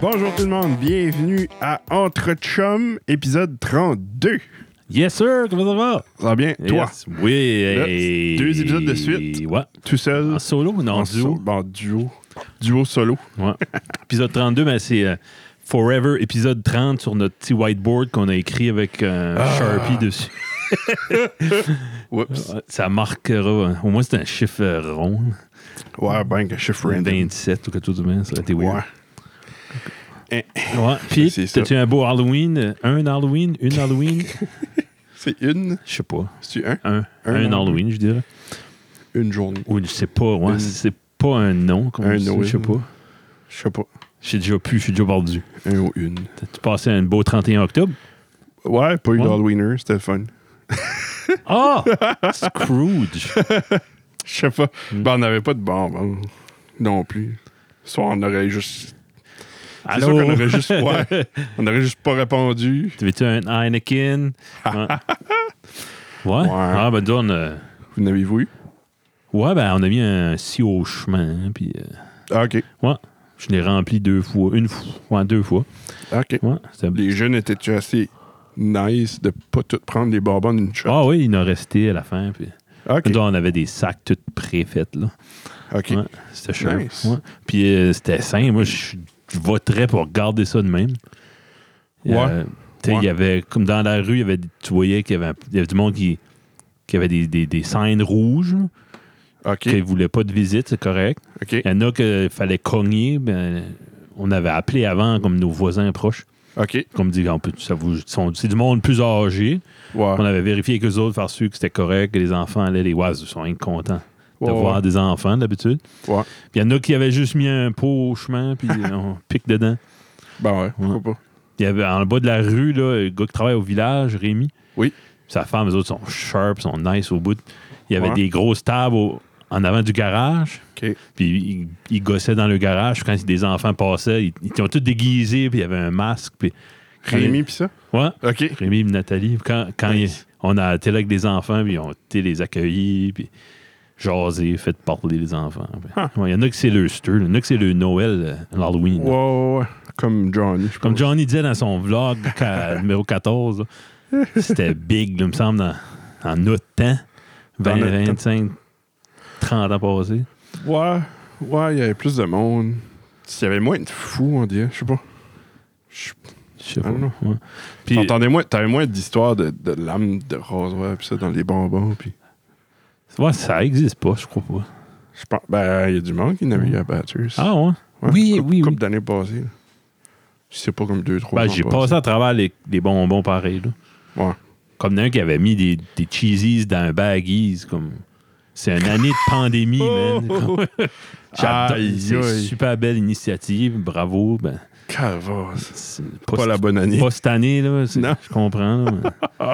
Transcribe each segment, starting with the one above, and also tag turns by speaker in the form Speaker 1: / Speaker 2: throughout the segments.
Speaker 1: Bonjour tout le monde, bienvenue à Entre Chum, épisode 32.
Speaker 2: Yes, sir, comment ça va?
Speaker 1: Ça va bien, toi,
Speaker 2: Yes. Oui.
Speaker 1: Là,
Speaker 2: hey.
Speaker 1: deux épisodes de suite.
Speaker 2: Ouais.
Speaker 1: tout seul,
Speaker 2: En solo ou non, en duo?
Speaker 1: so- en duo, duo solo.
Speaker 2: Ouais. épisode 32, mais c'est euh, Forever, épisode 30 sur notre petit whiteboard qu'on a écrit avec un
Speaker 1: Ah.
Speaker 2: Sharpie dessus.
Speaker 1: Oups.
Speaker 2: Ça marquera. Au moins, c'est un chiffre euh, rond.
Speaker 1: Ouais, ben que chiffre random.
Speaker 2: 27 ou quelque chose de même. Ça a été
Speaker 1: Ouais.
Speaker 2: weird. Ouais. Puis,
Speaker 1: C'est ça.
Speaker 2: t'as-tu un beau Halloween? euh, Un Halloween? Une Halloween?
Speaker 1: C'est une,
Speaker 2: Je sais pas.
Speaker 1: c'est un,
Speaker 2: Un,
Speaker 1: Un
Speaker 2: un, Halloween, je dirais.
Speaker 1: une journée.
Speaker 2: Ou je sais pas. Ouais,
Speaker 1: Une-
Speaker 2: C'est pas un nom. Comme
Speaker 1: Un
Speaker 2: on dit, Je sais
Speaker 1: Noël.
Speaker 2: pas.
Speaker 1: Je sais pas,
Speaker 2: Je sais déjà plus. Je suis déjà perdu.
Speaker 1: un ou une.
Speaker 2: Tu passais un beau 31 octobre?
Speaker 1: Ouais, pas eu
Speaker 2: Ouais.
Speaker 1: d'Halloweener, c'était le fun.
Speaker 2: Ah! Scrooge!
Speaker 1: Je sais pas,
Speaker 2: Mm.
Speaker 1: ben on n'avait pas de bon, bon, non plus. Soit on aurait juste, c'est sûr
Speaker 2: Allô?
Speaker 1: qu'on aurait juste, ouais, on aurait juste pas répondu.
Speaker 2: T'avais-tu un Heineken? Ouais. Ouais. Ah, ben, donne. euh,
Speaker 1: Vous n'avez-vous eu?
Speaker 2: Ouais, ben, on a mis un si au chemin. hein, puis, euh,
Speaker 1: Ah, ok,
Speaker 2: ouais. Je l'ai rempli deux fois. Une fois. Ouais, deux fois.
Speaker 1: ok.
Speaker 2: Ouais. c'était-
Speaker 1: Les jeunes étaient-tu assez nice de pas tout prendre les bonbons d'une shot?
Speaker 2: Ah oui, il en a resté à la fin. Puis...
Speaker 1: ok,
Speaker 2: Là, on avait des sacs tout préfaits, là.
Speaker 1: ok.
Speaker 2: Ouais, c'était cher.
Speaker 1: Nice.
Speaker 2: Ouais. Puis euh, c'était simple. Moi, je je voterais pour garder ça de même. Euh,
Speaker 1: Ouais.
Speaker 2: tu sais,
Speaker 1: Ouais.
Speaker 2: Il y avait, comme dans la rue, il y avait, des- tu voyais qu'il y avait, un- il y avait du monde qui, qui avait des, des, des signes rouges, là,
Speaker 1: Ok,
Speaker 2: qui ne voulaient pas de visite, c'est correct.
Speaker 1: ok,
Speaker 2: Il y en a qu'il fallait cogner. ben, on avait appelé avant, comme nos voisins proches,
Speaker 1: ok.
Speaker 2: comme dire, on peut- ça vous- sont- c'est du monde plus âgé. On
Speaker 1: Ouais.
Speaker 2: avait vérifié avec eux autres, faire sûr que c'était correct, que les enfants allaient, les oiseaux sont incontents de
Speaker 1: Ouais,
Speaker 2: voir
Speaker 1: ouais.
Speaker 2: des enfants d'habitude.
Speaker 1: Ouais.
Speaker 2: Puis il y en a qui avaient juste mis un pot au chemin, puis on pique dedans.
Speaker 1: Ben ouais, pourquoi pas.
Speaker 2: Il y avait en bas de la rue, là, le gars qui travaille au village, Rémi.
Speaker 1: Oui.
Speaker 2: Sa femme, les autres sont sharp, sont nice au bout. Il y avait
Speaker 1: Ouais.
Speaker 2: des grosses tables au- en avant du garage.
Speaker 1: OK.
Speaker 2: Puis ils, ils gossaient dans le garage. Quand des enfants passaient, ils, ils ont tous déguisés, puis il y avait un masque. Puis
Speaker 1: Rémi pis ça?
Speaker 2: Ouais.
Speaker 1: OK.
Speaker 2: Rémi et Nathalie, quand, quand
Speaker 1: Nice.
Speaker 2: ils- on a été là avec des enfants, puis on été les accueillis, puis jasé, fait parler les enfants. puis-
Speaker 1: Ah.
Speaker 2: Ouais, Il y en a que c'est le stir, il y en a que c'est le Noël, euh, l'Halloween.
Speaker 1: Ouais, ouais, ouais. Comme Johnny, je
Speaker 2: Comme
Speaker 1: pense.
Speaker 2: Johnny disait dans son vlog ca- numéro 14, là, c'était big, là, il me semble, dans, en notre temps,
Speaker 1: Dans
Speaker 2: 20,
Speaker 1: notre temps.
Speaker 2: 25, 30 ans passés.
Speaker 1: Ouais, ouais, il y avait plus de monde. Il y avait moins de fous, on dirait. Je sais pas. Je-
Speaker 2: Je sais pas.
Speaker 1: Ah non.
Speaker 2: ouais. Puis,
Speaker 1: T'entendais moins, t'avais moins d'histoires de, de lames de rasoir pis ça dans les bonbons pis...
Speaker 2: ouais, ça existe pas, je crois pas.
Speaker 1: Je pense, ben, il y a du monde qui n'avait abattu.
Speaker 2: Ah ouais?
Speaker 1: Ouais,
Speaker 2: oui,
Speaker 1: couple-
Speaker 2: oui, oui.
Speaker 1: Couple d'années passées. là. Je sais pas, comme deux, trois
Speaker 2: Ben,
Speaker 1: ans
Speaker 2: j'ai
Speaker 1: passées.
Speaker 2: passé à travers les, les bonbons pareils. là.
Speaker 1: Ouais.
Speaker 2: Comme d'un qui avait mis des, des cheesies dans un baggies. Comme... C'est une année de pandémie, man. Comme- J'adore.
Speaker 1: Aïe,
Speaker 2: C'est une
Speaker 1: aïe.
Speaker 2: super belle initiative. Bravo. Ben,
Speaker 1: Cavasse.
Speaker 2: c'est
Speaker 1: Pas la bonne année.
Speaker 2: Pas cette année, là. c'est-
Speaker 1: Non.
Speaker 2: Je comprends. là, mais-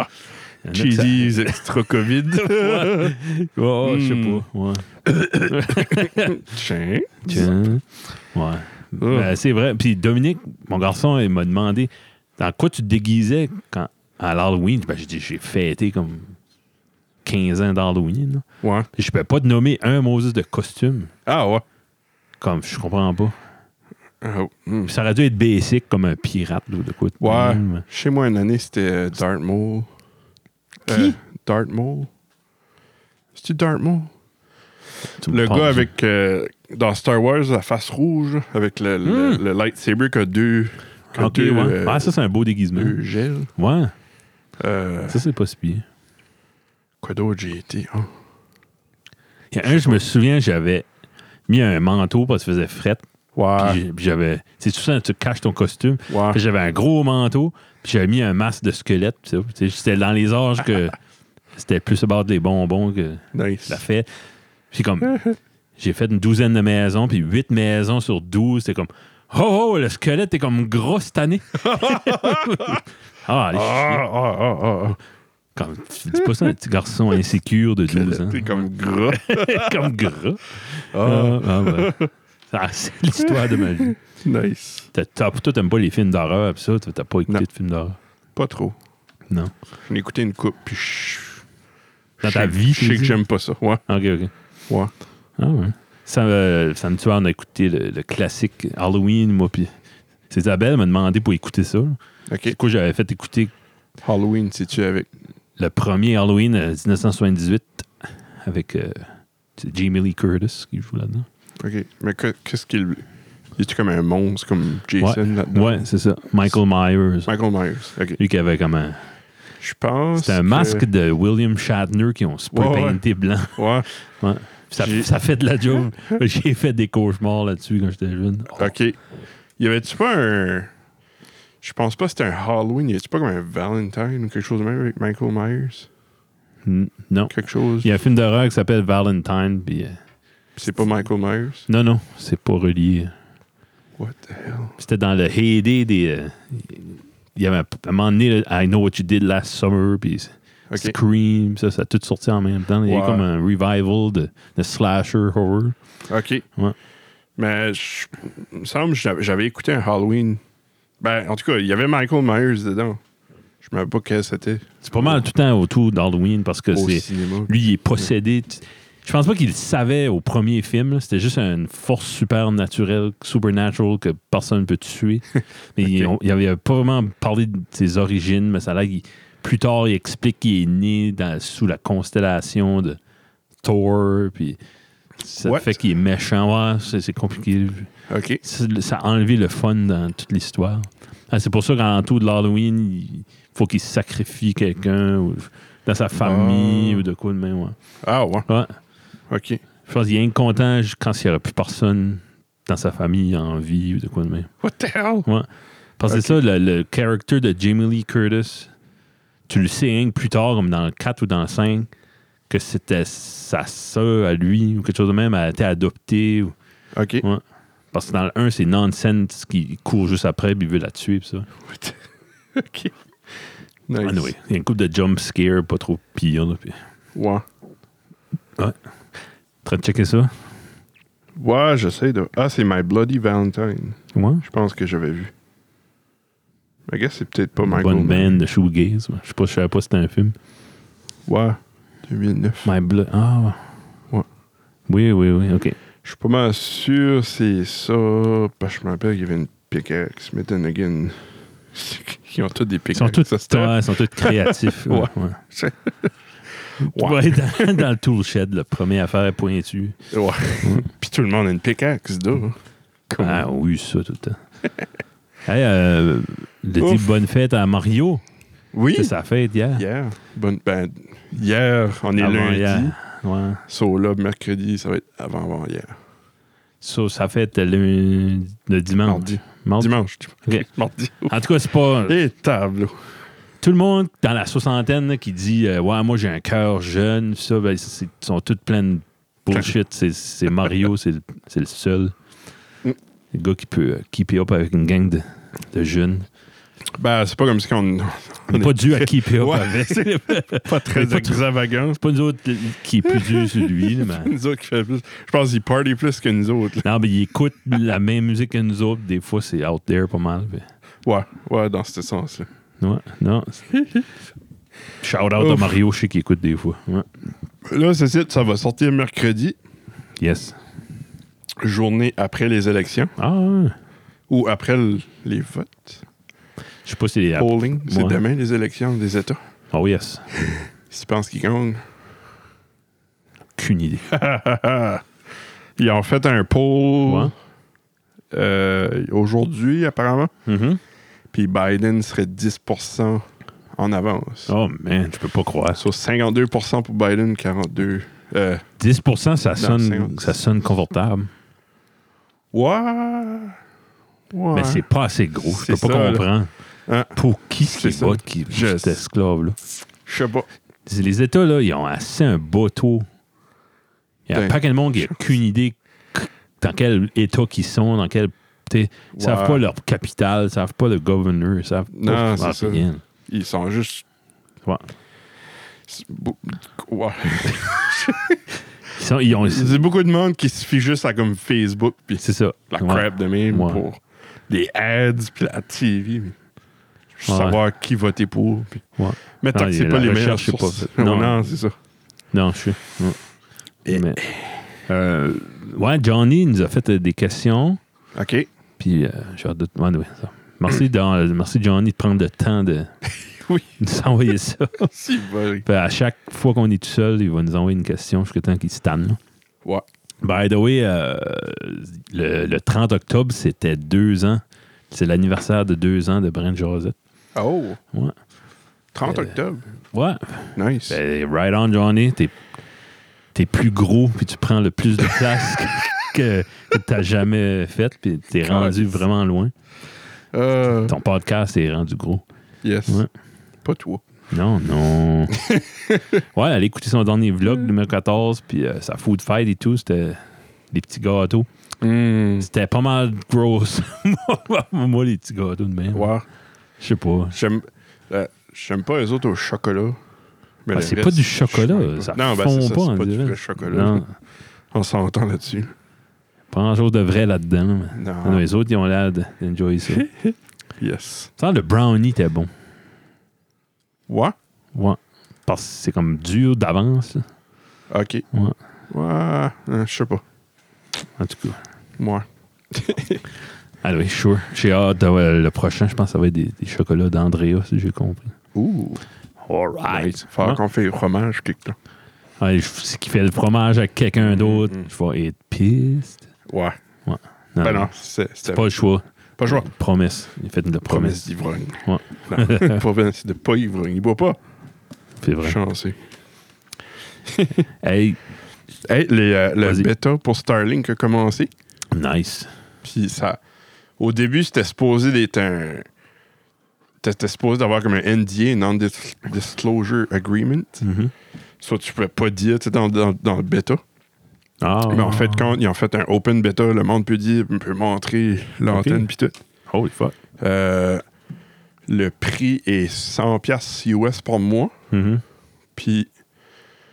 Speaker 2: Il y en a que ça-
Speaker 1: Cheesies extra COVID.
Speaker 2: Ouais, Ouais, je sais
Speaker 1: Hmm.
Speaker 2: pas. Ouais.
Speaker 1: Tiens.
Speaker 2: Tiens. Hein? Ouais.
Speaker 1: Oh.
Speaker 2: Ben, c'est vrai. Puis Dominique, mon garçon, il m'a demandé dans quoi tu te déguisais quand, à l'Halloween. Ben, j'ai dit, j'ai fêté comme 15 ans d'Halloween. là.
Speaker 1: Ouais.
Speaker 2: Puis Je peux pas te nommer un Moses de costume.
Speaker 1: Ah ouais.
Speaker 2: Comme, je comprends pas.
Speaker 1: Ah, hmm.
Speaker 2: Puis Ça aurait dû être basic comme un pirate là, ou de quoi. de
Speaker 1: Ouais.
Speaker 2: même.
Speaker 1: Chez moi, une année, c'était euh, Dartmoor. Euh,
Speaker 2: Qui?
Speaker 1: Dartmoor. C'était Dartmoor.
Speaker 2: Tu me
Speaker 1: Le
Speaker 2: parles.
Speaker 1: gars avec, euh, dans Star Wars, la face rouge, avec le, le- le lightsaber qui a deux, qui a
Speaker 2: Hmm. Ok,
Speaker 1: deux,
Speaker 2: ouais.
Speaker 1: euh,
Speaker 2: Ah, ça, c'est un beau déguisement.
Speaker 1: deux gels.
Speaker 2: Ouais,
Speaker 1: Euh,
Speaker 2: ça, c'est pas si pire.
Speaker 1: quoi d'autre j'ai été? Ah.
Speaker 2: Il y a un, je me souviens, j'avais mis un manteau parce qu'il faisait fret. Puis
Speaker 1: Ouais.
Speaker 2: j'ai- puis j'avais. C'est tout ça, tu caches ton costume.
Speaker 1: Ah. Ouais.
Speaker 2: Puis j'avais un gros manteau, puis j'avais mis un masque de squelette. pis ça. Tu sais, C'était dans les âges que c'était plus à bord des bonbons que
Speaker 1: Nice.
Speaker 2: la fête. Puis comme, j'ai fait une douzaine de maisons, puis huit maisons sur douze, c'était comme, oh, oh, le squelette est comme gros cette année. ah, allez,
Speaker 1: Ah, ah, ah, ah, ah.
Speaker 2: comme, tu dis pas ça à un petit garçon insécure de 12 ans.
Speaker 1: T'es comme gras.
Speaker 2: comme gras.
Speaker 1: Ah,
Speaker 2: Ah, ah, ouais. Ah, c'est l'histoire de ma vie.
Speaker 1: nice.
Speaker 2: T'as- t'as- Toi, t'aimes pas les films d'horreur, pis ça, t'as t'as pas écouté
Speaker 1: Non.
Speaker 2: de films d'horreur.
Speaker 1: Pas trop.
Speaker 2: Non.
Speaker 1: J'en ai écouté une coupe, puis je je
Speaker 2: Dans ta
Speaker 1: Je-
Speaker 2: vie,
Speaker 1: Je sais
Speaker 2: t'es
Speaker 1: que
Speaker 2: dit?
Speaker 1: j'aime pas ça. Ouais,
Speaker 2: Ok, ok.
Speaker 1: ouais.
Speaker 2: Ah ouais. Ça, euh, samedi soir, on a écouté le, le classique Halloween, moi, puis c'est Isabelle m'a demandé pour écouter ça.
Speaker 1: OK.
Speaker 2: Du coup, j'avais fait écouter
Speaker 1: Halloween, si tu es avec.
Speaker 2: le premier Halloween euh, 1978 avec euh, c'est Jamie Lee Curtis qui joue là-dedans.
Speaker 1: OK. Mais que- qu'est-ce qu'il. Il est comme un monstre, comme Jason là-dedans?
Speaker 2: Ouais, c'est ça. Michael Myers.
Speaker 1: Michael Myers. OK.
Speaker 2: Lui qui avait comme un.
Speaker 1: Je pense.
Speaker 2: C'était un
Speaker 1: que-
Speaker 2: masque de William Shatner qui ont spray
Speaker 1: Ouais, ouais.
Speaker 2: painté blanc.
Speaker 1: Ouais.
Speaker 2: Ouais. Ça,
Speaker 1: J'ai-
Speaker 2: ça fait de la job. J'ai fait des cauchemars là-dessus quand j'étais jeune.
Speaker 1: OK. Y avait-tu pas un. Je pense pas que c'était un Halloween. Y avait-tu pas comme un Valentine ou quelque chose de même avec Michael Myers?
Speaker 2: Oh, N- Non.
Speaker 1: Quelque chose.
Speaker 2: Il y a un film d'horreur qui s'appelle Valentine. Puis, euh,
Speaker 1: C'est pas Michael Myers?
Speaker 2: Non, non, c'est pas relié.
Speaker 1: What the hell?
Speaker 2: C'était dans le heyday des. euh, Il y avait un à un moment donné, le I Know What You Did Last Summer, puis
Speaker 1: OK.
Speaker 2: Scream, ça, ça a tout sorti en même temps. Il y a
Speaker 1: Ouais.
Speaker 2: comme un revival de, de slasher horror.
Speaker 1: OK.
Speaker 2: Ouais.
Speaker 1: Mais je, il me semble que j'avais- j'avais écouté un Halloween. Ben, en tout cas, il y avait Michael Myers dedans. Je me rappelle pas quel c'était.
Speaker 2: C'est pas mal tout le temps autour d'Halloween parce que
Speaker 1: Au
Speaker 2: c'est.
Speaker 1: cinéma.
Speaker 2: Lui, il est possédé. Tu- Je pense pas qu'il le savait au premier film. là. C'était juste une force supernaturelle, supernatural, que personne ne peut tuer. Mais il- on- il avait pas vraiment parlé de ses origines, mais ça a l'air qu'il- Plus tard, il explique qu'il est né dans- sous la constellation de Thor, puis ça
Speaker 1: What?
Speaker 2: fait qu'il est méchant. Ouais, c'est c'est compliqué.
Speaker 1: OK.
Speaker 2: Ça ça a enlevé le fun dans toute l'histoire. Ah, c'est pour ça qu'en tout de l'Halloween, il faut qu'il sacrifie quelqu'un ou dans sa famille
Speaker 1: Ah.
Speaker 2: ou de quoi de même. ouais.
Speaker 1: Ah, ouais.
Speaker 2: Ouais.
Speaker 1: OK.
Speaker 2: Je pense qu'il est incontent ju- quand il n'y aura plus personne dans sa famille en vie ou de quoi de même.
Speaker 1: What the hell?
Speaker 2: Ouais. Parce que c'est ça, le, le character de Jamie Lee Curtis, tu le sais hein, plus tard, comme dans le 4 ou dans le 5, que c'était sa sœur à lui ou quelque chose de même, elle a été adoptée. ou-
Speaker 1: OK.
Speaker 2: Ouais. Parce que dans le 1, c'est Nonsense qui court juste après puis il veut la tuer. Pis ça.
Speaker 1: OK. Nice.
Speaker 2: Anyway, il y a une coupe de jump scare pas trop pire. Là, puis...
Speaker 1: Ouais.
Speaker 2: Train de checker ça?
Speaker 1: Ouais, j'essaie de. Ah, c'est My Bloody Valentine.
Speaker 2: Ouais.
Speaker 1: Je pense que j'avais vu. I guess c'est peut-être pas
Speaker 2: Une
Speaker 1: Michael.
Speaker 2: Bonne
Speaker 1: Myers.
Speaker 2: band de shoegaze. ouais. Je sais pas, je savais pas si c'était un film.
Speaker 1: Ouais, 2009.
Speaker 2: My Blood. Ah,
Speaker 1: Ouais.
Speaker 2: Oui, oui, oui, ok.
Speaker 1: Je suis pas mal sûr c'est ça. Parce que je me rappelle qu'il y avait une pickaxe. Mais then again, ils ont tous des
Speaker 2: Ils sont
Speaker 1: pickaxes.
Speaker 2: tous,
Speaker 1: ça, c'était-
Speaker 2: ouais, ils sont tous créatifs. ouais, ouais. Ouais, dans, dans le tool shed, la première affaire pointue.
Speaker 1: Ouais. Puis tout le monde a une pickaxe, là. Cool.
Speaker 2: Ah oui, ça tout le temps. hey, euh, le
Speaker 1: Ouf.
Speaker 2: dit bonne fête à Mario.
Speaker 1: Oui.
Speaker 2: C'est sa fête hier.
Speaker 1: Hier. Bonne, ben, hier, on est
Speaker 2: Avant
Speaker 1: lundi.
Speaker 2: hier. Ouais.
Speaker 1: So là, mercredi, ça va être avant-avant-hier.
Speaker 2: So, sa fête le, le dimanche.
Speaker 1: Mardi.
Speaker 2: Mardi.
Speaker 1: Dimanche. tu-
Speaker 2: Ok.
Speaker 1: Mardi.
Speaker 2: En tout cas, c'est pas.
Speaker 1: Et tableau.
Speaker 2: tout le monde dans la soixantaine là, qui dit euh, Ouais, moi j'ai un cœur jeune, pis ça, ben, c'est- ils sont toutes pleines de bullshit. C'est- C'est Mario, c'est le- c'est le seul.
Speaker 1: Mm.
Speaker 2: Le gars qui peut euh, keep up avec une gang de, de jeunes.
Speaker 1: Ben, c'est pas comme si on.
Speaker 2: On n'est pas dû à keep up
Speaker 1: Ouais,
Speaker 2: avec.
Speaker 1: c'est
Speaker 2: c'est
Speaker 1: pas très
Speaker 2: C'est pas-
Speaker 1: extravagant.
Speaker 2: pas nous autres qui est plus dû sur lui, là, mais.
Speaker 1: Nous autres qui fait plus. Je pense qu'ils party plus que nous autres. là.
Speaker 2: Non, mais il écoute la même musique que nous autres. Des fois, c'est out there pas mal. mais-
Speaker 1: Ouais, ouais, dans ce sens-là.
Speaker 2: Ouais, non. Shout out à
Speaker 1: Ouf.
Speaker 2: Mario, je sais qu'il écoute des fois. Ouais.
Speaker 1: Là, c'est ça, ça va sortir mercredi,
Speaker 2: Yes.
Speaker 1: journée après les élections
Speaker 2: Ah, ouais.
Speaker 1: ou après le- les votes.
Speaker 2: je sais pas si.
Speaker 1: Polling, c'est
Speaker 2: Ouais.
Speaker 1: demain les élections des États.
Speaker 2: Oh, yes.
Speaker 1: Si tu penses qu'ils gagnent.
Speaker 2: Aucune idée.
Speaker 1: Ils ont fait un poll
Speaker 2: Ouais.
Speaker 1: euh, aujourd'hui, apparemment.
Speaker 2: Mhm.
Speaker 1: Puis Biden serait 10 en avance.
Speaker 2: Oh man, je peux pas croire.
Speaker 1: Sur 52 pour Biden, 42 euh,
Speaker 2: 10 ça sonne,
Speaker 1: 50.
Speaker 2: ça sonne confortable,
Speaker 1: Ouais.
Speaker 2: mais
Speaker 1: Ouais.
Speaker 2: c'est pas assez gros. Je peux
Speaker 1: C'est
Speaker 2: pas
Speaker 1: ça, là.
Speaker 2: comprendre.
Speaker 1: Hein?
Speaker 2: Pour qui c'est
Speaker 1: C'est
Speaker 2: qui
Speaker 1: ça.
Speaker 2: vote qui
Speaker 1: Je
Speaker 2: cet
Speaker 1: sais.
Speaker 2: esclave là
Speaker 1: Je sais pas.
Speaker 2: Les États là, ils ont assez un beau taux. Il y a
Speaker 1: Ben,
Speaker 2: pas quel monde qui a aucune idée que- dans quel état qu'ils sont, dans quel t'sais, Ils savent
Speaker 1: Ouais.
Speaker 2: pas leur capitale, ils savent pas le governor, ils savent
Speaker 1: Non,
Speaker 2: pas
Speaker 1: c'est ça.
Speaker 2: rien.
Speaker 1: Ils sont juste.
Speaker 2: Ouais.
Speaker 1: C'est beau- ouais.
Speaker 2: Ils sont- ils ont
Speaker 1: C'est beaucoup de monde qui se fie juste à comme Facebook puis
Speaker 2: c'est ça.
Speaker 1: la
Speaker 2: Ouais.
Speaker 1: crap de même
Speaker 2: Ouais.
Speaker 1: pour les ads puis la TV. mais juste
Speaker 2: Ouais.
Speaker 1: Savoir qui voter pour. puis-
Speaker 2: Ouais.
Speaker 1: Mais tant
Speaker 2: Ah,
Speaker 1: que
Speaker 2: y a
Speaker 1: c'est pas
Speaker 2: la
Speaker 1: les meilleures
Speaker 2: recherche, c'est pas
Speaker 1: sources.
Speaker 2: fait. Non.
Speaker 1: non, non, c'est ça.
Speaker 2: Non, je suis. ouais.
Speaker 1: Et-
Speaker 2: Mais, euh, ouais, Johnny nous a fait euh, des questions.
Speaker 1: OK.
Speaker 2: Puis, euh, j'ai hâte de- ouais, ouais, ça. Merci, Dan- merci, Johnny, de prendre le temps de
Speaker 1: Oui.
Speaker 2: nous envoyer ça.
Speaker 1: Si, bon.
Speaker 2: Puis à chaque fois qu'on est tout seul, il va nous envoyer une question jusqu'à temps qu'il se tanne. là.
Speaker 1: Ouais.
Speaker 2: By the way, euh, le, le 30 octobre, c'était deux ans. C'est l'anniversaire de deux ans de Brent Josette.
Speaker 1: Oh,
Speaker 2: Ouais.
Speaker 1: 30
Speaker 2: Euh,
Speaker 1: octobre.
Speaker 2: Ouais.
Speaker 1: Nice.
Speaker 2: Ben, right on, Johnny. T'es, t'es plus gros, puis tu prends le plus de place que, que t'as jamais fait, puis t'es rendu vraiment loin.
Speaker 1: Euh,
Speaker 2: Ton podcast est rendu gros.
Speaker 1: yes.
Speaker 2: Ouais.
Speaker 1: Pas toi.
Speaker 2: Non, non. ouais, allez écouter son dernier vlog, numéro 14, puis euh, sa food fight et tout. C'était des petits gâteaux.
Speaker 1: Hmm.
Speaker 2: C'était pas mal gross. Moi, les petits gâteaux de même.
Speaker 1: Ouais.
Speaker 2: Je sais pas.
Speaker 1: J'aime euh, j'aime pas les autres au chocolat. Mais
Speaker 2: Ah,
Speaker 1: le
Speaker 2: c'est
Speaker 1: reste,
Speaker 2: pas du
Speaker 1: je sais
Speaker 2: chocolat, ça fond
Speaker 1: c'est c'est
Speaker 2: pas, on
Speaker 1: pas du
Speaker 2: dirait.
Speaker 1: vrai chocolat.
Speaker 2: Non,
Speaker 1: On s'entend là-dessus.
Speaker 2: pas grand-chose de vrai là-dedans. mais-
Speaker 1: Non.
Speaker 2: Ah non, les autres, ils ont l'air de- d'enjoy ça.
Speaker 1: Yes.
Speaker 2: Ça, le brownie était bon.
Speaker 1: Ouais.
Speaker 2: Ouais. Parce que c'est comme dur d'avance. là.
Speaker 1: OK.
Speaker 2: Ouais.
Speaker 1: Ouais. euh, je sais pas.
Speaker 2: En tout cas.
Speaker 1: Moi.
Speaker 2: Anyway, sure. J'ai hâte. de- ouais, le prochain, je pense que ça va être des, des chocolats d'Andrea, si j'ai compris.
Speaker 1: Ouh.
Speaker 2: All
Speaker 1: Nice. Faut qu'on fait fromage quelque temps.
Speaker 2: si qui fait le fromage à quelqu'un d'autre,
Speaker 1: Mhm.
Speaker 2: je vais être piste.
Speaker 1: Ouais.
Speaker 2: Non,
Speaker 1: Ben non, c'est- c'était
Speaker 2: Pas
Speaker 1: pas,
Speaker 2: le choix.
Speaker 1: pas joie.
Speaker 2: Promesse. Il fait une
Speaker 1: Promesse
Speaker 2: promesse.
Speaker 1: d'ivrogne.
Speaker 2: Ouais.
Speaker 1: Non, promesse de pas ivrogne. Il boit pas.
Speaker 2: C'est vrai.
Speaker 1: Chancé.
Speaker 2: Hey,
Speaker 1: Hey, les, euh, le
Speaker 2: Vas-y.
Speaker 1: bêta pour Starlink a commencé.
Speaker 2: nice.
Speaker 1: Puis ça. Au début, c'était supposé d'être un. C'était supposé d'avoir comme un NDA, Non-Disclosure Agreement.
Speaker 2: Mhm.
Speaker 1: Soit tu pouvais pas dire, tu sais, dans, dans, dans le bêta.
Speaker 2: Ah.
Speaker 1: Mais Eh ben, en fait, quand ils ont fait un open bêta, le monde peut dire, peut montrer l'antenne puis tout.
Speaker 2: Holy fuck.
Speaker 1: Euh, le prix est 100$ piastres US par mois.
Speaker 2: Mhm.
Speaker 1: Puis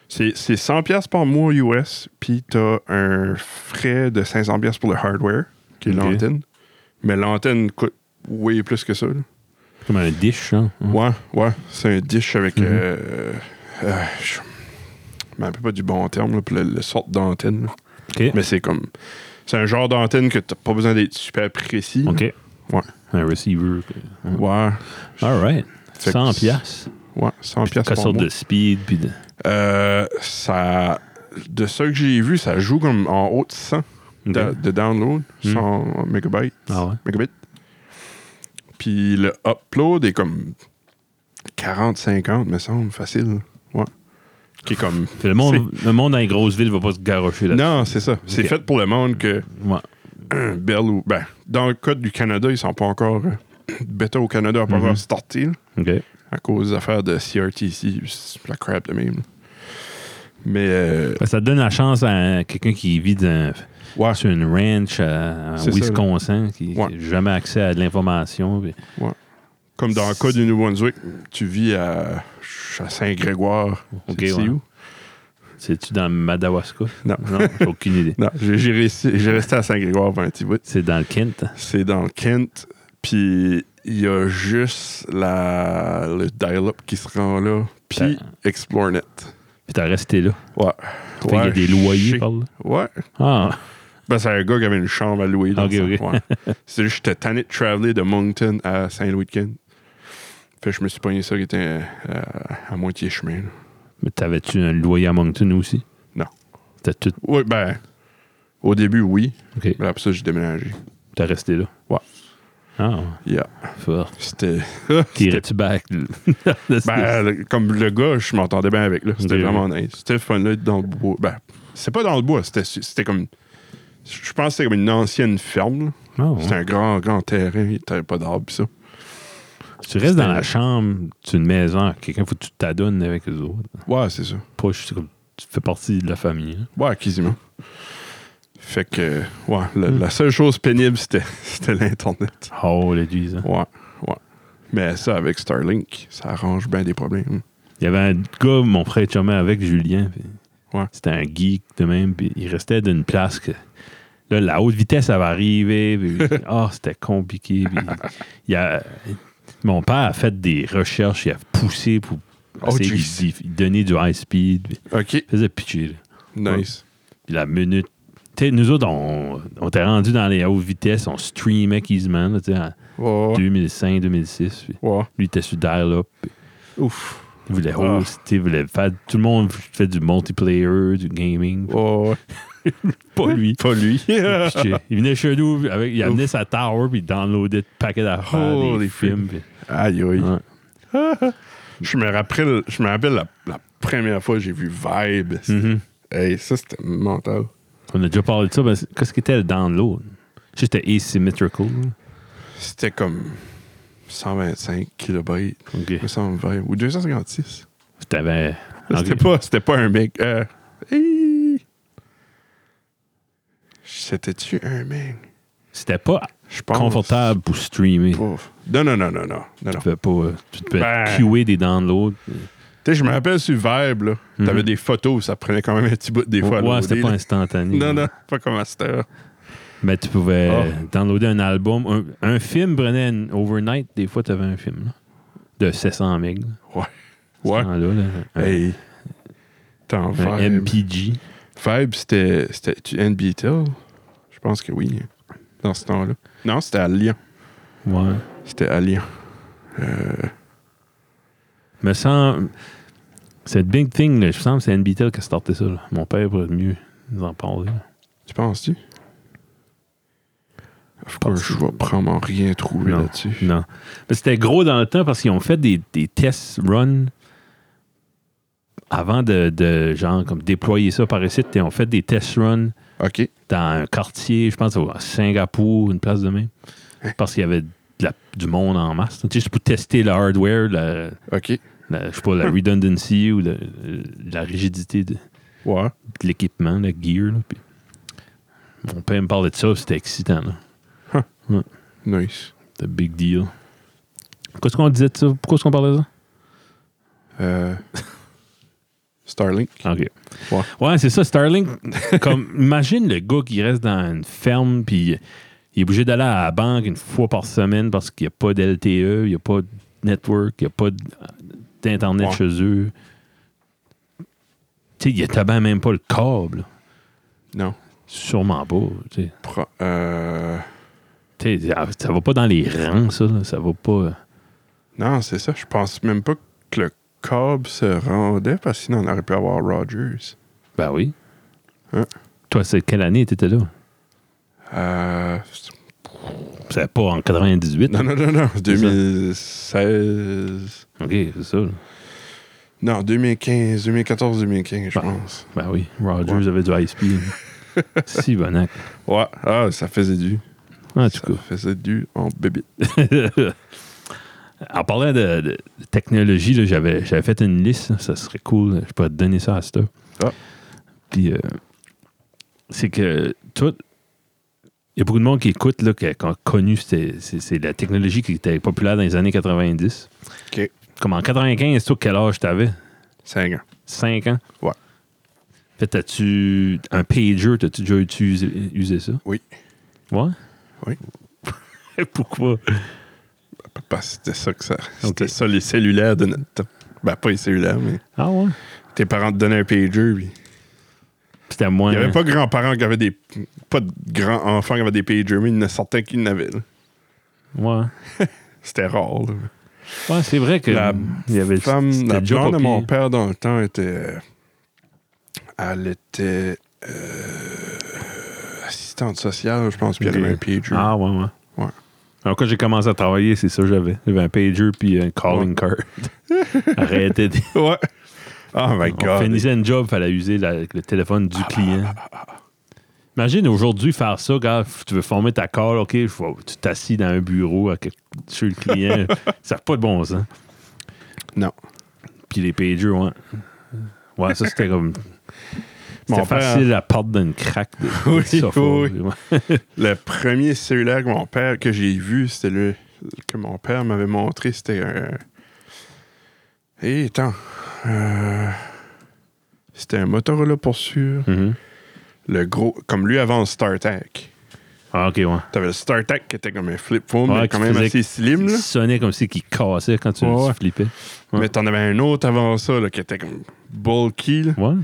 Speaker 1: c'est c'est 100$ piastres par mois US. Puis t'as un frais de 500$ piastres pour le hardware, qui est
Speaker 2: Ok.
Speaker 1: l'antenne. Mais l'antenne coûte way plus que ça. là.
Speaker 2: Comme un dish, hein.
Speaker 1: Ouais, ouais. C'est un dish avec.
Speaker 2: Mhm.
Speaker 1: euh, euh, je me rappelle pas du bon terme là, pour le, le sorte d'antenne. là.
Speaker 2: OK.
Speaker 1: Mais c'est comme. C'est un genre d'antenne que t'as pas besoin d'être super précis.
Speaker 2: OK.
Speaker 1: Ouais.
Speaker 2: Un receiver. que-
Speaker 1: Ouais.
Speaker 2: All right.
Speaker 1: Fait que
Speaker 2: 100
Speaker 1: c'est-
Speaker 2: piastres.
Speaker 1: Ouais, 100$ piastres
Speaker 2: Quelle
Speaker 1: par
Speaker 2: sorte
Speaker 1: mois.
Speaker 2: de speed, puis de...
Speaker 1: Euh, ça, de ce que j'ai vu, ça joue comme en haut de 100 de,
Speaker 2: Ok.
Speaker 1: de download,
Speaker 2: Hmm.
Speaker 1: 100 mégabytes.
Speaker 2: Ah ouais?
Speaker 1: mégabits. Puis le upload est comme 40-50, me semble, facile. Ouais. Qui est comme.
Speaker 2: Puis le monde, le monde dans les grosses villes va pas se garrocher là
Speaker 1: Non, c'est ça. C'est
Speaker 2: Ok. Hmm.
Speaker 1: fait pour le monde que
Speaker 2: Ouais.
Speaker 1: euh, Bell ou. Ben, dans le code du Canada, ils sont pas encore. euh, Beta au Canada n'a pas
Speaker 2: Mhm.
Speaker 1: encore starté. là.
Speaker 2: OK.
Speaker 1: à cause des affaires de CRTC, c'est la crap de même. Mais euh,
Speaker 2: Ça donne la chance à quelqu'un qui vit dans-
Speaker 1: ouais,
Speaker 2: sur une ranch à, à
Speaker 1: C'est ça,
Speaker 2: Wisconsin, qui
Speaker 1: Ouais.
Speaker 2: qui a jamais accès à de l'information. puis-
Speaker 1: comme dans le cas du Nouveau-Brunswick, tu vis à, à Saint-Grégoire.
Speaker 2: Ok,
Speaker 1: C'est-
Speaker 2: ouais.
Speaker 1: C'est où?
Speaker 2: C'est-tu dans le Madawaska?
Speaker 1: Non.
Speaker 2: Non, j'ai aucune idée.
Speaker 1: Non, j'ai j'ai resté, j'ai resté à Saint-Grégoire pendant un petit bout.
Speaker 2: C'est dans le Kent.
Speaker 1: C'est dans le Kent, puis il y a juste la, le dial-up qui se rend là,
Speaker 2: Ben.
Speaker 1: puis ExploreNet.
Speaker 2: Puis t'as resté là.
Speaker 1: Ouais.
Speaker 2: Fait qu'il y a
Speaker 1: Ouais,
Speaker 2: des
Speaker 1: je
Speaker 2: loyers
Speaker 1: sais.
Speaker 2: par là.
Speaker 1: Ouais.
Speaker 2: Ah,
Speaker 1: Ben, c'est un gars qui avait une chambre à louer. Dans
Speaker 2: Ok,
Speaker 1: son-
Speaker 2: ok.
Speaker 1: ouais. C'est juste que j'étais tanné de traveler de Moncton à Saint-Louis-de-Kent. Fait que je me suis pogné ça qui était euh, à, à moitié chemin. là.
Speaker 2: mais t'avais-tu un loyer à Moncton aussi?
Speaker 1: Non.
Speaker 2: T'as tout.
Speaker 1: Oui, ben, au début, oui.
Speaker 2: OK.
Speaker 1: Mais après ça, j'ai déménagé.
Speaker 2: T'as resté là?
Speaker 1: Ouais.
Speaker 2: Ah,
Speaker 1: Yeah.
Speaker 2: fort.
Speaker 1: C'était.
Speaker 2: Tirais-tu back?
Speaker 1: Ben, le- comme le gars, je m'entendais bien avec. là. C'était
Speaker 2: Ok,
Speaker 1: vraiment nice. C'était le fun, là, dans le bois. Ben, c'est pas dans le bois. C'était c'était comme. Je pense que c'était comme une ancienne ferme. là.
Speaker 2: Ah, ouais.
Speaker 1: C'était un grand, grand terrain. Il n'y avait pas d'arbres, pis ça.
Speaker 2: Tu restes dans la chambre d'une maison, quelqu'un faut que tu t'adonnes avec les autres.
Speaker 1: Ouais, c'est ça.
Speaker 2: Pas juste comme tu fais partie de la famille. hein.
Speaker 1: Ouais, quasiment. Fait que, ouais, la, la seule chose pénible, c'était, c'était l'Internet.
Speaker 2: Oh les dieux.
Speaker 1: Ouais, ouais. Mais ça, avec Starlink, ça arrange bien des problèmes.
Speaker 2: Il y avait un gars, mon frère jamais avec Julien. puis
Speaker 1: Ouais.
Speaker 2: C'était un geek de même. Puis il restait d'une place que. Là, la haute vitesse, elle va arriver. puis- Ah, c'était compliqué. puis il y a, mon père a fait des recherches, il a poussé pour
Speaker 1: Oh,
Speaker 2: Essayer
Speaker 1: jeez.
Speaker 2: d'y- d'y donner du high speed. puis
Speaker 1: OK,
Speaker 2: Faisait pitcher. là.
Speaker 1: nice.
Speaker 2: Puis la minute. Tu sais, nous autres, on, on était rendus dans les hautes vitesses, on streamait quasiment, là, tu sais, en
Speaker 1: Ouais,
Speaker 2: 2005, 2006. puis
Speaker 1: ouais.
Speaker 2: lui, il était sur dial-up. puis
Speaker 1: Ouf.
Speaker 2: Il voulait
Speaker 1: Ah.
Speaker 2: hoster, il voulait faire. Tout le monde fait du multiplayer, du gaming.
Speaker 1: Ouais, ouais.
Speaker 2: Pas lui.
Speaker 1: Pas lui.
Speaker 2: Puis, il venait chez nous, avec, il
Speaker 1: Ouf.
Speaker 2: amenait sa tower, puis il downloadait le paquet d'affaires, des
Speaker 1: Holy
Speaker 2: films. puis-
Speaker 1: Aïe, aïe.
Speaker 2: Ouais.
Speaker 1: Je me rappelle, je me rappelle la, la première fois que j'ai vu Vibe.
Speaker 2: Mhm.
Speaker 1: Hey, ça, c'était mental.
Speaker 2: On a déjà parlé de ça, mais c'est- qu'est-ce qu'était le download? Je sais que C'était asymmetrical. là.
Speaker 1: C'était comme 125 kilobytes,
Speaker 2: OK.
Speaker 1: me semble, Vibe, ou 256.
Speaker 2: T'avais.
Speaker 1: C'était
Speaker 2: Ok.
Speaker 1: pas, c'était pas un mec. euh, hey. C'était-tu un mec?
Speaker 2: C'était pas
Speaker 1: Je pense.
Speaker 2: confortable pour streamer.
Speaker 1: Pauvre. Non, non, non, non, non. non, non.
Speaker 2: Tu peux pas. euh, Tu peux
Speaker 1: Ben.
Speaker 2: queuer des downloads.
Speaker 1: Tu sais, je me rappelle sur Vibe, là. T'avais
Speaker 2: Mhm.
Speaker 1: des photos, ça prenait quand même un petit bout des fois. à
Speaker 2: ouais, c'était
Speaker 1: loader,
Speaker 2: pas
Speaker 1: là.
Speaker 2: instantané.
Speaker 1: Non, non, pas comme à cette heure.
Speaker 2: Mais tu pouvais
Speaker 1: Ah.
Speaker 2: euh, downloader un album. Un, un film prenait une overnight. Des fois, tu avais un film là, de 700 MB.
Speaker 1: Ouais.
Speaker 2: Un,
Speaker 1: Hey. T'en
Speaker 2: un
Speaker 1: Vibe.
Speaker 2: MPG.
Speaker 1: Vibe, c'était. C'était-tu NBTL? Je pense que oui. Dans ce temps-là. Non, c'était à Lyon.
Speaker 2: Ouais.
Speaker 1: C'était à Lyon. Euh,
Speaker 2: Me semble. Cette big thing, là, je me semble que c'est NBTL qui a starté ça. là. Mon père pourrait mieux nous en parler. là.
Speaker 1: tu penses-tu? Of course,
Speaker 2: Parti.
Speaker 1: je vais probablement rien trouver
Speaker 2: Non.
Speaker 1: là-dessus.
Speaker 2: Non. Mais c'était gros dans le temps parce qu'ils ont fait des, des tests run avant de, de, genre comme déployer ça par ici. Ils ont fait des tests run
Speaker 1: OK.
Speaker 2: dans un quartier, je pense à Singapour, une place de même. Parce qu'il y avait de la- du monde en masse. Tu sais, pour tester le hardware, la,
Speaker 1: OK.
Speaker 2: la- je sais pas, la redundancy ou le- la rigidité de,
Speaker 1: Ouais.
Speaker 2: de l'équipement, le gear. là, puis mon père me parlait de ça, c'était excitant. là.
Speaker 1: Nice.
Speaker 2: C'était big deal. Qu'est-ce qu'on disait de ça? Pourquoi est-ce qu'on parlait de ça?
Speaker 1: Euh, Starlink.
Speaker 2: OK.
Speaker 1: Ouais.
Speaker 2: Ouais, c'est ça, Starlink. comme, imagine le gars qui reste dans une ferme, puis il est obligé d'aller à la banque une fois par semaine parce qu'il n'y a pas d'LTE, il n'y a pas de network, il n'y a pas d- d'Internet
Speaker 1: Ouais.
Speaker 2: chez eux. Tu sais, il n'y a tabac même pas le câble.
Speaker 1: Non.
Speaker 2: Sûrement pas. tu sais.
Speaker 1: Pro- euh,
Speaker 2: Tu sais, ça- ça va pas dans les rangs, ça. là. Ça va pas.
Speaker 1: Non, c'est ça. Je pense même pas que le Cobb se rendait parce que sinon on aurait pu avoir Rogers.
Speaker 2: Ben oui.
Speaker 1: Hein?
Speaker 2: Toi, c'est quelle année t'étais là?
Speaker 1: Euh,
Speaker 2: C'était pas en 98.
Speaker 1: non, non, non, non. 2016.
Speaker 2: OK, c'est ça. là.
Speaker 1: Non, 2015, 2014, 2015, je
Speaker 2: Ah.
Speaker 1: pense.
Speaker 2: Ben oui, Rogers avait du high speed. si, bonac.
Speaker 1: Ouais, ah, ça faisait du.
Speaker 2: En tout
Speaker 1: ça
Speaker 2: cas.
Speaker 1: faisait du en bébé.
Speaker 2: en parlant de, de technologie, là, j'avais, j'avais fait une liste. hein, Ça serait cool. là, Je pourrais te donner ça à Steph.
Speaker 1: Ah.
Speaker 2: Puis, euh, c'est que tout. Il y a beaucoup de monde qui écoute, là, qui a qui a connu ces- ces- c'est la technologie qui était populaire dans les années 90.
Speaker 1: OK.
Speaker 2: Comme en 95, toi, quel âge t'avais?
Speaker 1: 5 ans.
Speaker 2: 5 ans?
Speaker 1: Ouais.
Speaker 2: Fait, t'as-tu un pager? T'as-tu déjà utilisé, usé ça?
Speaker 1: Oui.
Speaker 2: Ouais?
Speaker 1: Oui.
Speaker 2: Pourquoi?
Speaker 1: Parce que c'était ça que ça. C'était
Speaker 2: Ok.
Speaker 1: ça les cellulaires de notre temps. Ben, pas les cellulaires, mais
Speaker 2: Ah ouais?
Speaker 1: tes parents te donnaient un pager. puis-
Speaker 2: C'était moins.
Speaker 1: Il n'y avait pas de grands-parents qui avaient des. Pas de grands-enfants qui avaient des pagers, mais il y en a certains qui en avaient. là.
Speaker 2: Ouais.
Speaker 1: C'était rare. là.
Speaker 2: Ouais, c'est vrai que.
Speaker 1: La
Speaker 2: il y avait
Speaker 1: femme,
Speaker 2: c'était
Speaker 1: la
Speaker 2: déjà
Speaker 1: blonde
Speaker 2: pas
Speaker 1: de mon
Speaker 2: pire.
Speaker 1: père dans le temps était. euh, Elle était. euh, assistante sociale, je pense, puis elle
Speaker 2: Ok.
Speaker 1: avait un pager.
Speaker 2: Ah ouais, ouais.
Speaker 1: Ouais.
Speaker 2: Alors, quand j'ai commencé à travailler, c'est ça que j'avais. J'avais un pager puis un calling card. Arrêtez. de-
Speaker 1: Ouais. Oh my
Speaker 2: On
Speaker 1: god. Ah, bah,
Speaker 2: finissait un job, fallait user la- le téléphone du client. Imagine aujourd'hui faire ça, gars, f- tu veux former ta call, ok, je vois- tu t'assis dans un bureau à quel- chez le client. ça n'a pas de bon sens.
Speaker 1: Non.
Speaker 2: Puis les pagers, ouais. Ouais, ça c'était comme. C'était
Speaker 1: Mon père-
Speaker 2: facile à part d'une craque. De, de
Speaker 1: Oui,
Speaker 2: ça,
Speaker 1: oui,
Speaker 2: faut- ouais.
Speaker 1: Le premier cellulaire que mon père que j'ai vu, c'était le que mon père m'avait montré, c'était un. Hé, attends. Euh, C'était un Motorola pour sûr.
Speaker 2: Mhm.
Speaker 1: Le gros. Comme lui avant le StarTAC.
Speaker 2: Ah, ok, ouais.
Speaker 1: T'avais le StarTac qui était comme un flip phone, mais
Speaker 2: Ouais, qui
Speaker 1: quand même
Speaker 2: faisait-
Speaker 1: assez slim.
Speaker 2: Il
Speaker 1: Là.
Speaker 2: sonnait comme si qu'il cassait quand tu
Speaker 1: Ouais, ouais.
Speaker 2: le flippais. ouais.
Speaker 1: Mais t'en avais un autre avant ça là, qui était comme bulky. là.
Speaker 2: Ouais.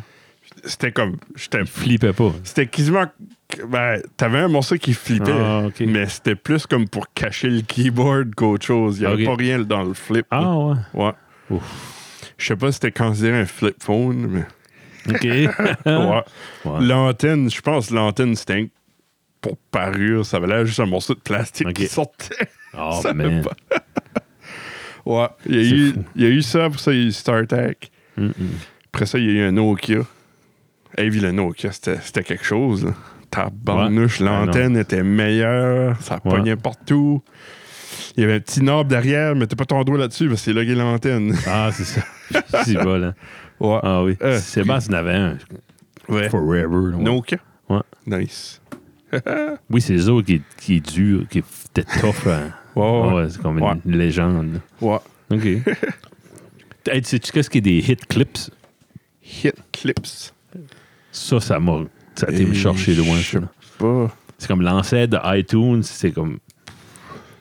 Speaker 1: C'était comme. j'étais-
Speaker 2: Il flippait pas.
Speaker 1: C'était quasiment. Ben, t'avais un morceau qui flippait,
Speaker 2: Ah, ok.
Speaker 1: mais c'était plus comme pour cacher le keyboard qu'autre chose. Il n'y avait
Speaker 2: Ok.
Speaker 1: pas rien dans le flip. là.
Speaker 2: Ah, ouais.
Speaker 1: Ouais. Je sais pas si c'était considéré un flip phone, mais.
Speaker 2: Ok.
Speaker 1: Ouais.
Speaker 2: Hein? Ouais.
Speaker 1: L'antenne, je pense que l'antenne, c'était un- pour parure, ça valait juste un morceau de plastique
Speaker 2: Ok.
Speaker 1: qui sortait.
Speaker 2: Oh,
Speaker 1: Ça
Speaker 2: man.
Speaker 1: va ouais, il y, a
Speaker 2: C'est
Speaker 1: eu,
Speaker 2: fou.
Speaker 1: il y a eu ça, après ça, il y a eu StarTAC. Après ça, il y a eu un Nokia. Hey, puis le Nokia, c'était c'était quelque chose. là. Tabarnouche,
Speaker 2: Ouais.
Speaker 1: l'antenne était meilleure, ça
Speaker 2: Ouais.
Speaker 1: pognait partout. Il y avait un petit knob derrière, mais t'as pas ton doigt là-dessus parce que c'est logué l'antenne.
Speaker 2: Ah, c'est ça. c'est bon, là.
Speaker 1: Ouais.
Speaker 2: Ah oui.
Speaker 1: Euh,
Speaker 2: Sébastien en avait un.
Speaker 1: ouais.
Speaker 2: Forever. là, ouais.
Speaker 1: Nokia.
Speaker 2: Ouais.
Speaker 1: Nice.
Speaker 2: Oui, c'est les autres qui, qui est dur, qui était tough. hein.
Speaker 1: Ouais, ouais.
Speaker 2: Ah ouais, c'est comme
Speaker 1: Ouais.
Speaker 2: une légende.
Speaker 1: Ouais.
Speaker 2: OK. hey, sais-tu qu'est-ce qui est des hit clips?
Speaker 1: Hit clips.
Speaker 2: Ça, ça m'a... Ça a été
Speaker 1: Et
Speaker 2: me chercher loin,
Speaker 1: je-
Speaker 2: ça. là.
Speaker 1: Pas.
Speaker 2: C'est comme l'ancêtre de iTunes. C'est comme...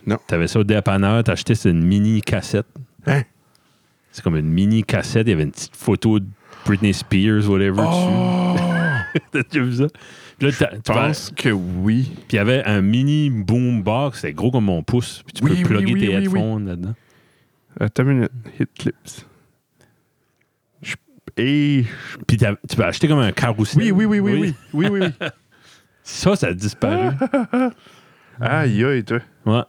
Speaker 1: Non.
Speaker 2: T'avais ça au dépanneur, t'achetais c'est une mini-cassette.
Speaker 1: Hein?
Speaker 2: C'est comme une mini-cassette. Il y avait une petite photo de Britney Spears, whatever, dessus. T'as déjà vu ça? Puis là, t'as- tu
Speaker 1: Oh! Je pense que oui.
Speaker 2: Puis il y avait un mini boombox, c'est gros comme mon pouce. Puis tu
Speaker 1: Oui, oui,
Speaker 2: peux plugger
Speaker 1: oui,
Speaker 2: tes
Speaker 1: oui, oui.
Speaker 2: headphones là-dedans.
Speaker 1: Attends une minute. Hit clips. Je- Et...
Speaker 2: Puis t'as- tu peux acheter comme un carrousel.
Speaker 1: Oui, oui, oui, oui, oui. Ah. Oui, oui, oui.
Speaker 2: Ça, ça a disparu.
Speaker 1: Aïe, aïe, toi.
Speaker 2: ouais.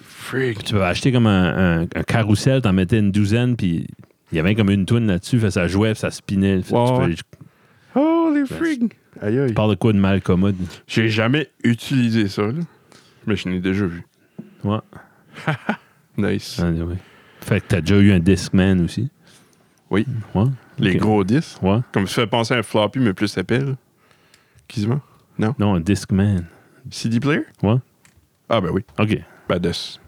Speaker 1: Freak.
Speaker 2: Tu peux acheter comme un, un, un carrousel, t'en mettais une douzaine, puis il y avait comme une toune là-dessus, fait, ça jouait, puis ça spinait. Fait,
Speaker 1: Ouais,
Speaker 2: tu peux-
Speaker 1: ouais. Holy freak. Aïe, aïe.
Speaker 2: je parle de quoi de mal commode?
Speaker 1: J'ai jamais utilisé ça, là. Mais je l'ai déjà vu.
Speaker 2: Ouais.
Speaker 1: Nice.
Speaker 2: Anyway. Fait que t'as déjà eu un Discman aussi.
Speaker 1: Oui.
Speaker 2: Ouais.
Speaker 1: Les
Speaker 2: Ok.
Speaker 1: gros disques.
Speaker 2: Ouais.
Speaker 1: Comme ça fait penser à un floppy, mais plus épais, là. Quasiment.
Speaker 2: Non, un Discman.
Speaker 1: CD player?
Speaker 2: Ouais.
Speaker 1: Ah, ben oui.
Speaker 2: OK.
Speaker 1: Ben, de... s-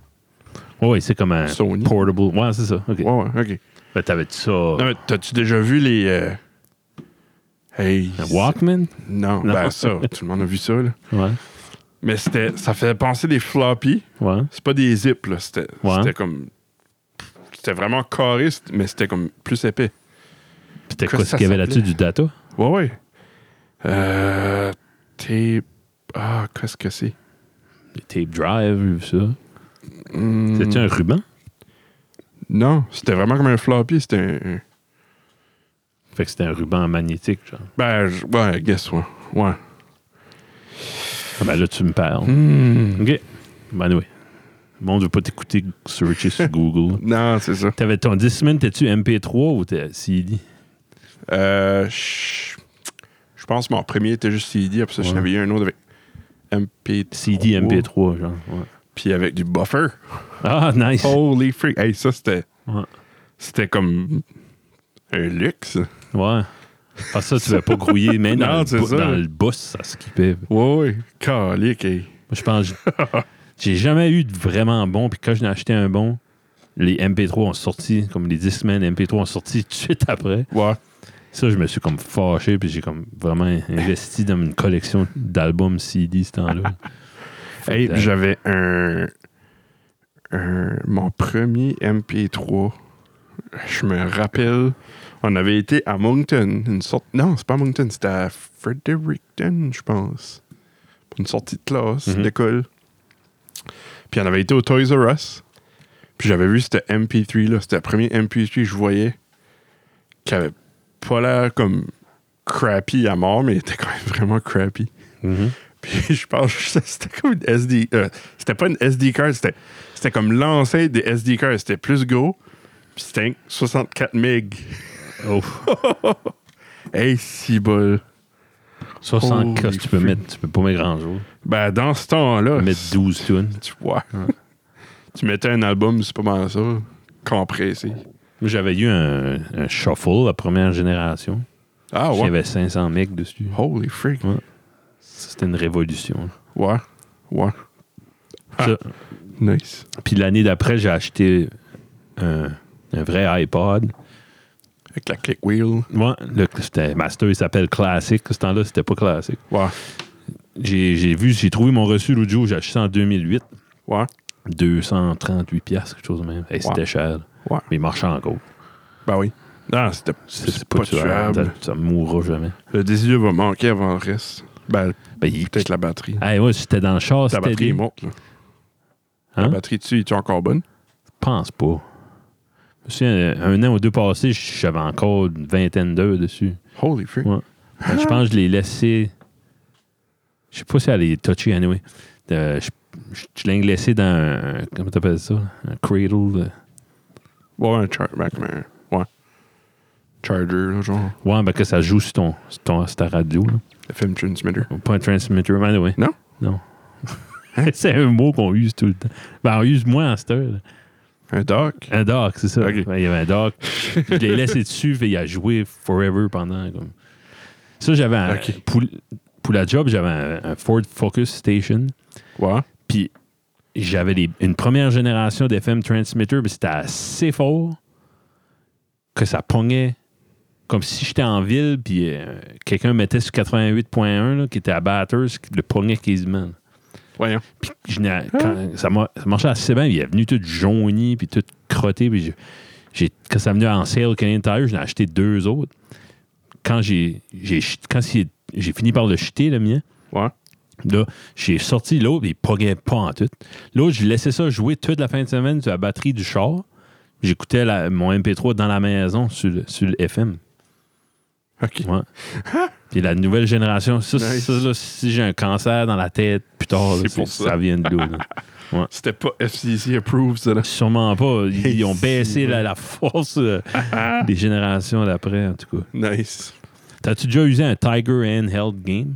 Speaker 2: Ouais, ouais, c'est comme un
Speaker 1: Sony.
Speaker 2: portable. Ouais, c'est ça. OK.
Speaker 1: Ouais, ouais, OK.
Speaker 2: Fait que t'avais ça.
Speaker 1: Non, mais t'as-tu déjà vu les... euh, Hey...
Speaker 2: Un Walkman?
Speaker 1: Non,
Speaker 2: Non.
Speaker 1: ben ça, tout le monde a vu ça, là.
Speaker 2: Ouais.
Speaker 1: Mais c'était, ça fait penser des floppies.
Speaker 2: Ouais.
Speaker 1: C'est pas des zips, là. C'était,
Speaker 2: Ouais.
Speaker 1: c'était comme... C'était vraiment carré, c't- mais c'était comme plus épais.
Speaker 2: Puis t'as
Speaker 1: Qu'est-ce
Speaker 2: quoi
Speaker 1: que
Speaker 2: ce
Speaker 1: ça
Speaker 2: qu'il y avait là-dessus
Speaker 1: s'appelait?
Speaker 2: du data?
Speaker 1: Ouais, ouais. Euh... T'es... Ah, qu'est-ce que c'est?
Speaker 2: Des tape drive, ça.
Speaker 1: Hmm,
Speaker 2: C'était-tu un ruban?
Speaker 1: Non, c'était vraiment comme un floppy. C'était un... un-
Speaker 2: Fait que c'était un ruban magnétique, genre.
Speaker 1: Ben, je- ouais, I guess, ouais. Ouais.
Speaker 2: Ah ben là, tu me parles.
Speaker 1: Hmm.
Speaker 2: OK. Ben oui. Le monde veut pas t'écouter searcher sur Google.
Speaker 1: Non, c'est ça.
Speaker 2: T'avais ton 10 semaines, t'es-tu MP3 ou t'es CD?
Speaker 1: Euh, je je pense que mon premier était juste CD, après ça, j'en
Speaker 2: Ouais.
Speaker 1: avais eu un autre avec MP...
Speaker 2: CD, MP3, genre. ouais.
Speaker 1: Puis avec du buffer.
Speaker 2: Ah, nice.
Speaker 1: Holy freak! Hey, ça, c'était.
Speaker 2: Ouais.
Speaker 1: C'était comme. Un luxe.
Speaker 2: Ouais. Ah, ça, tu vas pas grouiller, mais dans,
Speaker 1: Non,
Speaker 2: le,
Speaker 1: c'est
Speaker 2: bo-
Speaker 1: ça.
Speaker 2: dans le bus, ça skippait. Moi,
Speaker 1: Ouais, ouais. Calique, hey.
Speaker 2: je pense. J'ai jamais eu de vraiment bon, puis quand j'en ai acheté un bon, les MP3 ont sorti, comme les 10 semaines MP3 ont sorti tout de suite après.
Speaker 1: Ouais.
Speaker 2: Ça, je me suis comme fâché, puis j'ai comme vraiment investi dans une collection d'albums CD ce temps-là.
Speaker 1: Hey,
Speaker 2: que-
Speaker 1: j'avais un, un- Mon premier MP3. Je me rappelle. On avait été à Moncton. Une sorte. Non, c'est pas à Moncton, c'était à Fredericton, je pense. Pour une sortie de classe,
Speaker 2: Mhm.
Speaker 1: d'école. Puis on avait été au Toys R Us. Puis j'avais vu ce MP3 là. C'était le premier MP3 que je voyais qui avait pas l'air comme crappy à mort, mais il était quand même vraiment crappy.
Speaker 2: Mhm.
Speaker 1: Puis je pense que c'était comme une SD. euh, c'était pas une SD card, c'était, c'était comme l'ancêtre des SD cards. C'était plus gros. Puis c'était un 64 MB.
Speaker 2: Ouf.
Speaker 1: Hey, si bol.
Speaker 2: 60
Speaker 1: Holy
Speaker 2: cosses, tu peux
Speaker 1: freak.
Speaker 2: mettre, tu peux pas mettre grand jour.
Speaker 1: Ben, dans ce temps-là,
Speaker 2: Mettre 12 tunes.
Speaker 1: tu vois. tu mettais un album, c'est pas mal ça. Compressé.
Speaker 2: Moi, j'avais eu un, un shuffle, la première génération.
Speaker 1: Ah
Speaker 2: Il y
Speaker 1: ouais.
Speaker 2: avait 500 mecs dessus.
Speaker 1: Holy freak.
Speaker 2: Ouais. Ça, C'était une révolution.
Speaker 1: Ouais. Ouais. Ah.
Speaker 2: Ça-
Speaker 1: Nice.
Speaker 2: Puis l'année d'après, j'ai acheté un, un vrai iPod.
Speaker 1: Avec la click wheel.
Speaker 2: Ouais, le, c'était, ben, c'était- il s'appelle Classic. Ce temps-là, c'était pas Classic.
Speaker 1: Ouais.
Speaker 2: j'ai j'ai vu, j'ai trouvé mon reçu l'autre jour, j'ai acheté ça en 2008.
Speaker 1: Ouais.
Speaker 2: 238 piastres, quelque chose de même. Hey, c'était
Speaker 1: Ouais.
Speaker 2: cher. là.
Speaker 1: Ouais.
Speaker 2: Mais il marchait encore.
Speaker 1: Ben oui. Non, c'était
Speaker 2: C'est,
Speaker 1: c'est
Speaker 2: pas, tuable. Ça, ça mourra jamais.
Speaker 1: Le décider va manquer avant le reste. Ben,
Speaker 2: Ben, il-
Speaker 1: peut-être la batterie.
Speaker 2: Hey, ouais, si t'es dans le char,
Speaker 1: Ta
Speaker 2: c'était
Speaker 1: batterie est
Speaker 2: des-
Speaker 1: morte, là.
Speaker 2: Hein?
Speaker 1: La batterie dessus, est encore bonne?
Speaker 2: pense pas. Je me souviens, euh, un an ou deux passés, j'avais encore une vingtaine d'heures dessus.
Speaker 1: Holy freak.
Speaker 2: Ouais. Fait que je pense que je l'ai laissé. Je sais pas si elle est touchée, anyway. Euh, je je- je l'ai laissé dans un. Comment t'appelles ça? Un cradle. de-
Speaker 1: Ouais, un char Mac, mais- Ouais. Charger, là, genre.
Speaker 2: Ouais, ben que ça joue sur, ton, sur ton- sur ta radio. là.
Speaker 1: FM transmitter.
Speaker 2: Pas un transmitter, mais anyway.
Speaker 1: Non? Hein?
Speaker 2: Non. c'est un mot qu'on use tout le temps. Ben, on use moins en cette heure. là.
Speaker 1: Un dock.
Speaker 2: Un dock, c'est ça.
Speaker 1: Ok.
Speaker 2: Ouais, Il y avait un dock. je l'ai laissé dessus, fait, il a joué forever pendant. Comme... Ça, j'avais. un-
Speaker 1: Ok.
Speaker 2: Pour, pour la job, j'avais un, un Ford Focus Station.
Speaker 1: Ouais.
Speaker 2: Puis j'avais les- une première génération d'FM transmitter, mais c'était assez fort que ça pognait comme si j'étais en ville, puis euh, quelqu'un mettait sur 88.1 là, qui était à Batters, qui le pognait quasiment.
Speaker 1: Voyons.
Speaker 2: Puis je n'ai- quand- ça, m'a- ça marchait assez bien. Il est venu tout jauni, puis tout crotté. Puis je- j'ai- quand ça venait en sale Canadian Tire, j'en ai acheté deux autres. Quand j'ai j'ai ch- quand c'est- j'ai fini par le jeter, le mien,
Speaker 1: Ouais.
Speaker 2: Là, j'ai sorti l'autre, il pognait pas en tout. L'autre, je laissais ça jouer toute la fin de semaine sur la batterie du char. J'écoutais la- mon MP3 dans la maison sur le, sur le FM.
Speaker 1: OK.
Speaker 2: Ouais. Puis la nouvelle génération, ça,
Speaker 1: Nice.
Speaker 2: ça, là, si j'ai un cancer dans la tête plus tard, là,
Speaker 1: C'est
Speaker 2: c'est-
Speaker 1: pour ça.
Speaker 2: ça. vient de là. là.
Speaker 1: C'était pas FCC approved, ça, là.
Speaker 2: Sûrement pas. Ils, ils ont
Speaker 1: Si,
Speaker 2: baissé
Speaker 1: ouais.
Speaker 2: la, la force euh, des générations d'après, en tout cas.
Speaker 1: Nice.
Speaker 2: T'as-tu déjà usé un Tiger Handheld Game?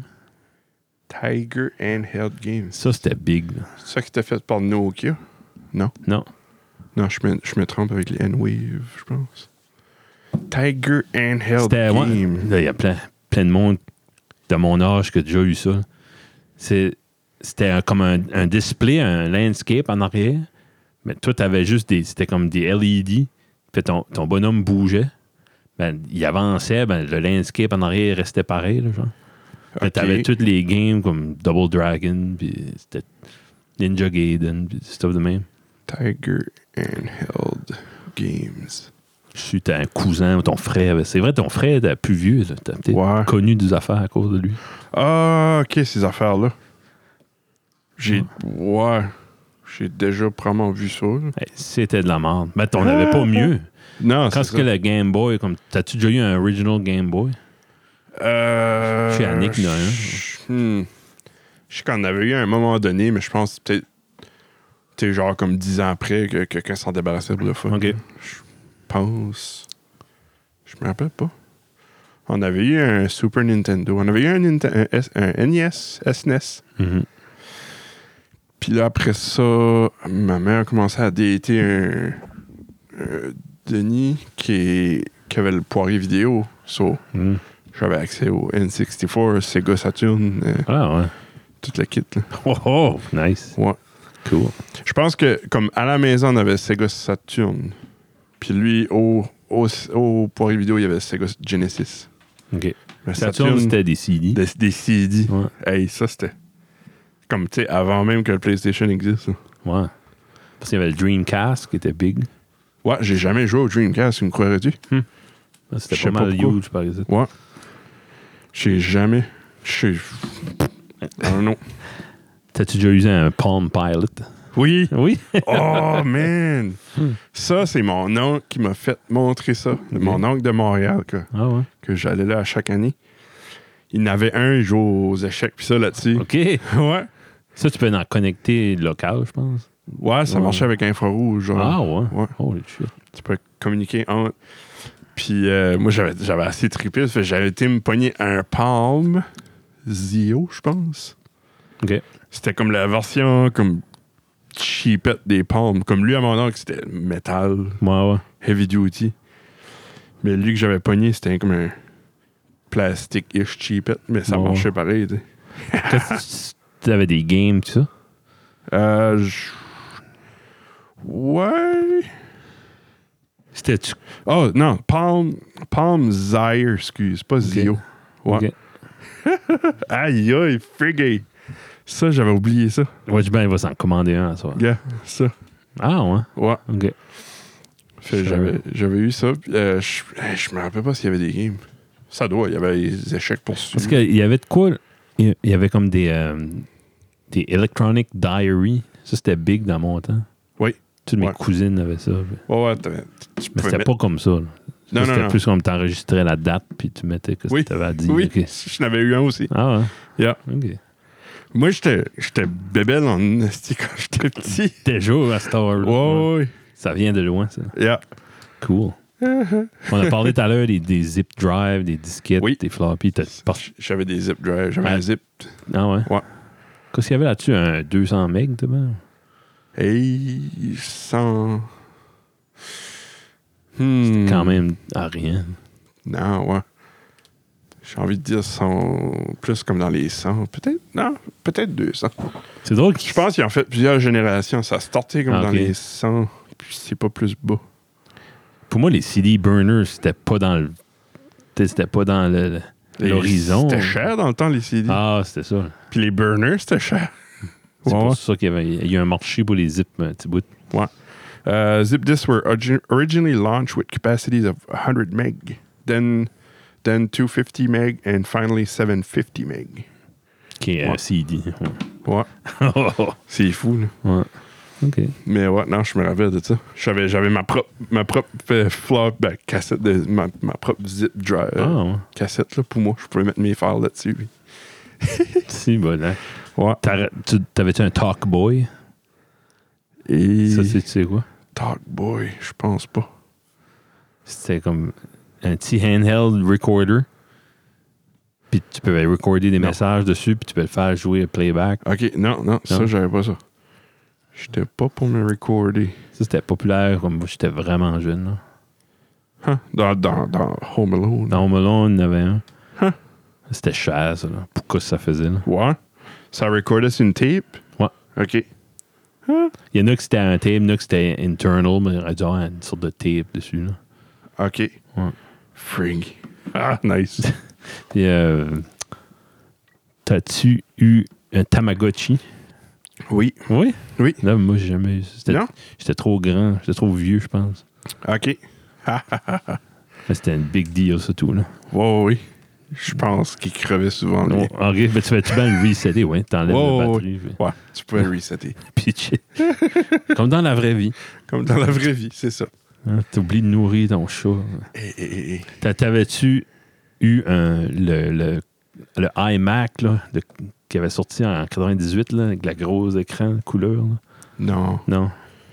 Speaker 1: Tiger and Health Games.
Speaker 2: Ça, c'était big. là.
Speaker 1: C'est ça qui était fait par Nokia?
Speaker 2: Non.
Speaker 1: Non, je me, je me trompe avec les N-Wave, je pense. Tiger and Health
Speaker 2: C'était. ouais,
Speaker 1: Game.
Speaker 2: là, il y a plein, plein de monde de mon âge qui a déjà eu ça. C'est- C'était un- comme un, un display, un landscape en arrière. Mais toi, t'avais juste des. C'était comme des LED. Puis ton, ton bonhomme bougeait. Ben, il avançait, ben, le landscape en arrière restait pareil, là, genre.
Speaker 1: Ok.
Speaker 2: Tu T'avais toutes les games comme Double Dragon, puis c'était Ninja Gaiden, puis stuff de même.
Speaker 1: Tiger and Health Games.
Speaker 2: Si t'as un cousin ou ton frère, ben, c'est vrai, ton frère était plus vieux, là. t'as peut-être
Speaker 1: Ouais.
Speaker 2: connu des affaires à cause de lui.
Speaker 1: Ah, ok, ces affaires-là.
Speaker 2: Hmm.
Speaker 1: J'ai. Ouais. J'ai déjà probablement vu ça. là.
Speaker 2: Hey, C'était de la merde. Mais t'en avais pas mieux.
Speaker 1: Non,
Speaker 2: Quand
Speaker 1: c'est
Speaker 2: est-ce que
Speaker 1: ça.
Speaker 2: le Game Boy, comme t'as-tu déjà eu un original Game Boy?
Speaker 1: Euh,
Speaker 2: Chez Annick, hein? il y en a un.
Speaker 1: je- hmm. Je sais qu'on avait eu à un moment donné, mais je pense peut-être. Tu sais, genre comme 10 ans après que quelqu'un s'en débarrassait pour le fun.
Speaker 2: Ok.
Speaker 1: Je pense. Je me rappelle pas. On avait eu un Super Nintendo. On avait eu un, Ninte- un S- E un NES, SNES.
Speaker 2: Mhm.
Speaker 1: Puis là, après ça, ma mère a commencé à dater un, un Denis qui, est- qui avait le poirier vidéo. So,
Speaker 2: Mhm.
Speaker 1: j'avais accès au N64, Sega Saturn, euh,
Speaker 2: Ah ouais.
Speaker 1: toute la kit. là.
Speaker 2: Oh, oh, nice.
Speaker 1: Ouais.
Speaker 2: Cool.
Speaker 1: Je pense que, comme à la maison, on avait Sega Saturn. Puis lui, au, au, au poirier vidéo, il y avait Sega Genesis.
Speaker 2: OK.
Speaker 1: Le
Speaker 2: Saturn, c'était des CD.
Speaker 1: des, des CD.
Speaker 2: Ouais.
Speaker 1: Hey, ça, c'était. Comme, tu sais, avant même que le PlayStation existe. là.
Speaker 2: ouais. Parce qu'il y avait le Dreamcast qui était big.
Speaker 1: Ouais, j'ai jamais joué au Dreamcast, tu me croirais-tu?
Speaker 2: Ça,
Speaker 1: Je
Speaker 2: C'était
Speaker 1: sais
Speaker 2: pas
Speaker 1: pas
Speaker 2: mal
Speaker 1: pourquoi.
Speaker 2: huge, par exemple.
Speaker 1: Ouais. J'ai jamais. Je sais. Oh non.
Speaker 2: T'as-tu déjà usé un Palm Pilot?
Speaker 1: Oui!
Speaker 2: Oui.
Speaker 1: Oh man! Ça, c'est mon oncle qui m'a fait montrer ça. Mon oncle de Montréal, que,
Speaker 2: Ah ouais.
Speaker 1: que j'allais là à chaque année. Il n'avait un, il jouait aux échecs, puis ça là-dessus.
Speaker 2: OK.
Speaker 1: Ouais.
Speaker 2: Ça, tu peux en connecter local, je pense.
Speaker 1: Ouais, ça
Speaker 2: Ouais.
Speaker 1: marchait avec infrarouge. genre.
Speaker 2: Ah ouais.
Speaker 1: Ouais.
Speaker 2: Holy shit.
Speaker 1: tu peux communiquer entre. Puis euh, moi, j'avais, j'avais assez trippé. ça fait que J'avais été me pogner un Palm Zio, je pense.
Speaker 2: OK.
Speaker 1: C'était comme la version comme cheapette des Palms. Comme lui, à mon oncle, c'était métal,
Speaker 2: Ouais, ouais.
Speaker 1: heavy duty. Mais lui que j'avais pogné, c'était comme un plastique-ish cheapette. Mais ça
Speaker 2: Ouais.
Speaker 1: marchait pareil. tu sais.
Speaker 2: Qu'est-ce que tu avais des games, tout ça?
Speaker 1: Euh, j- Ouais. Ah,
Speaker 2: C'était-tu.
Speaker 1: Oh non, Palm, Palm Zire, excuse, pas Zio. Ouais.
Speaker 2: OK.
Speaker 1: aïe, aïe, frigate. Ça, j'avais oublié ça.
Speaker 2: Watchman, ben, il va s'en commander un à soir.
Speaker 1: Gars, ça.
Speaker 2: Ah, ouais.
Speaker 1: Ouais.
Speaker 2: OK.
Speaker 1: Fait,
Speaker 2: Sure.
Speaker 1: j'avais, j'avais eu ça. puis, euh, je, hey, je me rappelle pas s'il y avait des games. Ça doit, il y avait des échecs pour
Speaker 2: Parce qu'il y avait de quoi. Il y avait comme des. euh, des Electronic Diary. Ça, c'était big dans mon temps.
Speaker 1: Oui.
Speaker 2: Toutes mes
Speaker 1: Ouais.
Speaker 2: cousines avaient ça. Mais
Speaker 1: Ouais, ouais, t'avais- tu pouvais
Speaker 2: c'était
Speaker 1: mettre-
Speaker 2: pas comme ça. là. Ça,
Speaker 1: Non, non,
Speaker 2: C'était
Speaker 1: non.
Speaker 2: plus comme t'enregistrais la date, puis tu mettais que
Speaker 1: Oui.
Speaker 2: tu avais à dire.
Speaker 1: Oui,
Speaker 2: OK.
Speaker 1: je n'avais eu un aussi.
Speaker 2: Ah, ouais.
Speaker 1: Yeah.
Speaker 2: OK.
Speaker 1: Moi, j'étais, j'étais bébelle en esti quand j'étais petit.
Speaker 2: Déjà à Star Wars.
Speaker 1: Ouais, ouais,
Speaker 2: Ça vient de loin, ça.
Speaker 1: yeah.
Speaker 2: Cool. On a parlé tout à l'heure des, des zip drives, des disquettes,
Speaker 1: Oui.
Speaker 2: des floppies. t'as- par-
Speaker 1: J'avais des zip drives, j'avais un
Speaker 2: Ouais.
Speaker 1: zip.
Speaker 2: Ah ouais?
Speaker 1: Ouais.
Speaker 2: Qu'est-ce qu'il y avait là-dessus? Un 200 MB, tu vois?
Speaker 1: Hey, sans. Hmm.
Speaker 2: Quand même, à rien.
Speaker 1: Non, ouais. J'ai envie de dire 100, plus comme dans les 100. Peut-être, non, peut-être 200.
Speaker 2: C'est drôle qu'il
Speaker 1: Je pense qu'ils ont fait plusieurs générations. Ça startait comme
Speaker 2: Ah,
Speaker 1: dans
Speaker 2: ok.
Speaker 1: les 100, puis c'est pas plus bas.
Speaker 2: Pour moi, les CD burners, c'était pas dans le. t'sais, C'était pas dans le- le-
Speaker 1: Les-
Speaker 2: l'horizon.
Speaker 1: C'était cher dans le temps, les CD.
Speaker 2: Ah, c'était ça.
Speaker 1: Puis les burners, c'était cher.
Speaker 2: C'est
Speaker 1: Ouais,
Speaker 2: pour
Speaker 1: ouais.
Speaker 2: ça qu'il y, avait, il y a eu un marché pour les zip euh, petits bouts.
Speaker 1: Uh, zip disks were orgi- originally launched with capacities of 100 meg, then then 250 meg, and finally 750 meg.
Speaker 2: Qui est un
Speaker 1: Ouais.
Speaker 2: CD.
Speaker 1: Ouais,
Speaker 2: Ouais.
Speaker 1: c'est fou, là.
Speaker 2: Ouais. OK.
Speaker 1: Mais ouais, non, je me rappelle de ça. J'avais, j'avais ma propre, ma propre euh, flop, ben, cassette, de, ma, ma propre zip drive.
Speaker 2: Ah, ouais.
Speaker 1: Cassette, là, pour moi, je pouvais mettre mes files là-dessus. puis-
Speaker 2: Si, bon, hein.
Speaker 1: Ouais.
Speaker 2: T'arrêtes- tu- T'avais-tu un Talkboy?
Speaker 1: Et
Speaker 2: Ça, c'est- tu sais quoi?
Speaker 1: Talk Boy, je pense pas.
Speaker 2: C'était comme un petit handheld recorder. Puis tu pouvais recorder des
Speaker 1: Non.
Speaker 2: messages dessus, puis tu peux le faire jouer playback.
Speaker 1: Ok, non, non, ça,
Speaker 2: Non.
Speaker 1: j'avais pas ça. J'étais pas pour me recorder.
Speaker 2: Ça, c'était populaire comme moi, j'étais vraiment jeune. Là.
Speaker 1: Hein? Dans, dans, dans Home Alone.
Speaker 2: Dans Home Alone, il y en avait un.
Speaker 1: Huh.
Speaker 2: C'était cher, ça. Là. Pourquoi ça faisait? Là?
Speaker 1: Ouais. Ça recordait sur une tape?
Speaker 2: Ouais.
Speaker 1: OK.
Speaker 2: Il y en a qui c'était un tape, il y en a qui c'était internal, mais il y aurait dû avoir une sorte de tape dessus. Là.
Speaker 1: OK.
Speaker 2: Ouais.
Speaker 1: Frig. Ah, nice.
Speaker 2: Puis, euh, t'as-tu eu un Tamagotchi?
Speaker 1: oui.
Speaker 2: Oui.
Speaker 1: Oui.
Speaker 2: Là, moi, j'ai jamais eu ça. C'était-
Speaker 1: Non?
Speaker 2: J'étais trop grand, j'étais trop vieux, je pense.
Speaker 1: OK.
Speaker 2: Mais c'était une big deal, ça, tout. Là.
Speaker 1: Ouais, oui. Je pense qu'il crevait souvent. lui.
Speaker 2: Non, ok, mais tu fais-tu bien le resetter, ouais. T'enlèves
Speaker 1: Ouais,
Speaker 2: la
Speaker 1: ouais,
Speaker 2: batterie.
Speaker 1: Ouais, tu pouvais le resetter.
Speaker 2: puis- puis tu- Comme dans la vraie vie.
Speaker 1: Comme dans la vraie vie, c'est ça.
Speaker 2: Hein, T'oublies de nourrir ton chat.
Speaker 1: Eh, eh, eh, eh.
Speaker 2: T'a- T'avais-tu eu un, le, le, le iMac là, de- qui avait sorti en 98 là, avec la grosse écran couleur? là?
Speaker 1: Non.
Speaker 2: Non.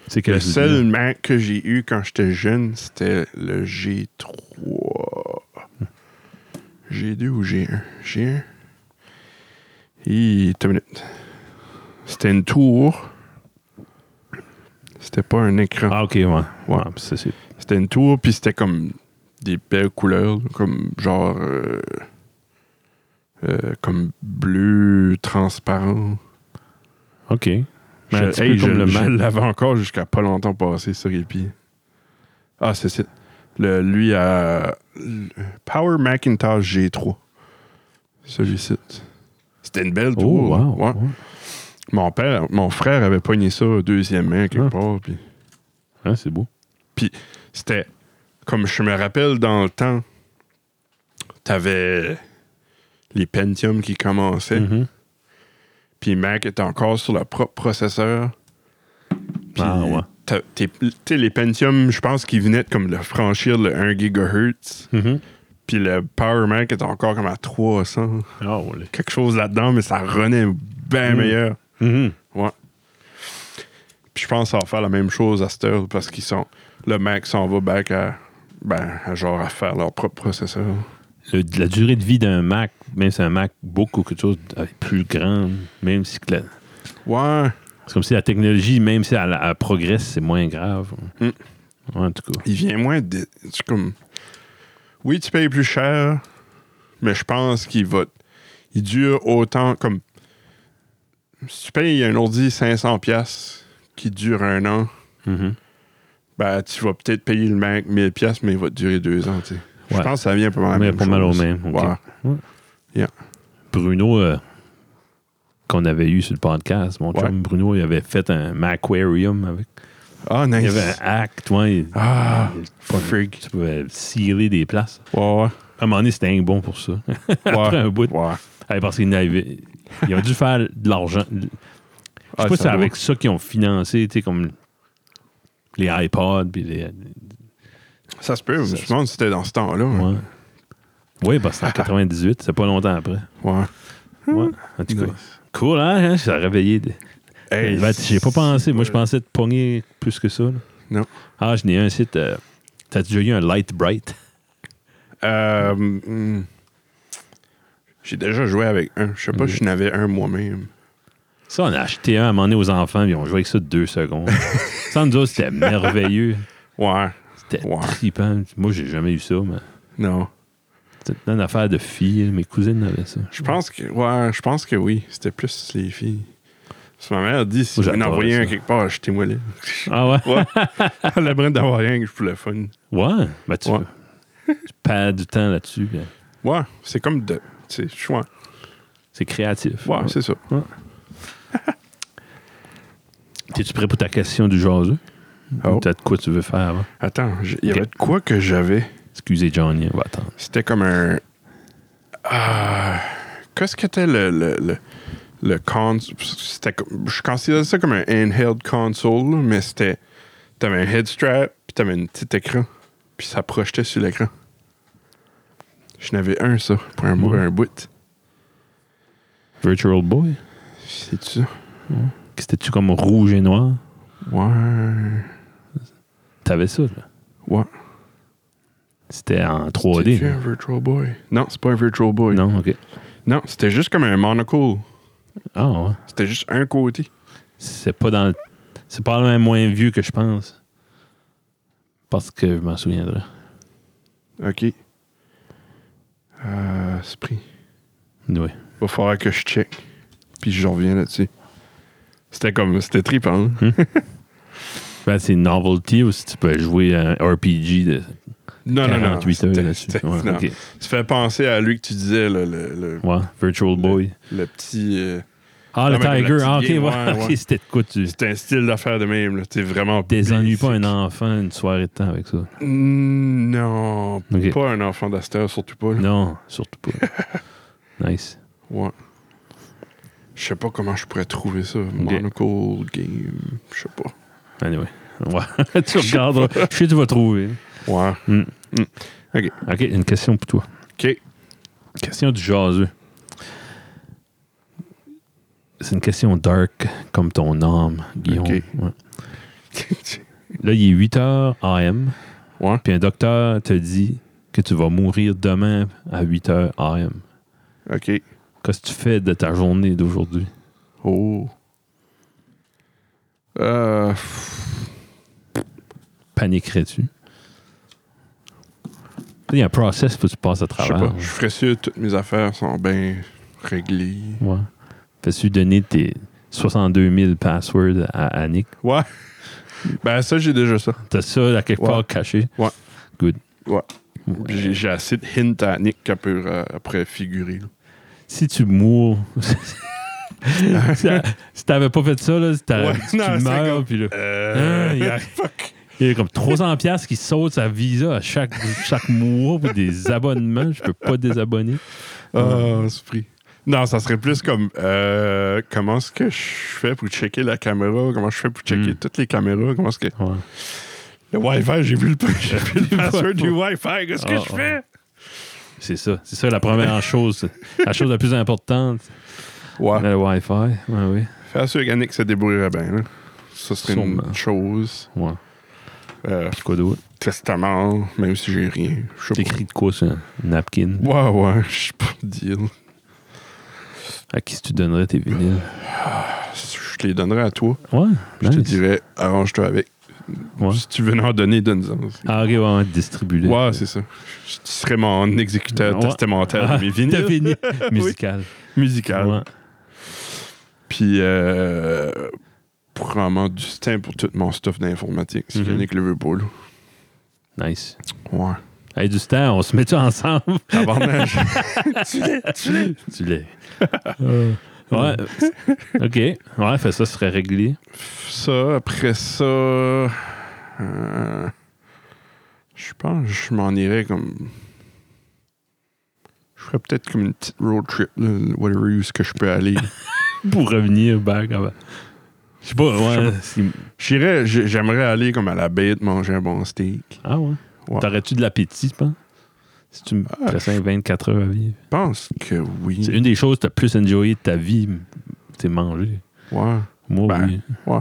Speaker 2: C'est que
Speaker 1: Le seul Mac que j'ai eu quand j'étais jeune, c'était le G3. G2 ou G1 G1 Et, t'as une minute. C'était une tour. C'était pas un écran.
Speaker 2: Ah, ok, ouais. ouais.
Speaker 1: Ouais.
Speaker 2: puis ça, c'est-
Speaker 1: C'était une tour, puis c'était comme des belles couleurs, comme genre. euh, euh, comme bleu, transparent.
Speaker 2: ok. Mais un
Speaker 1: je,
Speaker 2: petit
Speaker 1: hey,
Speaker 2: peu comme
Speaker 1: je-
Speaker 2: le
Speaker 1: je
Speaker 2: Mac.
Speaker 1: l'avais encore jusqu'à pas longtemps passé sur Epi. Ah, c'est ça. Le, lui à Power Macintosh G3. Celui-ci. C'était une belle tour.
Speaker 2: Oh, wow.
Speaker 1: Ouais.
Speaker 2: ouais.
Speaker 1: Mon père, mon frère avait pogné ça deuxième main quelque
Speaker 2: Ah.
Speaker 1: part. Puis
Speaker 2: Hein, c'est beau.
Speaker 1: c'était comme je me rappelle dans le temps, t'avais les Pentium qui commençaient,
Speaker 2: Mhm.
Speaker 1: puis Mac était encore sur le propre processeur. Puis
Speaker 2: Ah, ouais.
Speaker 1: t'as- t'es- Tu sais, les Pentium, je pense qu'ils venaient de comme le franchir le 1 GHz.
Speaker 2: Mhm.
Speaker 1: Puis le Power Mac était encore comme à 300.
Speaker 2: Ah, ouais.
Speaker 1: Quelque chose là-dedans, mais ça renaît bien
Speaker 2: Mm.
Speaker 1: meilleur.
Speaker 2: Mhm.
Speaker 1: Ouais. Puis je pense que ça va faire la même chose à cette heure parce qu'ils sont. Le Mac s'en va back à. Ben, à genre à faire leur propre processeur.
Speaker 2: Le- la durée de vie d'un Mac, même si c'est un Mac beaucoup quelque chose euh, plus grand, même si que la-
Speaker 1: Ouais.
Speaker 2: c'est comme si la technologie, même si elle, elle progresse, c'est moins grave.
Speaker 1: Mm.
Speaker 2: Ouais, en tout cas.
Speaker 1: Il vient moins. De, c'est comme. Oui, tu payes plus cher, mais je pense qu'il va. Il dure autant comme. Si tu payes un ordi 500$ qui dure un an, Mm-hmm.
Speaker 2: Mhm.
Speaker 1: ben, tu vas peut-être payer le Mac 1000$, mais il va te durer deux ans, tu sais. Je
Speaker 2: Ouais.
Speaker 1: pense que ça vient pas mal à la
Speaker 2: Mais
Speaker 1: même
Speaker 2: pas mal au
Speaker 1: chose.
Speaker 2: même, ok.
Speaker 1: Ouais.
Speaker 2: Ouais.
Speaker 1: Yeah.
Speaker 2: Bruno, euh, qu'on avait eu sur le podcast, mon
Speaker 1: Ouais.
Speaker 2: chum Bruno, il avait fait un Macquarium avec.
Speaker 1: Ah, nice.
Speaker 2: Il y avait un hack, toi. il-
Speaker 1: Ah,
Speaker 2: il-
Speaker 1: frig.
Speaker 2: Tu pouvais scier des places.
Speaker 1: Ouais,
Speaker 2: À un moment donné, c'était un bon pour ça.
Speaker 1: ouais.
Speaker 2: Après un bout.
Speaker 1: Ouais.
Speaker 2: Ouais, parce qu'ils n'avaient- ils ont dû faire de l'argent. Je sais
Speaker 1: Ah,
Speaker 2: pas si c'est
Speaker 1: ça doit-
Speaker 2: avec ça qu'ils ont financé, tu sais, comme les iPods. Puis les...
Speaker 1: Ça se peut.
Speaker 2: Ça
Speaker 1: je me
Speaker 2: se-
Speaker 1: demande si c'était dans ce temps-là. hein.
Speaker 2: Ouais. Oui, parce que c'est en 98, c'est pas longtemps après.
Speaker 1: Ouais.
Speaker 2: Ouais. En tout cas, cool, hein? hein, Ça a réveillé. des-
Speaker 1: Hey,
Speaker 2: Ben, J'ai pas pensé. Moi, je pensais te pogner plus que ça. là.
Speaker 1: Non.
Speaker 2: Ah, je n'ai un site. euh, T'as déjà eu un Light Bright?
Speaker 1: Euh, hmm. J'ai déjà joué avec un. Je sais pas si je n'avais un moi-même.
Speaker 2: Ça, on a acheté un à un moment donné aux enfants, puis on jouait avec ça deux secondes. Sans nous autres, c'était merveilleux.
Speaker 1: Ouais.
Speaker 2: C'était
Speaker 1: Ouais.
Speaker 2: trippant. Moi, j'ai jamais eu ça, mais
Speaker 1: Non.
Speaker 2: c'était une affaire de filles. Mes cousines avaient ça.
Speaker 1: Je pense que ouais, je pense que oui. C'était plus les filles. Parce que ma mère dit si vous
Speaker 2: Moi,
Speaker 1: en
Speaker 2: j'adorais
Speaker 1: envoyez un
Speaker 2: ça.
Speaker 1: quelque part, achetez-moi les.
Speaker 2: Ah ouais?
Speaker 1: Ouais. Elle a d'avoir rien que je pour le fun.
Speaker 2: Ouais. Ben, tu,
Speaker 1: Ouais.
Speaker 2: tu perds du temps là-dessus. ben, puis
Speaker 1: Ouais, c'est comme de. C'est choix.
Speaker 2: C'est créatif.
Speaker 1: Ouais, c'est ça.
Speaker 2: T'es-tu prêt pour ta question du jaseux?
Speaker 1: Oh.
Speaker 2: Peut-être quoi tu veux faire avant?
Speaker 1: Attends, j'ai- il y avait de quoi que j'avais.
Speaker 2: Excusez, Johnny, on va attendre.
Speaker 1: C'était comme un. Ah, Qu'est-ce que était le. le, le, le cons- c'était comme- Je considère ça comme un handheld console, là, mais c'était. T'avais un head strap, puis t'avais un petit écran, puis ça projetait sur l'écran. Je n'avais un, ça, pour un, bout-
Speaker 2: Ouais.
Speaker 1: un bout.
Speaker 2: Virtual Boy?
Speaker 1: C'est-tu ça?
Speaker 2: C'était-tu comme rouge et noir?
Speaker 1: Ouais.
Speaker 2: T'avais ça, là.
Speaker 1: Ouais.
Speaker 2: C'était en
Speaker 1: C'est-tu
Speaker 2: 3D. là.
Speaker 1: un Virtual Boy. Non, c'est pas un Virtual Boy.
Speaker 2: Non, OK.
Speaker 1: Non, c'était juste comme un monocle.
Speaker 2: Ah, ouais.
Speaker 1: C'était juste un côté.
Speaker 2: C'est pas dans le- C'est pas le même moins vieux que je pense. Parce que je m'en souviendrai.
Speaker 1: OK. Euh, Esprit.
Speaker 2: Oui.
Speaker 1: Va falloir que je check. Puis je reviens là-dessus. C'était comme. C'était trippant.
Speaker 2: Hmm?
Speaker 1: hein?
Speaker 2: Ben, c'est novelty ou si tu peux jouer à un RPG de
Speaker 1: Non, non, non.
Speaker 2: 48 heures
Speaker 1: c'était-
Speaker 2: là-dessus.
Speaker 1: c'était-
Speaker 2: Ouais,
Speaker 1: non.
Speaker 2: ok.
Speaker 1: Tu fais penser à lui que tu disais, le, le, le,
Speaker 2: Ouais, Virtual Boy.
Speaker 1: le petit. euh,
Speaker 2: Ah,
Speaker 1: Non,
Speaker 2: le
Speaker 1: mais comme le
Speaker 2: Tiger.
Speaker 1: petit
Speaker 2: Ah, ok,
Speaker 1: game,
Speaker 2: ouais,
Speaker 1: ouais,
Speaker 2: ok,
Speaker 1: ouais.
Speaker 2: c'était de quoi tu.
Speaker 1: c'est un style d'affaire de même. là. T'es vraiment.
Speaker 2: Désennuie pas
Speaker 1: basic.
Speaker 2: un enfant une soirée de temps avec ça.
Speaker 1: Mm, Non.
Speaker 2: Ok.
Speaker 1: Pas un enfant d'Astor, surtout pas. là.
Speaker 2: Non, surtout pas. nice.
Speaker 1: Ouais. Je sais pas comment je pourrais trouver ça. Monocle Game. Je sais pas.
Speaker 2: Anyway. Ouais. tu regarderas. Je sais que tu vas trouver.
Speaker 1: Ouais.
Speaker 2: OK, une question pour toi.
Speaker 1: OK.
Speaker 2: Question du jaseux. C'est une question dark comme ton âme, Guillaume.
Speaker 1: Ok.
Speaker 2: Ouais. Là, il est 8 h AM.
Speaker 1: Ouais.
Speaker 2: Puis un docteur te dit que tu vas mourir demain à 8 h AM.
Speaker 1: OK.
Speaker 2: Qu'est-ce que tu fais de ta journée d'aujourd'hui?
Speaker 1: Oh. Euh, pff,
Speaker 2: Paniquerais-tu? Il y a un process faut que tu passes à
Speaker 1: je sais
Speaker 2: travers.
Speaker 1: pas. Je ferais sûr que toutes mes affaires sont bien réglées.
Speaker 2: Ouais. Fais-tu donner tes 62 000 passwords à Annick?
Speaker 1: Ouais. ben, ça, j'ai déjà ça.
Speaker 2: T'as ça là, quelque
Speaker 1: Ouais.
Speaker 2: part caché?
Speaker 1: Ouais.
Speaker 2: Good.
Speaker 1: Ouais. Puis
Speaker 2: Ouais.
Speaker 1: J'ai j'ai assez de hints à Nick qu'elle peut euh, après figurer. là.
Speaker 2: si tu mours. si t'a- si t'avais pas fait ça, là, si t'as-
Speaker 1: Ouais,
Speaker 2: tu
Speaker 1: non, c'est
Speaker 2: meurs,
Speaker 1: comme-
Speaker 2: puis là.
Speaker 1: Euh,
Speaker 2: Hein, il y a-
Speaker 1: fuck.
Speaker 2: Il y a comme 300 piastres qui sautent sa visa à chaque, chaque mois pour des abonnements. Je peux pas désabonner.
Speaker 1: Oh, c'est pris. Non, ça serait plus comme euh, comment est-ce que je fais pour checker la caméra, comment je fais pour checker
Speaker 2: Mm.
Speaker 1: toutes les caméras, comment est-ce que
Speaker 2: Ouais.
Speaker 1: le Wi-Fi, j'ai vu le, j'ai vu le password du Wi-Fi, qu'est-ce que
Speaker 2: Ah,
Speaker 1: je
Speaker 2: ah.
Speaker 1: fais
Speaker 2: C'est ça. C'est ça la première chose. La chose la plus importante.
Speaker 1: Ouais.
Speaker 2: Le Wi-Fi. Ouais, oui.
Speaker 1: Faire sûr qu'Annick se débrouillerait bien. Là. Ça serait
Speaker 2: Sûrement.
Speaker 1: une chose.
Speaker 2: Ouais.
Speaker 1: Euh,
Speaker 2: Puis quoi d'autre?
Speaker 1: testament, même si j'ai rien. Je sais pas.
Speaker 2: T'écris de quoi sur un napkin?
Speaker 1: Ouais, ouais, je sais pas le deal.
Speaker 2: À qui tu donnerais tes vinyles?
Speaker 1: Je te les donnerai à toi.
Speaker 2: Ouais.
Speaker 1: Je te
Speaker 2: nice.
Speaker 1: dirais, arrange-toi avec.
Speaker 2: Ouais.
Speaker 1: Si tu veux en donner, donne-en.
Speaker 2: Ah, ok, ouais, distribuer.
Speaker 1: Ouais, c'est ça. Je- Tu serais mon exécuteur
Speaker 2: Ouais.
Speaker 1: testamentaire de mes
Speaker 2: T'as
Speaker 1: vinyles
Speaker 2: fini. Musical.
Speaker 1: musicales.
Speaker 2: Ouais.
Speaker 1: Puis, euh, probablement du
Speaker 2: Mm-hmm.
Speaker 1: stem pour tout mon stuff d'informatique, si
Speaker 2: Mhm.
Speaker 1: Yannick le veut pas, là.
Speaker 2: Nice.
Speaker 1: Ouais.
Speaker 2: Hey, du temps, on se met-tu ensemble?
Speaker 1: Tabarnage. tu l'es, tu l'es.
Speaker 2: tu l'es. Euh, ouais. OK. Ouais, fait ça, ce serait réglé.
Speaker 1: Ça, après ça. euh, je pense que je m'en irais comme. Je ferais peut-être comme une petite road trip, là, whatever où ce que je peux aller.
Speaker 2: Pour revenir back. avant. Je sais pas, ouais. si-
Speaker 1: J'irais, j'ai- j'aimerais aller comme à la bête manger un bon steak.
Speaker 2: Ah ouais.
Speaker 1: Ouais.
Speaker 2: T'aurais-tu de l'appétit, je pense? Si tu me
Speaker 1: Ah, Mm.
Speaker 2: pressais 24 heures à vivre.
Speaker 1: Je pense que oui.
Speaker 2: C'est une des choses que t'as plus enjoyé de ta vie, c'est manger.
Speaker 1: Ouais.
Speaker 2: Moi,
Speaker 1: Ben.
Speaker 2: oui.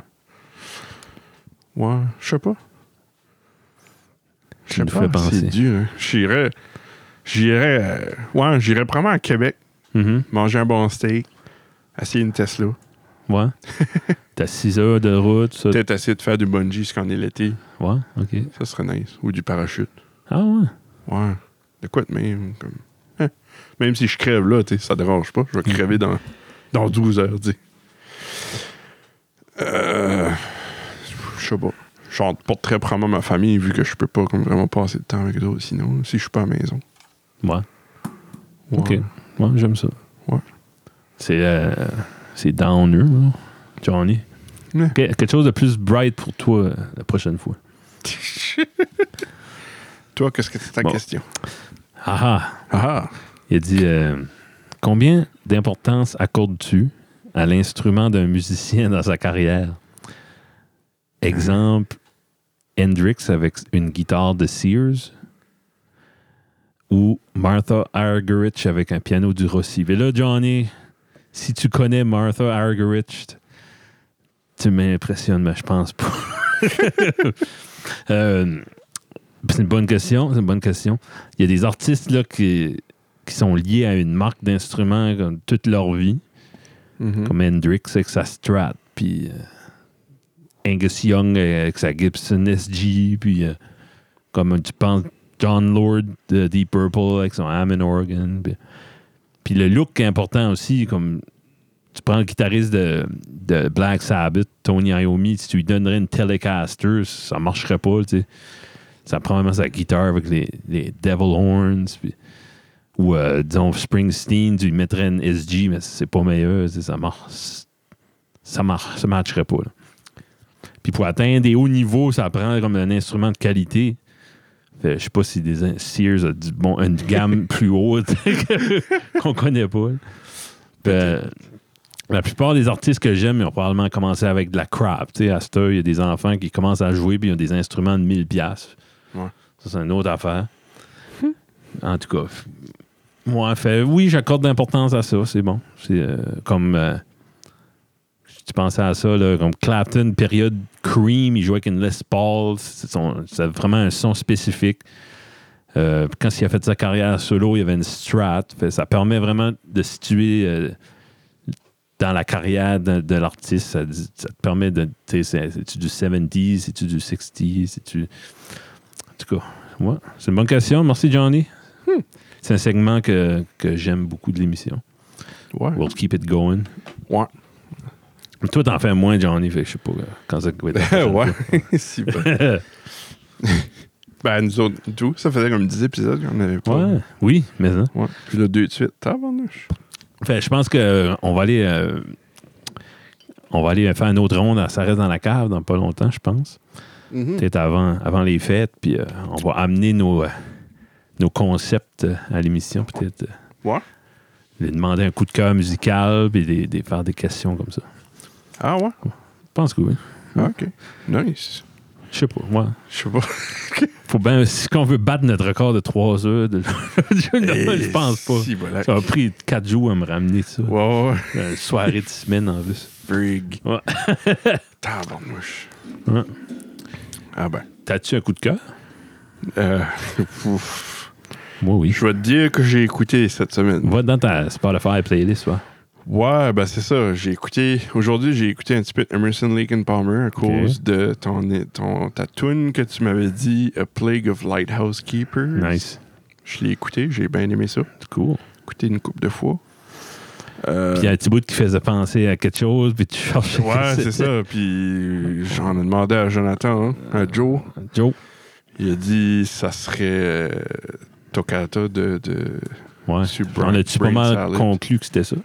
Speaker 1: Ouais. Je sais pas. Je
Speaker 2: Tu
Speaker 1: sais
Speaker 2: nous fais
Speaker 1: pas.
Speaker 2: penser.
Speaker 1: C'est dur. hein. J'irais. J'irais. euh, ouais, j'irais probablement à Québec,
Speaker 2: Mhm.
Speaker 1: manger un bon steak, essayer une Tesla.
Speaker 2: Ouais. T'as 6 heures de route, ça.
Speaker 1: Peut-être essayer de faire du bungee jusqu'en l'été.
Speaker 2: Ouais, OK.
Speaker 1: Ça serait nice. Ou du parachute.
Speaker 2: Ah ouais.
Speaker 1: Ouais. De quoi de même. Comme... Hein. Même si je crève là, tu sais, ça dérange pas. Je vais crever dans, dans 12 heures, tu sais. Euh, Je sais pas. Je chante pas très probablement ma famille vu que je peux pas comme vraiment passer de temps avec eux autres sinon, si je suis pas à la maison.
Speaker 2: Ouais.
Speaker 1: Ouais.
Speaker 2: OK. Ouais, j'aime ça.
Speaker 1: Ouais.
Speaker 2: C'est euh, c'est downer, là, Johnny.
Speaker 1: Ouais.
Speaker 2: Que- quelque chose de plus bright pour toi euh, la prochaine fois.
Speaker 1: Toi, qu'est-ce que c'est ta
Speaker 2: Bon.
Speaker 1: question?
Speaker 2: Ah ah.
Speaker 1: Ah!
Speaker 2: Il a dit euh, Combien d'importance accordes-tu à l'instrument d'un musicien dans sa carrière Exemple, Hendrix avec une guitare de Sears ou Martha Argerich avec un piano du Rossi. Mais là, Johnny, si tu connais Martha Argerich, t- tu m'impressionnes, mais je pense pas. Euh, c'est une bonne question. C'est une bonne question. Il y a des artistes là, qui, qui sont liés à une marque d'instruments comme toute leur vie,
Speaker 1: Mhm.
Speaker 2: comme Hendrix avec sa Strat, puis euh, Angus Young euh, avec sa Gibson SG, puis euh, comme tu penses John Lord de Deep Purple avec son Hammond organ. Puis, puis le look est important aussi, comme tu prends le guitariste de, de Black Sabbath, Tony Iommi, si tu lui donnerais une Telecaster, ça marcherait pas, tu sais. Ça prend vraiment sa guitare avec les, les Devil Horns, puis- ou euh, disons Springsteen, tu lui mettrais une SG, mais c'est pas meilleur, tu sais, ça marche. Ça marche, ça matcherait pas. là. Puis pour atteindre des hauts niveaux, ça prend comme un instrument de qualité. Fait, je sais pas si des in- Sears a du, bon, une gamme plus haute que- qu'on connaît pas. là. Puis, euh, la plupart des artistes que j'aime, ils ont probablement commencé avec de la crap. Tu sais, à cette heure, il y a des enfants qui commencent à jouer puis ils ont des instruments de 1000 pièces.
Speaker 1: Ouais.
Speaker 2: Ça, c'est une autre affaire. En tout cas, f- moi, fait, oui, j'accorde d'importance à ça, c'est bon. C'est euh, comme... euh, si tu pensais à ça, là, comme Clapton, période Cream, il jouait avec une Les Paul. C'est son- C'est vraiment un son spécifique. Euh, puis quand il a fait sa carrière solo, il y avait une strat. Fait que ça permet vraiment de situer euh, dans la carrière de, de l'artiste. Ça, dit- ça te permet de. Tu sais, c'est- c'est-tu du 70s, c'est-tu du 60s, c'est-tu. En tout cas, ouais. c'est une bonne question. Merci, Johnny. C'est un segment que, que j'aime beaucoup de l'émission.
Speaker 1: Ouais.
Speaker 2: We'll keep it going.
Speaker 1: Ouais.
Speaker 2: Toi, t'en fais moins, Johnny. Fait que je sais pas euh, quand ça va être la prochaine
Speaker 1: ouais.
Speaker 2: fois.
Speaker 1: Si, ben. Ben, nous autres, tout. Ça faisait comme 10 épisodes qu'on avait pas.
Speaker 2: Ouais. Oui, mais hein.
Speaker 1: Ouais. Puis là, deux de suite. Tabarnouche.
Speaker 2: Fait, je pense que euh, on va aller, euh, on va aller faire une autre ronde. à Ça reste dans la cave dans pas longtemps, je pense.
Speaker 1: Mhm.
Speaker 2: Peut-être avant, avant les fêtes, puis euh, on va amener nos, euh, nos concepts euh, à l'émission, peut-être. euh,
Speaker 1: Ouais.
Speaker 2: lui demander un coup de cœur musical, puis des, des- faire des questions comme ça.
Speaker 1: Ah ouais?
Speaker 2: Je pense que oui.
Speaker 1: Ok. Nice.
Speaker 2: Je sais pas. Moi,
Speaker 1: Je sais pas.
Speaker 2: faut bien si on veut battre notre record de 3 heures, de... je pense pas.
Speaker 1: Si, voilà.
Speaker 2: Ça a pris 4 jours à me ramener ça.
Speaker 1: Ouais, ouais.
Speaker 2: Euh, Une soirée de semaine en plus.
Speaker 1: Brig.
Speaker 2: Ouais.
Speaker 1: Tabarnouche.
Speaker 2: Ouais.
Speaker 1: Ah ben.
Speaker 2: T'as-tu un coup de cœur?
Speaker 1: Euh, ouf.
Speaker 2: Moi, oui.
Speaker 1: Je vais te dire que j'ai écouté cette semaine.
Speaker 2: Va dans ta Spotify playlist, toi.
Speaker 1: Ouais, ben c'est ça. J'ai écouté. Aujourd'hui, j'ai écouté un petit peu Emerson Lake and Palmer à cause de ton, ton ta tune que tu m'avais dit, A Plague of Lighthouse Keepers.
Speaker 2: Nice.
Speaker 1: Je l'ai écouté, j'ai bien aimé ça.
Speaker 2: C'est cool.
Speaker 1: Écouté une couple de fois. Euh,
Speaker 2: Puis il y a un petit bout qui faisait penser à quelque chose, puis tu cherches.
Speaker 1: ouais, c'est ça. Puis j'en ai demandé à Jonathan, hein, à Joe.
Speaker 2: Joe.
Speaker 1: Il a dit ça serait euh, Toccata de, de-
Speaker 2: Ouais.
Speaker 1: Sur
Speaker 2: On a-tu pas
Speaker 1: brain
Speaker 2: mal
Speaker 1: salad.
Speaker 2: conclu que c'était ça?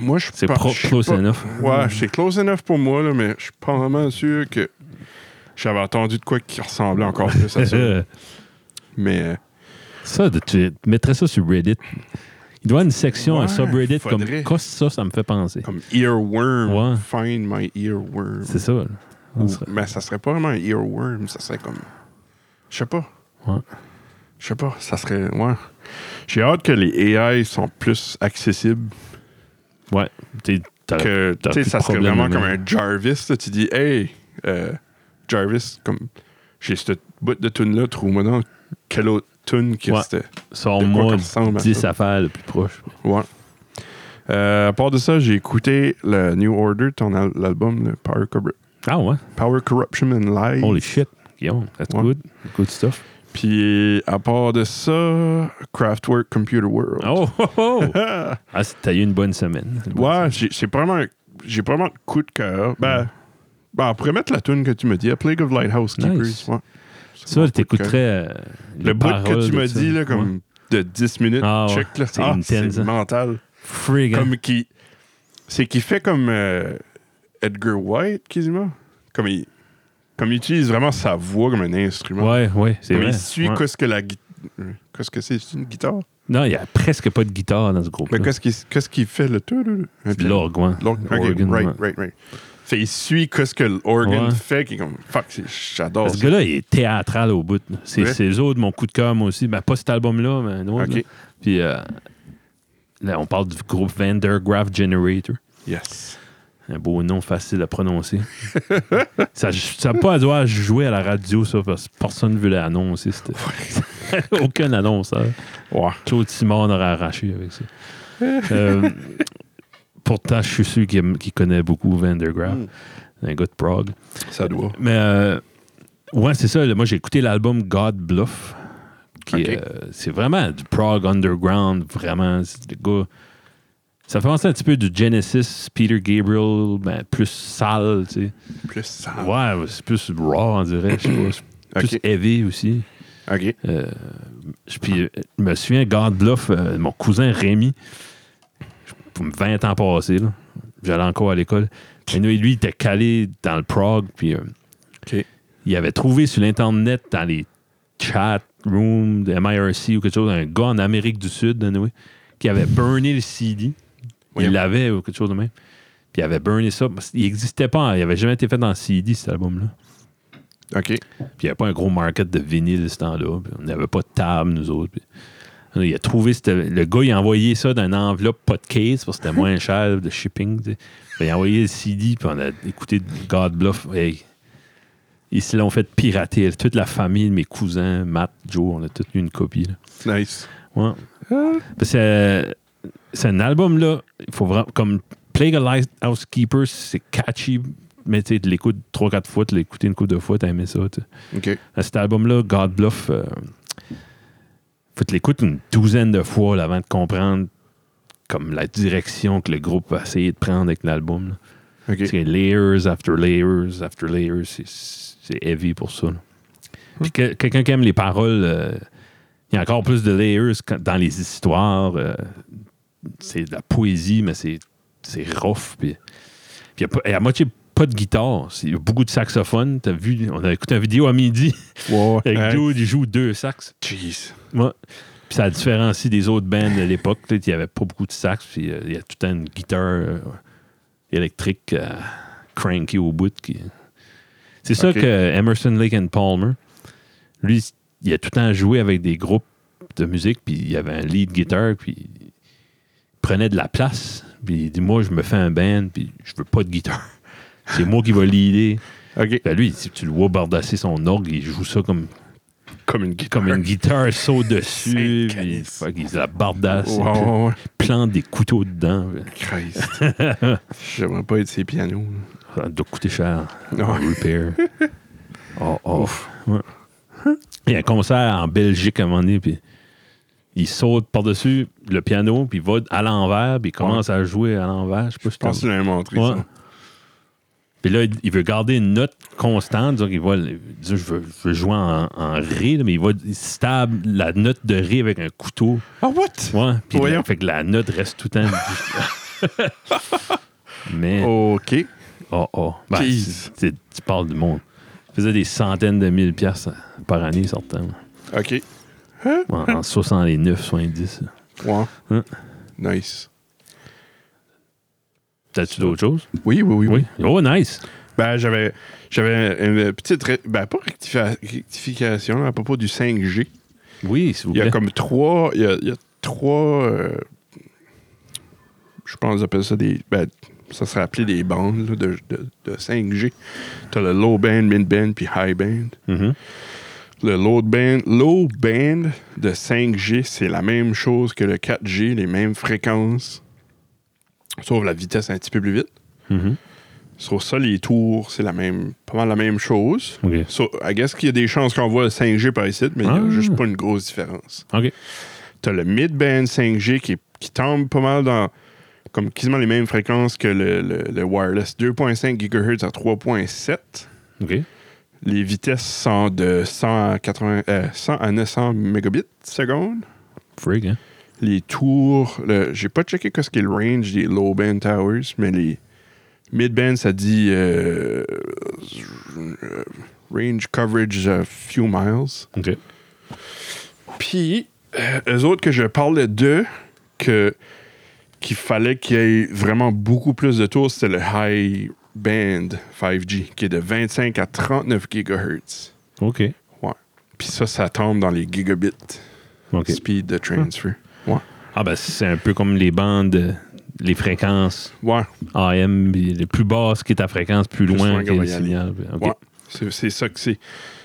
Speaker 1: Moi, je
Speaker 2: C'est
Speaker 1: pas-
Speaker 2: pro-
Speaker 1: je suis
Speaker 2: close
Speaker 1: pas-
Speaker 2: enough.
Speaker 1: Ouais, c'est close enough pour moi, là, mais je suis pas vraiment sûr que j'avais entendu de quoi qui ressemblait encore plus à ça. mais euh,
Speaker 2: ça, de- tu mettrais ça sur Reddit. Il doit y avoir une section,
Speaker 1: Ouais,
Speaker 2: un subreddit
Speaker 1: faudrait.
Speaker 2: comme Qu'est-ce que ça, ça me fait penser.
Speaker 1: comme Earworm,
Speaker 2: Ouais.
Speaker 1: Find My Earworm.
Speaker 2: C'est ça. là. On
Speaker 1: Ou-
Speaker 2: serait-
Speaker 1: Mais ça serait pas vraiment un earworm, ça serait comme. Je sais pas.
Speaker 2: Ouais.
Speaker 1: Je sais pas, ça serait. Ouais. J'ai hâte que les AI sont plus accessibles.
Speaker 2: Ouais. T'es- t'as-
Speaker 1: Que,
Speaker 2: t'as
Speaker 1: tu sais,
Speaker 2: plus
Speaker 1: ça
Speaker 2: de
Speaker 1: serait
Speaker 2: problème,
Speaker 1: vraiment comme
Speaker 2: mais-
Speaker 1: un Jarvis. là, tu dis, hey, euh, Jarvis, comme j'ai cette bout de tune là trouve-moi donc quelle autre tune que
Speaker 2: Ouais.
Speaker 1: c'était. de quoi
Speaker 2: Sors-moi
Speaker 1: qu'elle ressemble à
Speaker 2: 10
Speaker 1: ça.
Speaker 2: affaires le plus proche.
Speaker 1: Ouais. Euh, à part de ça, j'ai écouté le New Order, ton al- l'album, le Power, Corru-
Speaker 2: Ah ouais?
Speaker 1: Power Corruption and Lies.
Speaker 2: Holy shit. Guillaume, that's
Speaker 1: Ouais.
Speaker 2: good. Good stuff.
Speaker 1: Puis à part de ça, Kraftwerk Computer World.
Speaker 2: Oh, oh, oh. ah, c'est- t'as eu une bonne semaine.
Speaker 1: Ouais, j'ai- c'est vraiment un- j'ai vraiment un coup de cœur. Ben, ben, on pourrait mettre la tune que tu me dis, A Plague of Lighthouse Keepers.
Speaker 2: Nice.
Speaker 1: ouais. C'est
Speaker 2: Ça,
Speaker 1: mon coup de cœur.
Speaker 2: t'écouterais. euh, les
Speaker 1: le bout
Speaker 2: paroles
Speaker 1: que tu
Speaker 2: de
Speaker 1: me
Speaker 2: ça.
Speaker 1: dis là comme
Speaker 2: Ouais.
Speaker 1: de 10 minutes,
Speaker 2: Ah ouais,
Speaker 1: check là,
Speaker 2: c'est
Speaker 1: Ah,
Speaker 2: intense,
Speaker 1: c'est
Speaker 2: hein.
Speaker 1: mental.
Speaker 2: Frig, hein.
Speaker 1: Comme qui c'est qui fait comme euh, Edgar White quasiment. Comme il comme il utilise vraiment sa voix comme un instrument.
Speaker 2: Ouais, ouais, c'est
Speaker 1: Comme
Speaker 2: vrai.
Speaker 1: il suit
Speaker 2: Ouais.
Speaker 1: qu'est-ce que la gui- qu'est-ce que c'est, c'est une guitare
Speaker 2: Non, il n'y a presque pas de guitare dans ce groupe.
Speaker 1: Mais qu'est-ce qui, qu'est-ce qui fait le tout? là, là? Un
Speaker 2: C'est de
Speaker 1: piano.
Speaker 2: l'orgue, ouais.
Speaker 1: L'orgue, ok,
Speaker 2: Organ,
Speaker 1: right,
Speaker 2: ouais.
Speaker 1: right, right. Fait, il suit que ce que l'organ
Speaker 2: Ouais.
Speaker 1: fait, qui est comme, fuck, c'est- j'adore
Speaker 2: Ce
Speaker 1: ça.
Speaker 2: gars-là, il est théâtral au bout. là. C'est
Speaker 1: Ouais.
Speaker 2: c'est eux autres, mon coup de cœur, moi aussi. Ben, pas cet album-là, mais un autre.
Speaker 1: Ok.
Speaker 2: là. Puis euh, là, on parle du groupe Vandergraaf Generator.
Speaker 1: Yes.
Speaker 2: Un beau nom facile à prononcer. ça n'a pas à devoir jouer à la radio, ça, parce que personne ne voulait annoncer. c'était- Aucun annonceur.
Speaker 1: Ouais.
Speaker 2: Claude Simon aurait arraché avec ça. Euh, pourtant, je suis sûr qu'il aime- qu'il connaît beaucoup Vandergraaf, un gars de Prague.
Speaker 1: Ça doit.
Speaker 2: Mais euh, ouais, c'est ça. là, Moi, j'ai écouté l'album God Bluff. qui est,
Speaker 1: Ok.
Speaker 2: euh, c'est vraiment du prog underground, vraiment. c'est des gars- Ça fait penser un petit peu du Genesis, Peter Gabriel, ben, plus sale, tu sais.
Speaker 1: Plus ça.
Speaker 2: Ouais, c'est plus raw, on dirait. je sais pas, c'est Plus
Speaker 1: Ah. Ok.
Speaker 2: heavy aussi.
Speaker 1: OK.
Speaker 2: Euh, je- puis, euh, je me souviens, God Bluff, euh, mon cousin Rémi, je- pour 20 ans passés, là, j'allais encore à l'école. Et lui, lui, il était calé dans le prog, puis euh,
Speaker 1: OK.
Speaker 2: il avait trouvé sur l'Internet, dans les chat rooms de MIRC ou quelque chose, un gars en Amérique du Sud, anyway, qui avait burné le CD.
Speaker 1: Voyons.
Speaker 2: Il l'avait ou quelque chose de même. Puis il avait burné ça. parce qu'il n'existait pas, en- il n'avait jamais été fait en CD, cet album-là.
Speaker 1: OK.
Speaker 2: Puis il n'y avait pas un gros market de vinyle ce temps-là. Puis on n'avait pas de table, nous autres. Puis, là, il a trouvé, c'était- le gars, il a envoyé ça dans une enveloppe pas de case, parce que c'était moins cher de shipping. tu sais. Puis il a envoyé le CD, puis on a écouté God Bluff. Hey. Ils se l'ont fait pirater. Toute la famille, mes cousins, Matt, Joe, on a tous eu une copie. là.
Speaker 1: Nice.
Speaker 2: Ouais. Parce que, euh, c'est un album là, il faut vraiment comme Plague of Lighthouse Keepers, c'est catchy, mais tu sais, tu l'écoutes 3-4 fois, tu l'écoutes une couple de fois, t'as aimé ça. tu sais.
Speaker 1: OK.
Speaker 2: À cet album-là, God Bluff, euh, faut que tu l'écoutes une douzaine de fois là, avant de comprendre comme la direction que le groupe a essayé de prendre avec l'album. là.
Speaker 1: OK.
Speaker 2: Parce que layers after layers after layers, c'est- c'est heavy pour ça. là. Puis que- quelqu'un qui aime les paroles, euh, il y a encore plus de layers quand- dans les histoires. euh, c'est de la poésie, mais c'est c'est rough. Puis puis il y a pas- il y a à moitié pas de guitare. c'est- Il y a beaucoup de saxophones. T'as vu, on a écouté une vidéo à midi
Speaker 1: Ouais.
Speaker 2: avec
Speaker 1: Hey.
Speaker 2: Joe, il joue deux sax.
Speaker 1: Jeez.
Speaker 2: Ouais. Puis ça différencie des autres bands de l'époque. peut-être, Il n'y avait pas beaucoup de sax. Puis euh, il y a tout le temps une guitare euh, électrique euh, cranky au bout. qui- C'est ça
Speaker 1: Ok.
Speaker 2: que Emerson, Lake and Palmer, lui, il a tout le temps joué avec des groupes de musique. Puis il y avait un lead guitar. Puis il prenait de la place. Puis il dit Moi, je me fais un band. Puis je veux pas de guitare. C'est moi qui vais l'idée.
Speaker 1: OK.
Speaker 2: lui, si tu le vois bardasser son orgue, il joue ça comme
Speaker 1: Comme une guitare.
Speaker 2: comme une guitare saute dessus,
Speaker 1: C'est
Speaker 2: puis
Speaker 1: calice.
Speaker 2: fuck, ils se la bardassent,
Speaker 1: Ouais, ouais, ouais.
Speaker 2: ils plantent des couteaux dedans.
Speaker 1: Christ. J'aimerais pas être ces pianos.
Speaker 2: Ça doit coûter cher.
Speaker 1: Non.
Speaker 2: Repair. oh, oh. Ouais. Il y a un concert en Belgique à un moment donné, puis il saute par-dessus le piano, puis il va à l'envers, puis il commence à jouer à l'envers. Je sais pas si
Speaker 1: Je pense que tu l'avais montré,
Speaker 2: Ouais.
Speaker 1: ça.
Speaker 2: Puis là, il veut garder une note constante. Donc, il va, il dit, je, veux, je veux jouer en, en ré, là, mais il va stable la note de ré avec un couteau.
Speaker 1: Ah, what?
Speaker 2: Ouais, puis
Speaker 1: Voyons.
Speaker 2: là, fait que la note reste tout le temps. mais, oh,
Speaker 1: OK.
Speaker 2: oh. Ben,
Speaker 1: Jeez.
Speaker 2: c'est- c'est- tu parles du monde. Il faisait des centaines de mille piastres par année, certainement.
Speaker 1: OK.
Speaker 2: En, en 69, 70. là.
Speaker 1: Ouais.
Speaker 2: Hein?
Speaker 1: Nice.
Speaker 2: T'as-tu d'autres choses?
Speaker 1: Oui, oui, oui.
Speaker 2: Oui. Oh, nice.
Speaker 1: Ben, j'avais, j'avais une petite. ré- Ben, pas rectifi- rectification là, à propos du 5G.
Speaker 2: Oui, s'il vous
Speaker 1: Il y
Speaker 2: plaît.
Speaker 1: a comme trois. Il y a, il y a trois. euh, je pense qu'ils appellent ça des. Ben, ça serait appelé des bandes là, de, de, de 5G. T'as le low band, mid band, puis high band.
Speaker 2: Mhm.
Speaker 1: Le low band, low band de 5G, c'est la même chose que le 4G, les mêmes fréquences, sauf la vitesse un petit peu plus vite.
Speaker 2: Mhm.
Speaker 1: Sur ça, les tours, c'est la même, pas mal la même chose.
Speaker 2: OK.
Speaker 1: So, I guess qu'il y a des chances qu'on voit le 5G par ici, mais il n'y
Speaker 2: Ah.
Speaker 1: a juste pas une grosse différence.
Speaker 2: OK.
Speaker 1: T'as le mid-band 5G qui, est- qui tombe pas mal dans comme quasiment les mêmes fréquences que le, le- le wireless. 2.5 GHz à 3.7.
Speaker 2: OK.
Speaker 1: Les vitesses sont de 100 à, 80, euh, 100 à 900 mégabits seconde.
Speaker 2: Frig, hein?
Speaker 1: Les tours, le- j'ai pas checké ce qu'est le range des low band towers, mais les mid band ça dit euh, euh, range coverage a few miles.
Speaker 2: OK.
Speaker 1: Puis euh, eux autres que je parlais de que qu'il fallait qu'il y ait vraiment beaucoup plus de tours, c'était le high band 5G qui est de 25 à 39 GHz.
Speaker 2: OK.
Speaker 1: Ouais. Puis ça, ça tombe dans les gigabits
Speaker 2: OK.
Speaker 1: speed de transfer. Ouais.
Speaker 2: Ah, ben, c'est un peu comme les bandes, euh, les fréquences
Speaker 1: Ouais.
Speaker 2: AM, puis le plus basse qui est ta fréquence, plus
Speaker 1: Plus
Speaker 2: loin
Speaker 1: loin
Speaker 2: que
Speaker 1: qu'on va
Speaker 2: le
Speaker 1: y aller.
Speaker 2: signal. puis- OK.
Speaker 1: Ouais. C'est, c'est ça que c'est.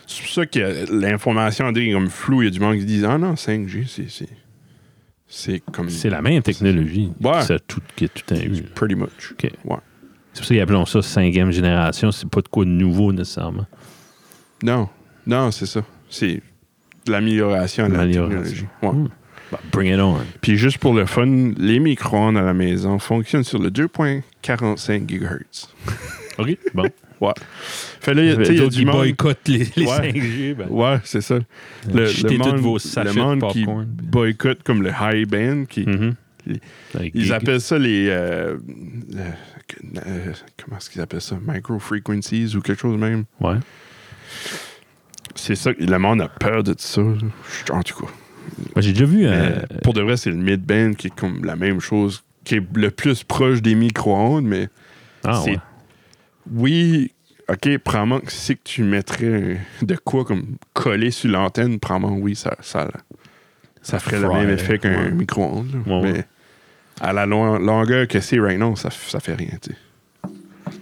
Speaker 1: C'est pour ça que euh, l'information est comme floue. Il y a du monde qui dit Ah non, 5G, c'est. C'est, c'est comme.
Speaker 2: C'est la même technologie
Speaker 1: Hmm. Ouais.
Speaker 2: qui, ça tout, qui a tout un eu. là.
Speaker 1: Pretty much.
Speaker 2: OK.
Speaker 1: Ouais.
Speaker 2: C'est pour ça qu'ils appellent ça cinquième génération. C'est pas de quoi de nouveau nécessairement.
Speaker 1: Non. Non, c'est ça. C'est de l'amélioration de la
Speaker 2: L'amélioration.
Speaker 1: technologie. Ouais.
Speaker 2: Hmm.
Speaker 1: Bah,
Speaker 2: Ben, bring it on.
Speaker 1: Puis juste pour le fun, les micro-ondes à la maison fonctionnent sur le 2.45 GHz.
Speaker 2: OK. Bon.
Speaker 1: Ouais. Fait là, il y a- tu sais, il y a
Speaker 2: D'autres
Speaker 1: du
Speaker 2: qui
Speaker 1: monde.
Speaker 2: boycottent les, les
Speaker 1: Ouais.
Speaker 2: 5G. Ben.
Speaker 1: Ouais, c'est ça. Le, le
Speaker 2: Jetez toutes
Speaker 1: monde,
Speaker 2: vos
Speaker 1: le
Speaker 2: sachets de
Speaker 1: monde qui
Speaker 2: popcorn.
Speaker 1: boycotte comme le high band, qui,
Speaker 2: Mhm.
Speaker 1: Les-
Speaker 2: Avec
Speaker 1: Ils
Speaker 2: des-
Speaker 1: appellent ça les. euh, euh, que- euh, comment est-ce qu'ils appellent ça? Micro-frequencies ou quelque chose de même.
Speaker 2: Ouais.
Speaker 1: C'est ça, le monde a peur de ça. là. Je- En tout cas.
Speaker 2: Ben, J'ai déjà vu.
Speaker 1: Mais
Speaker 2: euh,
Speaker 1: pour de vrai, c'est le mid-band qui est comme la même chose, qui est le plus proche des micro-ondes, mais
Speaker 2: ah,
Speaker 1: c'est-
Speaker 2: ouais.
Speaker 1: oui, ok, probablement que si que tu mettrais un- de quoi comme coller sur l'antenne, probablement oui, ça, ça, ça ferait le
Speaker 2: Fry,
Speaker 1: même effet qu'un
Speaker 2: ouais.
Speaker 1: micro-ondes. là.
Speaker 2: Ouais, ouais.
Speaker 1: Mais à la lo- longueur que c'est right now, ça, f- ça fait rien, tu sais.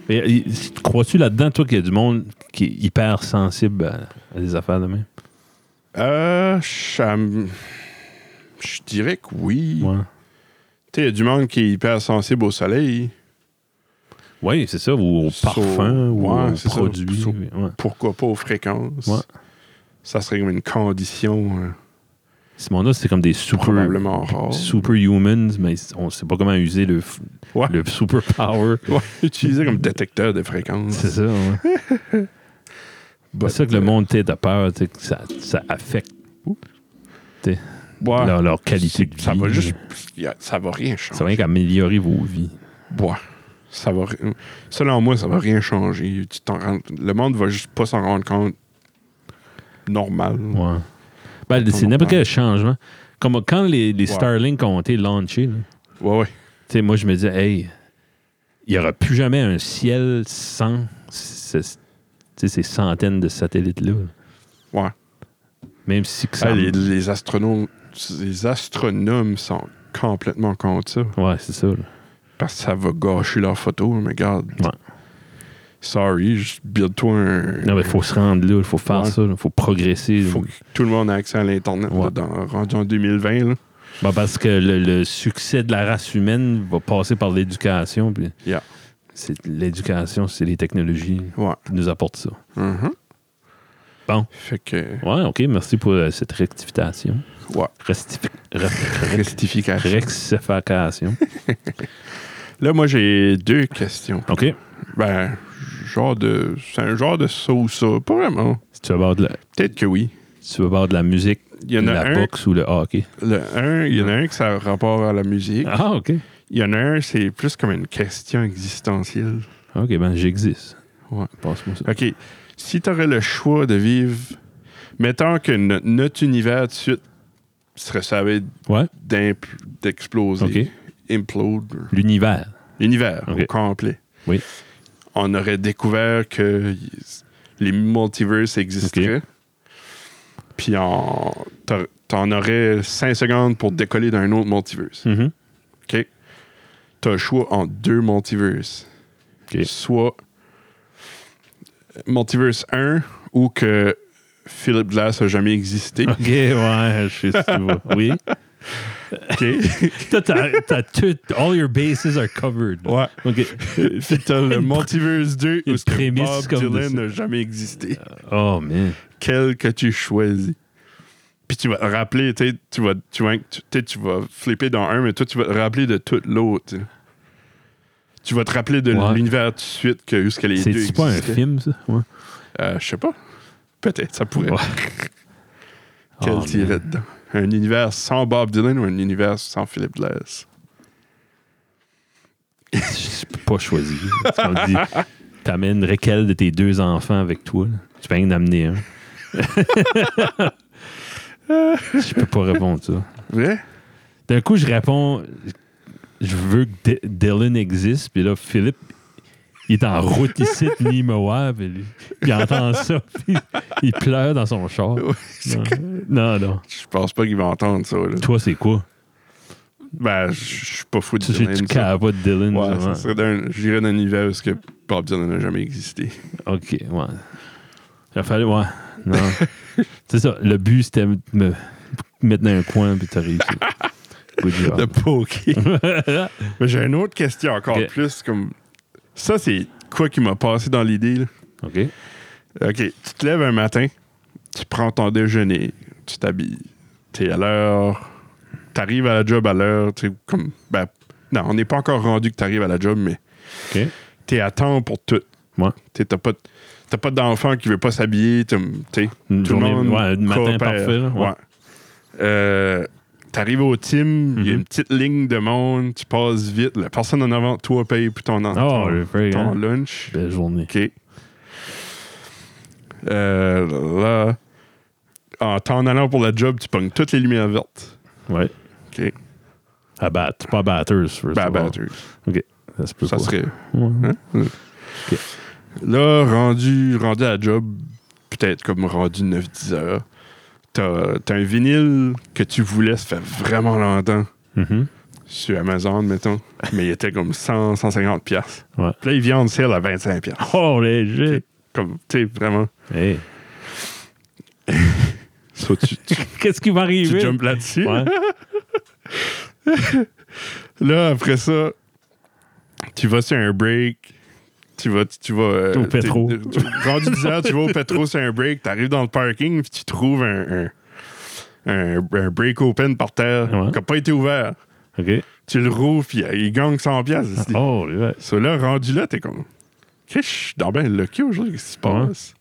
Speaker 2: Mais, y- si- Crois-tu là-dedans, toi, qu'il y a du monde qui est hyper sensible à, à des affaires de même?
Speaker 1: Euh, je je dirais que oui.
Speaker 2: Ouais.
Speaker 1: Tu sais, il y a du monde qui est hyper sensible au soleil.
Speaker 2: Oui, c'est ça, ou au
Speaker 1: So-
Speaker 2: parfum, ou
Speaker 1: ouais,
Speaker 2: au
Speaker 1: c'est ça.
Speaker 2: produit.
Speaker 1: So-
Speaker 2: ouais.
Speaker 1: Pourquoi pas aux fréquences?
Speaker 2: Ouais.
Speaker 1: Ça serait comme une condition euh,
Speaker 2: Ce monde-là, c'est comme des super,
Speaker 1: probablement rare.
Speaker 2: superhumans, mais on sait pas comment user le, f-
Speaker 1: Ouais.
Speaker 2: le super power.
Speaker 1: Ouais, utilisé comme détecteur de fréquences.
Speaker 2: C'est ça, ouais.
Speaker 1: But,
Speaker 2: Bah, C'est ça que le monde, tu sais, t'as peur, tu sais, que ça, ça affecte
Speaker 1: ouais,
Speaker 2: leur, leur qualité de vie.
Speaker 1: ça va juste. y a- Ça va rien
Speaker 2: Ça
Speaker 1: changer.
Speaker 2: va rien qu'améliorer vos vies.
Speaker 1: Ouais. Ça va, ri- selon moi, ça va rien changer. Tu t'en rends- le monde va juste pas s'en rendre compte. Normal.
Speaker 2: Ouais. Ben, c'est n'importe quel changement. Comme quand les, les
Speaker 1: Ouais.
Speaker 2: Starlink ont été lancés, là,
Speaker 1: Ouais, ouais.
Speaker 2: Tu sais, moi, je me dis, hey, il n'y aura plus jamais un ciel sans ce- tu sais, ces centaines de satellites-là.
Speaker 1: Ouais.
Speaker 2: Même si que ça.
Speaker 1: Ah, les, les astronomes, les astronomes sont complètement contre ça.
Speaker 2: Ouais, c'est ça. là.
Speaker 1: Parce que ça va gâcher leurs photos. Mais regarde.
Speaker 2: Ouais.
Speaker 1: Sorry, juste build-toi un.
Speaker 2: Non, mais il faut se rendre là, il faut faire
Speaker 1: Ouais.
Speaker 2: ça, il faut progresser.
Speaker 1: faut que tout le monde ait accès à l'Internet
Speaker 2: Ouais.
Speaker 1: là, dans- rendu en 2020. là.
Speaker 2: Ben, parce que le, le succès de la race humaine va passer par l'éducation. puis
Speaker 1: Yeah.
Speaker 2: c'est L'éducation, c'est les technologies
Speaker 1: Ouais.
Speaker 2: qui nous apportent ça.
Speaker 1: Mhm.
Speaker 2: Bon.
Speaker 1: Fait que.
Speaker 2: Ouais, OK, merci pour euh, cette rectification.
Speaker 1: Ouais.
Speaker 2: Rectifi- rec-
Speaker 1: Rectification.
Speaker 2: Rectification.
Speaker 1: Là, moi, j'ai deux questions.
Speaker 2: OK.
Speaker 1: Ben, genre de. C'est un genre de sauce, ça. Pas vraiment.
Speaker 2: Si tu veux voir de la,
Speaker 1: Peut-être que oui.
Speaker 2: si tu veux voir de la musique,
Speaker 1: Il y en a
Speaker 2: la
Speaker 1: un.
Speaker 2: boxe ou le hockey.
Speaker 1: Le un, il y en a un qui ça a rapport à la musique.
Speaker 2: Ah, OK.
Speaker 1: Il y en a un, c'est plus comme une question existentielle.
Speaker 2: OK, ben j'existe.
Speaker 1: Ouais.
Speaker 2: Passe-moi ça.
Speaker 1: OK. Si tu aurais le choix de vivre, mettons que no- notre univers tout de suite serait ça va être
Speaker 2: Ouais,
Speaker 1: d'imp- d'exploser.
Speaker 2: OK.
Speaker 1: Implode.
Speaker 2: L'univers.
Speaker 1: L'univers
Speaker 2: OK.
Speaker 1: au complet.
Speaker 2: Oui.
Speaker 1: On aurait découvert que y- les multiverses existeraient. Puis on- t'en t'en aurais 5 secondes pour décoller d'un autre multiverse.
Speaker 2: Mhm.
Speaker 1: OK? T'as le choix entre deux multiverses.
Speaker 2: OK.
Speaker 1: Soit Multiverse 1 ou que Philip Glass a jamais existé.
Speaker 2: OK, ouais, je sais ce que tu vas. Oui.
Speaker 1: OK?
Speaker 2: T'as- T'as t'as tout. All your bases are covered.
Speaker 1: ouais.
Speaker 2: OK.
Speaker 1: Puis t'as le Multiverse 2
Speaker 2: une
Speaker 1: où ce que
Speaker 2: prémisse
Speaker 1: Bob
Speaker 2: comme de
Speaker 1: Dylan
Speaker 2: ça.
Speaker 1: n'a jamais existé.
Speaker 2: Oh, man.
Speaker 1: quel que tu choisis. Puis tu vas te rappeler, tu sais, tu vas, tu, vas, tu sais, tu vas flipper dans un, mais toi, tu vas te rappeler de tout l'autre. tu sais. Tu vas te rappeler de
Speaker 2: Ouais.
Speaker 1: l'univers tout de suite que jusqu'à les deux.
Speaker 2: C'est-tu pas un
Speaker 1: existaient.
Speaker 2: film, ça? Ouais.
Speaker 1: Euh, Je sais pas. Peut-être, ça pourrait.
Speaker 2: Ouais.
Speaker 1: Quel
Speaker 2: Oh,
Speaker 1: tirait
Speaker 2: man.
Speaker 1: dedans? Un univers sans Bob Dylan ou un univers sans Philip Glass?
Speaker 2: Je peux pas choisir. C'est comme dit, t'amènerais quel de tes deux enfants avec toi? là? Tu peux rien d'amener un. je peux pas répondre ça.
Speaker 1: Vrai?
Speaker 2: D'un coup, je réponds, je veux que D- Dylan existe, puis là, Philippe, il est en route ici de Nimoa, puis lui, il entend ça, puis il pleure dans son char.
Speaker 1: Ouais,
Speaker 2: Non, non. non.
Speaker 1: Je pense pas qu'il va entendre ça. Là.
Speaker 2: Toi, c'est quoi?
Speaker 1: Ben, je je suis pas fou de
Speaker 2: Tu sais,
Speaker 1: Dylan.
Speaker 2: tu
Speaker 1: ça.
Speaker 2: caves pas de Dylan. hein.
Speaker 1: Ouais,
Speaker 2: ouais.
Speaker 1: ça serait d'un- J'irais d'un univers où ce que Bob Dylan n'a jamais existé.
Speaker 2: Ok, ouais. Il a fallu, ouais. Non. c'est ça, le but c'était de me mettre dans un coin puis t'as réussi. Good
Speaker 1: De
Speaker 2: job.
Speaker 1: poker. Mais j'ai une autre question encore
Speaker 2: Ok.
Speaker 1: plus. Comme... Ça, c'est quoi qui m'a passé dans l'idée? là?
Speaker 2: Ok.
Speaker 1: OK, tu te lèves un matin, tu prends ton déjeuner, tu t'habilles, t'es à l'heure, t'arrives à la job à l'heure, tu sais, comme... Ben, non, on n'est pas encore rendu que t'arrives à la job, mais
Speaker 2: Ok.
Speaker 1: t'es à temps pour tout.
Speaker 2: Ouais.
Speaker 1: Tu sais, T'as pas, t'as pas d'enfant qui veut pas s'habiller, t'as- tu sais,
Speaker 2: Une
Speaker 1: tout le
Speaker 2: journée-
Speaker 1: monde
Speaker 2: ouais, le matin
Speaker 1: coopère.
Speaker 2: parfait, là, ouais.
Speaker 1: Ouais. Euh, T'arrives au team, il y a
Speaker 2: Mhm.
Speaker 1: une petite ligne de monde, tu passes vite, la personne en avant de toi paye pour ton, en-
Speaker 2: Oh,
Speaker 1: ton-
Speaker 2: le vrai,
Speaker 1: ton
Speaker 2: hein?
Speaker 1: lunch.
Speaker 2: Belle journée.
Speaker 1: OK. Euh, là, là. en t'en allant pour la job, tu pognes toutes les lumières vertes.
Speaker 2: Ouais.
Speaker 1: OK.
Speaker 2: À battre. Pas batteuse, first
Speaker 1: Ben,
Speaker 2: of all.
Speaker 1: batteuse.
Speaker 2: Ok. Ça se peut
Speaker 1: Ça
Speaker 2: pas.
Speaker 1: serait. Hein?
Speaker 2: Ouais.
Speaker 1: Là, rendu, rendu à la job, peut-être comme rendu 9-10 heures, t'as t'as un vinyle que tu voulais, ça fait vraiment longtemps,
Speaker 2: Mhm.
Speaker 1: sur Amazon, mettons, mais il était comme 100, 150 piastres.
Speaker 2: Ouais.
Speaker 1: Puis là, il vient en sale à 25 piastres.
Speaker 2: Oh, léger.
Speaker 1: Comme, tu sais, vraiment. Eh.
Speaker 2: Hey.
Speaker 1: So, tu, tu,
Speaker 2: Qu'est-ce qui va
Speaker 1: tu
Speaker 2: arriver?
Speaker 1: jumpes là-dessus.
Speaker 2: Ouais.
Speaker 1: Là, après ça, tu vas sur un break. Tu vas. Tu vas euh,
Speaker 2: Au pétro.
Speaker 1: t'es- tu- Rendu 10 heures, tu vas au pétro sur un break. Tu arrives dans le parking puis tu trouves un, un, un- un break open par terre
Speaker 2: Ouais.
Speaker 1: qui n'a pas été ouvert.
Speaker 2: Ok.
Speaker 1: Tu le rouves puis euh, il gagne 100$. piastres.
Speaker 2: Oh, ouais.
Speaker 1: So, là, rendu là, t'es comme. Chris, je suis dans ben lucky aujourd'hui. Qu'est-ce qui se
Speaker 2: Ouais.
Speaker 1: passe?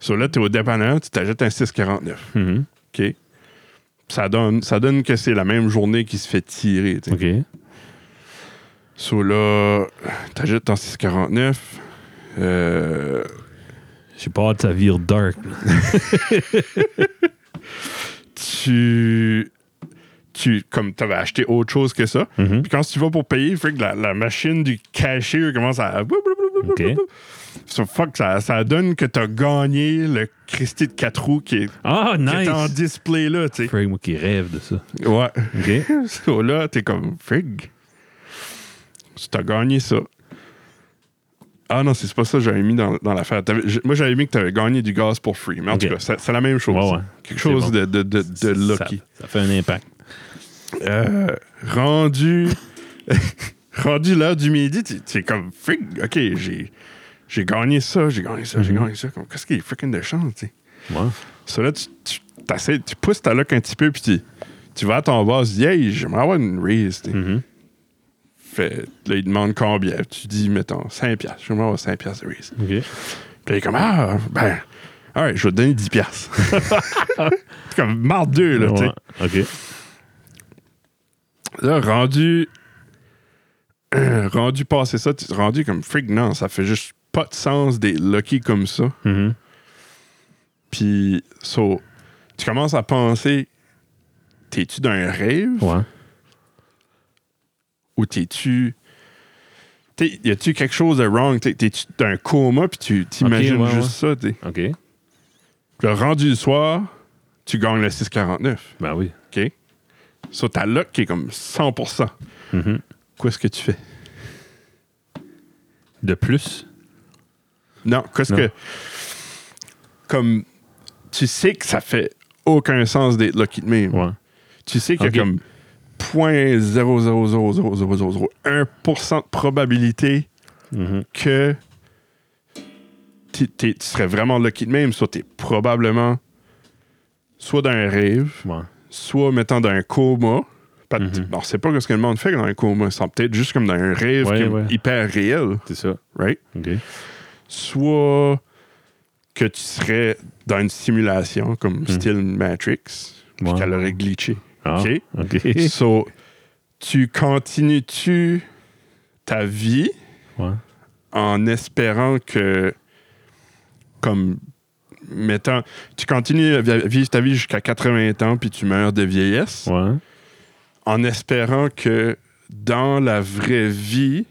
Speaker 1: So, là, t'es au dépanneur, tu t'achètes un 6,49.
Speaker 2: Mhm.
Speaker 1: OK? Ça donne, ça donne que c'est la même journée qui se fait tirer. tu sais.
Speaker 2: Ok.
Speaker 1: So là, t'ajoutes ton 649. Euh,
Speaker 2: J'ai pas hâte de ça vire dark. là.
Speaker 1: tu. Tu, comme t'avais acheté autre chose que ça.
Speaker 2: Mhm.
Speaker 1: Puis quand tu vas pour payer, fait que la, la machine du cashier commence à.
Speaker 2: Ok.
Speaker 1: So, fuck, ça, ça donne que t'as gagné le Christy de 4 roues qui est,
Speaker 2: Ah,
Speaker 1: qui est en
Speaker 2: nice.
Speaker 1: display là, tu
Speaker 2: Frig, moi qui rêve de ça.
Speaker 1: sais. Ouais.
Speaker 2: Ok.
Speaker 1: so là, t'es comme frig. Tu t'as gagné ça. Ah non, c'est pas ça que j'avais mis dans, dans l'affaire. T'avais- j- Moi, j'avais mis que t'avais gagné du gaz pour free. Mais en
Speaker 2: Ok.
Speaker 1: tout cas, c'est- c'est la même chose.
Speaker 2: Ouais, ouais.
Speaker 1: Quelque chose
Speaker 2: C'est bon.
Speaker 1: de, de, de, de lucky.
Speaker 2: Ça, ça fait un impact.
Speaker 1: Euh, rendu. rendu l'heure du midi, t'es- t'es comme frig. Ok, j'ai. J'ai gagné ça, j'ai gagné ça, j'ai
Speaker 2: Mhm.
Speaker 1: gagné ça. Comme, Qu'est-ce qui est freaking de chance, tu sais?
Speaker 2: Ouais.
Speaker 1: Ça, là, tu, tu, t'essaies- tu pousses ta loque un petit peu, puis tu, tu vas à ton boss, tu dis, hey, j'aimerais avoir une raise, tu sais.
Speaker 2: Mhm.
Speaker 1: Fait, là, il demande combien. Tu dis, mettons, 5 piastres. Je vais avoir 5 piastres de Reese.
Speaker 2: OK.
Speaker 1: Puis il est comme, ah, ben, alright, je vais te donner 10 piastres. C'est comme, marre deux, là, tu sais.
Speaker 2: OK.
Speaker 1: Là, rendu. rendu passer ça, tu rendu comme freak, non, ça fait juste pas de sens des lucky comme ça.
Speaker 2: Mhm.
Speaker 1: Puis, so, tu commences à penser, t'es-tu dans un rêve
Speaker 2: Ouais.
Speaker 1: ou t'es-tu. t'es- Y a-tu quelque chose de wrong? T'es- T'es-tu dans un coma puis tu t'imagines
Speaker 2: ouais,
Speaker 1: juste ça? t'es-
Speaker 2: OK.
Speaker 1: Puis là, rendu le soir, tu gagnes le 6,49.
Speaker 2: Ben oui.
Speaker 1: OK? So, ta luck qui est comme 100%.
Speaker 2: Mhm.
Speaker 1: Qu'est-ce que tu fais?
Speaker 2: De plus.
Speaker 1: Non, qu'est-ce
Speaker 2: Non.
Speaker 1: que. Comme. Tu sais que ça fait aucun sens d'être lucky de même.
Speaker 2: Ouais.
Speaker 1: Tu sais qu'il
Speaker 2: Ok.
Speaker 1: y a comme 0.0000001% de probabilité
Speaker 2: Mhm.
Speaker 1: que t'es- t'es- tu serais vraiment lucky de même. Soit tu es probablement soit dans un rêve,
Speaker 2: Ouais.
Speaker 1: soit mettant dans un coma. Pas-
Speaker 2: Mhm.
Speaker 1: On ne sait pas ce que le monde fait dans un coma. Ils sont peut-être juste comme dans un rêve
Speaker 2: Ouais,
Speaker 1: comme
Speaker 2: ouais.
Speaker 1: hyper réel,
Speaker 2: C'est ça.
Speaker 1: right?
Speaker 2: OK.
Speaker 1: soit que tu serais dans une simulation comme style Matrix, puis
Speaker 2: Hmm. Ouais.
Speaker 1: qu'elle aurait glitché.
Speaker 2: Ah.
Speaker 1: OK?
Speaker 2: OK.
Speaker 1: so, tu continues-tu ta vie
Speaker 2: Ouais.
Speaker 1: en espérant que, comme, mettant, tu continues à vi- vivre ta vie jusqu'à 80 ans, puis tu meurs de vieillesse,
Speaker 2: Ouais.
Speaker 1: en espérant que dans la vraie vie,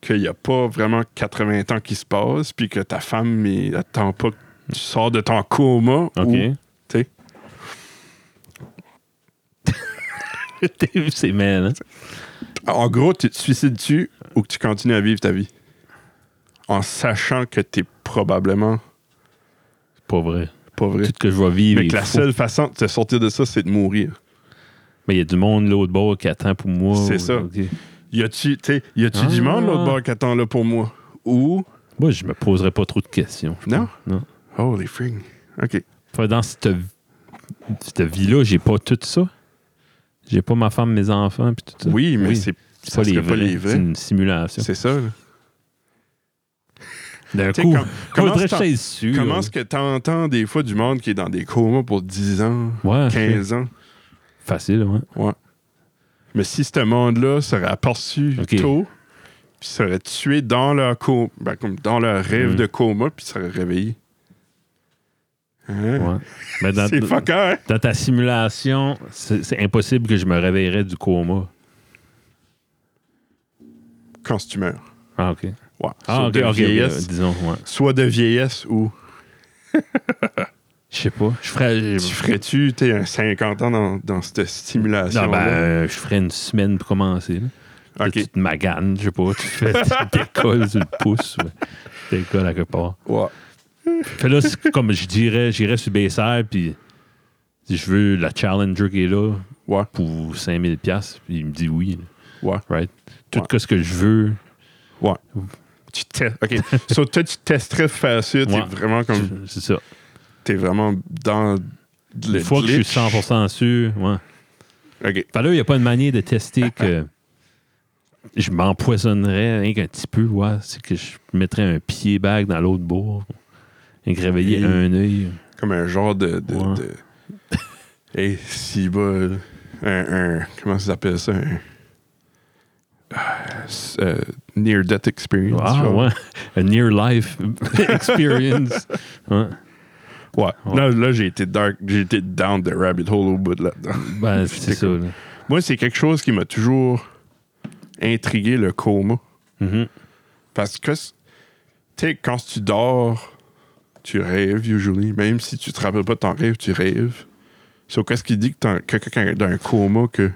Speaker 1: qu'il n'y a pas vraiment 80 ans qui se passent, puis que ta femme n'attend pas que tu sors de ton coma.
Speaker 2: OK.
Speaker 1: ou- tu sais.
Speaker 2: T'as vu, c'est mal, hein?
Speaker 1: en gros, tu te suicides-tu ou que tu continues à vivre ta vie? En sachant que tu es probablement
Speaker 2: C'est pas vrai.
Speaker 1: pas vrai.
Speaker 2: Tout ce que je vais vivre.
Speaker 1: Mais
Speaker 2: est
Speaker 1: que la
Speaker 2: faux.
Speaker 1: seule façon de te sortir de ça, c'est de mourir.
Speaker 2: Mais il y a du monde de l'autre bord qui attend pour moi.
Speaker 1: C'est
Speaker 2: ou-
Speaker 1: ça.
Speaker 2: OK.
Speaker 1: Y a-tu tu sais, y a-tu du
Speaker 2: Ah.
Speaker 1: monde l'autre bord qui attend là pour moi? Ou.
Speaker 2: Moi, je me poserais pas trop de questions. je
Speaker 1: Non?
Speaker 2: pense. Non.
Speaker 1: Holy fring. OK.
Speaker 2: Enfin, dans cette, cette vie-là, j'ai pas tout ça. J'ai pas ma femme, mes enfants, puis tout ça.
Speaker 1: Oui, mais c'est
Speaker 2: c'est
Speaker 1: ça serait pas les vrais.
Speaker 2: C'est une simulation.
Speaker 1: c'est ça. là.
Speaker 2: D'un
Speaker 1: Tu sais,
Speaker 2: coup,
Speaker 1: comme- comment
Speaker 2: faudrait
Speaker 1: c'est en-
Speaker 2: que je sois sûr.
Speaker 1: Comment est-ce que t'entends des fois du monde qui est dans des comas pour 10 ans,
Speaker 2: Ouais,
Speaker 1: 15 ans?
Speaker 2: c'est Facile, ouais.
Speaker 1: Mais si ce monde-là serait aperçu
Speaker 2: Ok.
Speaker 1: tôt, puis serait tué dans leur coma, ben, comme dans leur rêve
Speaker 2: Mhm.
Speaker 1: de coma, puis serait réveillé. Hein?
Speaker 2: ouais. Mais dans,
Speaker 1: C'est fucker! hein?
Speaker 2: dans ta simulation, c'est c'est impossible que je me réveillerais du coma.
Speaker 1: Quand tu meurs.
Speaker 2: Ah, OK.
Speaker 1: Ouais.
Speaker 2: Ah,
Speaker 1: soit,
Speaker 2: OK,
Speaker 1: de
Speaker 2: OK. ok,
Speaker 1: vieillesse,
Speaker 2: Disons, ouais.
Speaker 1: soit de vieillesse ou
Speaker 2: Je sais pas. Je ferais... euh,
Speaker 1: tu ferais-tu t'es un 50 ans dans, dans cette stimulation
Speaker 2: Non, ben, euh, je ferais une semaine pour commencer. là. Là, Tu te maganes, je sais pas. Tu fais, tu décolles sur le pouce. ouais. Tu décolles à quelque part. Fait là, c'est comme je dirais, j'irais sur Bayside, puis si je veux la Challenger qui est là
Speaker 1: Ouais.
Speaker 2: pour 5000$, piastres, puis il me dit oui. là.
Speaker 1: Ouais.
Speaker 2: Right? Tout
Speaker 1: Ouais.
Speaker 2: que ce que je veux.
Speaker 1: Tu testes. OK. so, toi, tu testerais faire ça. T'es
Speaker 2: Ouais.
Speaker 1: vraiment comme.
Speaker 2: je- C'est ça.
Speaker 1: T'es vraiment dans le
Speaker 2: Une fois que je
Speaker 1: glitch.
Speaker 2: suis 100% sûr. Ouais.
Speaker 1: OK.
Speaker 2: Fait là, il n'y a pas de manière de tester que je m'empoisonnerais rien qu'un petit peu. Ouais. C'est que je mettrais un pied bague dans l'autre bourre. Et que réveiller
Speaker 1: Et-
Speaker 2: un œil.
Speaker 1: Comme un genre de. de,
Speaker 2: Ouais.
Speaker 1: de- Hey, si bas. là. Un, un- Comment ça s'appelle ça? Un. Ah, s- euh, near death experience.
Speaker 2: Ah,
Speaker 1: genre.
Speaker 2: ouais. A near life experience. Ouais.
Speaker 1: Ouais.
Speaker 2: Ouais.
Speaker 1: Là, là, j'ai été dark. J'ai été down the rabbit hole au bout de là-dedans.
Speaker 2: Ben, c'est ça. là.
Speaker 1: Moi, c'est quelque chose qui m'a toujours intrigué, le coma.
Speaker 2: Mhm.
Speaker 1: Parce que, c- tu sais, quand tu dors, tu rêves, usually. Même si tu te rappelles pas de ton rêve, tu rêves. Sauf qu'est-ce qui dit que, t'en- que quelqu'un est dans un coma que.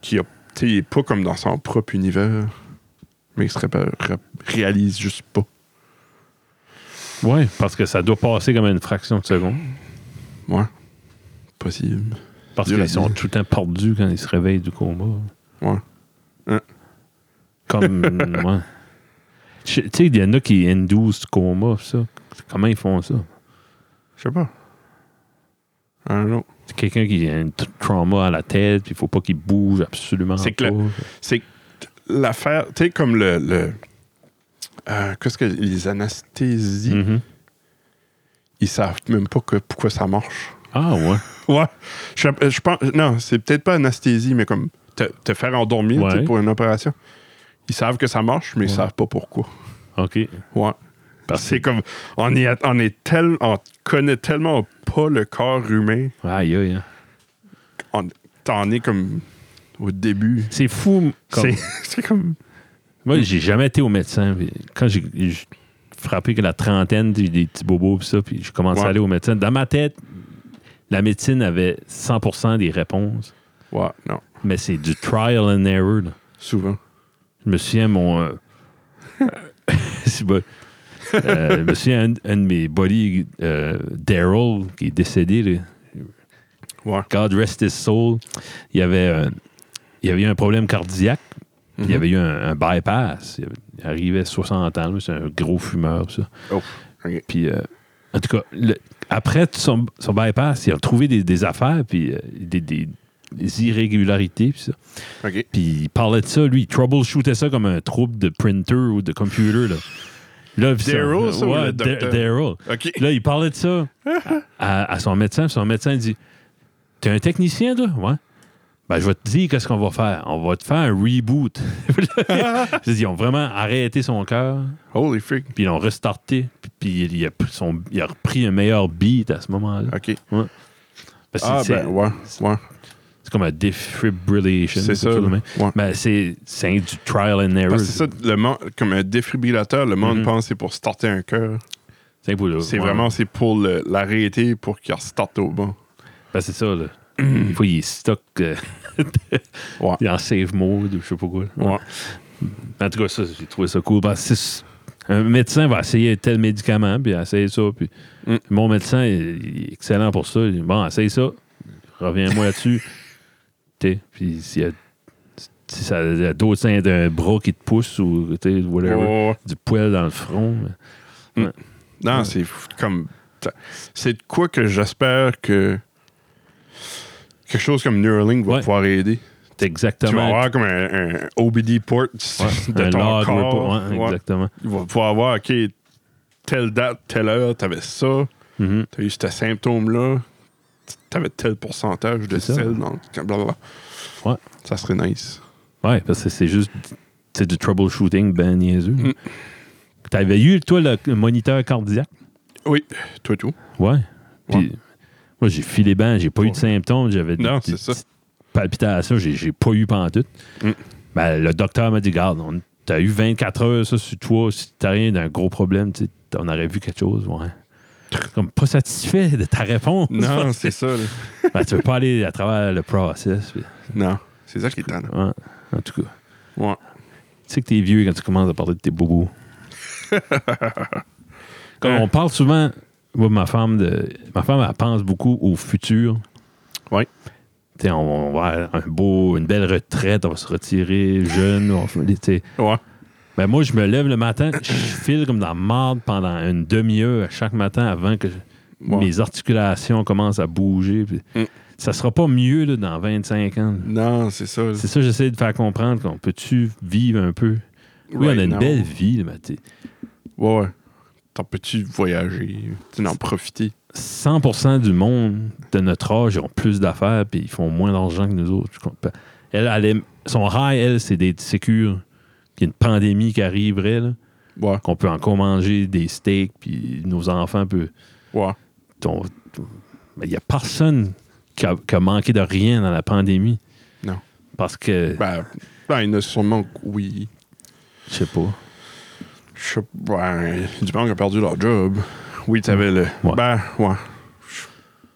Speaker 1: qui a. Tu sais, il est pas comme dans son propre univers. Mais il se répa- rap- réalise juste pas.
Speaker 2: Oui, parce que ça doit passer comme une fraction de seconde.
Speaker 1: Ouais. Possible.
Speaker 2: Parce
Speaker 1: Dur à
Speaker 2: qu'ils sont
Speaker 1: dire.
Speaker 2: tout le temps perdus quand ils se réveillent du coma.
Speaker 1: Ouais. Hein.
Speaker 2: Comme. ouais. Tu sais, il y en a qui induisent du coma, ça. Comment ils font ça?
Speaker 1: Je sais pas. I don't know.
Speaker 2: C'est quelqu'un qui a un t- trauma à la tête, puis il faut pas qu'il bouge absolument.
Speaker 1: C'est que le-
Speaker 2: pas.
Speaker 1: c'est que l'affaire, tu sais, comme le. le- euh, Qu'est-ce que les anesthésies,
Speaker 2: Mhm.
Speaker 1: ils savent même pas que, pourquoi ça marche.
Speaker 2: Ah ouais.
Speaker 1: Ouais. Je, euh, je pense, non, c'est peut-être pas anesthésie, mais comme te, te faire endormir tu sais,
Speaker 2: Ouais.
Speaker 1: pour une opération. Ils savent que ça marche, mais ils
Speaker 2: Ouais.
Speaker 1: savent pas pourquoi.
Speaker 2: OK.
Speaker 1: Ouais.
Speaker 2: Parce
Speaker 1: C'est comme on y a- on est tel, on connaît tellement pas le corps humain.
Speaker 2: Aïe, aïe. hein.
Speaker 1: On, t'en es comme au début.
Speaker 2: C'est fou. comme-
Speaker 1: C'est c'est comme
Speaker 2: Moi, j'ai jamais été au médecin. puis Quand j'ai j'ai frappé que la trentaine, j'ai eu des petits bobos, puis ça, puis je commençais
Speaker 1: Ouais.
Speaker 2: à aller au médecin. Dans ma tête, la médecine avait 100% des réponses,
Speaker 1: ouais, non,
Speaker 2: mais c'est du trial and error. là.
Speaker 1: souvent.
Speaker 2: Je me souviens, mon. euh, c'est bon. Euh, je me souviens, un, un de mes buddies, euh, Daryl, qui est décédé, là,
Speaker 1: Ouais.
Speaker 2: God rest his soul, il y avait, euh, il y avait eu un problème cardiaque.
Speaker 1: Mhm.
Speaker 2: Il y avait eu un, un bypass. Il avait- il arrivait à 60 ans. là, C'est un gros fumeur. tout Ça.
Speaker 1: Oh, ok.
Speaker 2: Puis, euh, en tout cas, le- après son, son bypass, il a retrouvé des, des affaires, puis euh, des, des- des irrégularités. Puis, ça.
Speaker 1: OK.
Speaker 2: puis il parlait de ça, lui. Il troubleshootait ça comme un trouble de printer ou de computer. Là, là puis ça-
Speaker 1: Daryl, ça, ou
Speaker 2: ouais,
Speaker 1: le
Speaker 2: Da-
Speaker 1: docteur?
Speaker 2: Daryl.
Speaker 1: OK.
Speaker 2: Là, il parlait de ça à, à- à son médecin. puis Son médecin dit T'es un technicien, toi Ouais. Ben, je vais te dire qu'est-ce qu'on va faire. On va te faire un reboot. ils ont vraiment arrêté son cœur,
Speaker 1: Holy freak.
Speaker 2: puis ils l'ont restarté, puis il a, pris son- il a repris un meilleur beat à ce moment-là.
Speaker 1: OK.
Speaker 2: Parce que
Speaker 1: Ah
Speaker 2: c'est
Speaker 1: ben ouais, ouais.
Speaker 2: c'est comme un défibrillation.
Speaker 1: C'est ça.
Speaker 2: quelque chose de
Speaker 1: là.
Speaker 2: même.
Speaker 1: Ouais.
Speaker 2: Ben, c'est c'est du trial and error.
Speaker 1: Parce que c'est ça, le monde, comme un défibrillateur, le monde
Speaker 2: Mhm.
Speaker 1: pense que c'est pour starter un cœur.
Speaker 2: C'est pour le-
Speaker 1: C'est
Speaker 2: ouais.
Speaker 1: vraiment c'est pour le- l'arrêter pour qu'il restarte au bon.
Speaker 2: Ben, c'est ça, là. Des fois, il stocke euh,
Speaker 1: Ouais.
Speaker 2: en save mode ou je sais pas quoi.
Speaker 1: Ouais.
Speaker 2: En tout cas, ça, j'ai trouvé ça cool. Parce que c'est- un médecin va essayer tel médicament, puis essayer ça. Puis
Speaker 1: Mm.
Speaker 2: Mon médecin il- il est excellent pour ça. Il dit, bon, essaye ça. Reviens-moi là-dessus. Tu sais, Puis s'il y a, si ça il y a d'autres signes d'un bras qui te pousse ou tu sais, whatever,
Speaker 1: Ouais.
Speaker 2: du poil dans le front.
Speaker 1: Non,
Speaker 2: Ouais.
Speaker 1: c'est f- comme. t'as- C'est de quoi que j'espère que. Quelque chose comme Neuralink va
Speaker 2: Ouais.
Speaker 1: pouvoir aider.
Speaker 2: C'est
Speaker 1: Tu vas
Speaker 2: exactement.
Speaker 1: avoir comme un, un OBD port
Speaker 2: Ouais,
Speaker 1: de
Speaker 2: un
Speaker 1: ton
Speaker 2: log
Speaker 1: corps.
Speaker 2: report. Ouais,
Speaker 1: Ouais.
Speaker 2: Exactement.
Speaker 1: Il va pouvoir avoir, OK, telle date, telle heure, t'avais ça,
Speaker 2: Mhm.
Speaker 1: t'as eu ce symptôme-là, t'avais tel pourcentage de
Speaker 2: C'est ça.
Speaker 1: sel dans le- blablabla.
Speaker 2: Ouais.
Speaker 1: Ça serait nice.
Speaker 2: Ouais, parce que c'est juste c'est du troubleshooting ben niaiseux.
Speaker 1: Mm.
Speaker 2: T'avais eu, toi, le, le moniteur cardiaque?
Speaker 1: Oui, toi tout.
Speaker 2: Ouais. Puis, moi, j'ai filé ben, j'ai pas eu
Speaker 1: Ouais.
Speaker 2: de symptômes, j'avais des,
Speaker 1: Non,
Speaker 2: des
Speaker 1: c'est ça.
Speaker 2: petites palpitations, j'ai, j'ai pas eu pantoute.
Speaker 1: Mm.
Speaker 2: Ben, le docteur m'a dit, garde, on- t'as eu 24 heures, ça, sur toi, si t'as rien d'un gros problème, tu sais, on aurait vu quelque chose, ouais. Comme pas satisfait de ta réponse.
Speaker 1: Non, c'est ça. là.
Speaker 2: Ben, tu veux pas aller à travers le process. puis-
Speaker 1: Non, c'est ça qui est tannant.
Speaker 2: ouais, en tout cas.
Speaker 1: Ouais.
Speaker 2: Tu sais que t'es vieux quand tu commences à parler de tes bobos. Comme
Speaker 1: Hein.
Speaker 2: on parle souvent, moi, ma femme, de, ma femme, elle pense beaucoup au futur.
Speaker 1: Ouais.
Speaker 2: Tu sais, on, on va avoir un beau, une belle retraite, on va se retirer jeune. on va- tu sais.
Speaker 1: Ouais.
Speaker 2: ben moi, je me lève le matin, je file comme dans la marde pendant une demi-heure chaque matin avant que
Speaker 1: Ouais.
Speaker 2: mes articulations commencent à bouger. puis
Speaker 1: Mm.
Speaker 2: Ça sera pas mieux là, dans 25 ans.
Speaker 1: Non, c'est ça. là.
Speaker 2: C'est ça, j'essaie de faire comprendre qu'on peut-tu vivre un peu. Oui,
Speaker 1: Right
Speaker 2: on a une
Speaker 1: now.
Speaker 2: belle vie, mais t'es
Speaker 1: Ouais, ouais. T'en peux-tu voyager? Tu en profiter?
Speaker 2: 100% du monde de notre âge ils ont plus d'affaires puis ils font moins d'argent que nous autres. Je comprends. Elle, elle aime- son high, elle, c'est d'être sécure. Il y a une pandémie qui arriverait, là,
Speaker 1: Ouais,
Speaker 2: qu'on peut encore manger des steaks, puis nos enfants peuvent.
Speaker 1: ouais.
Speaker 2: ton- ton- Mais Il n'y a personne qui a, qui a manqué de rien dans la pandémie.
Speaker 1: Non.
Speaker 2: Parce que,
Speaker 1: Ben, ben, il y en a sûrement, que oui.
Speaker 2: je sais pas.
Speaker 1: Je sais ben, du monde qui a perdu leur job. Oui, t'avais le.
Speaker 2: Ouais.
Speaker 1: Ben, ouais. Je-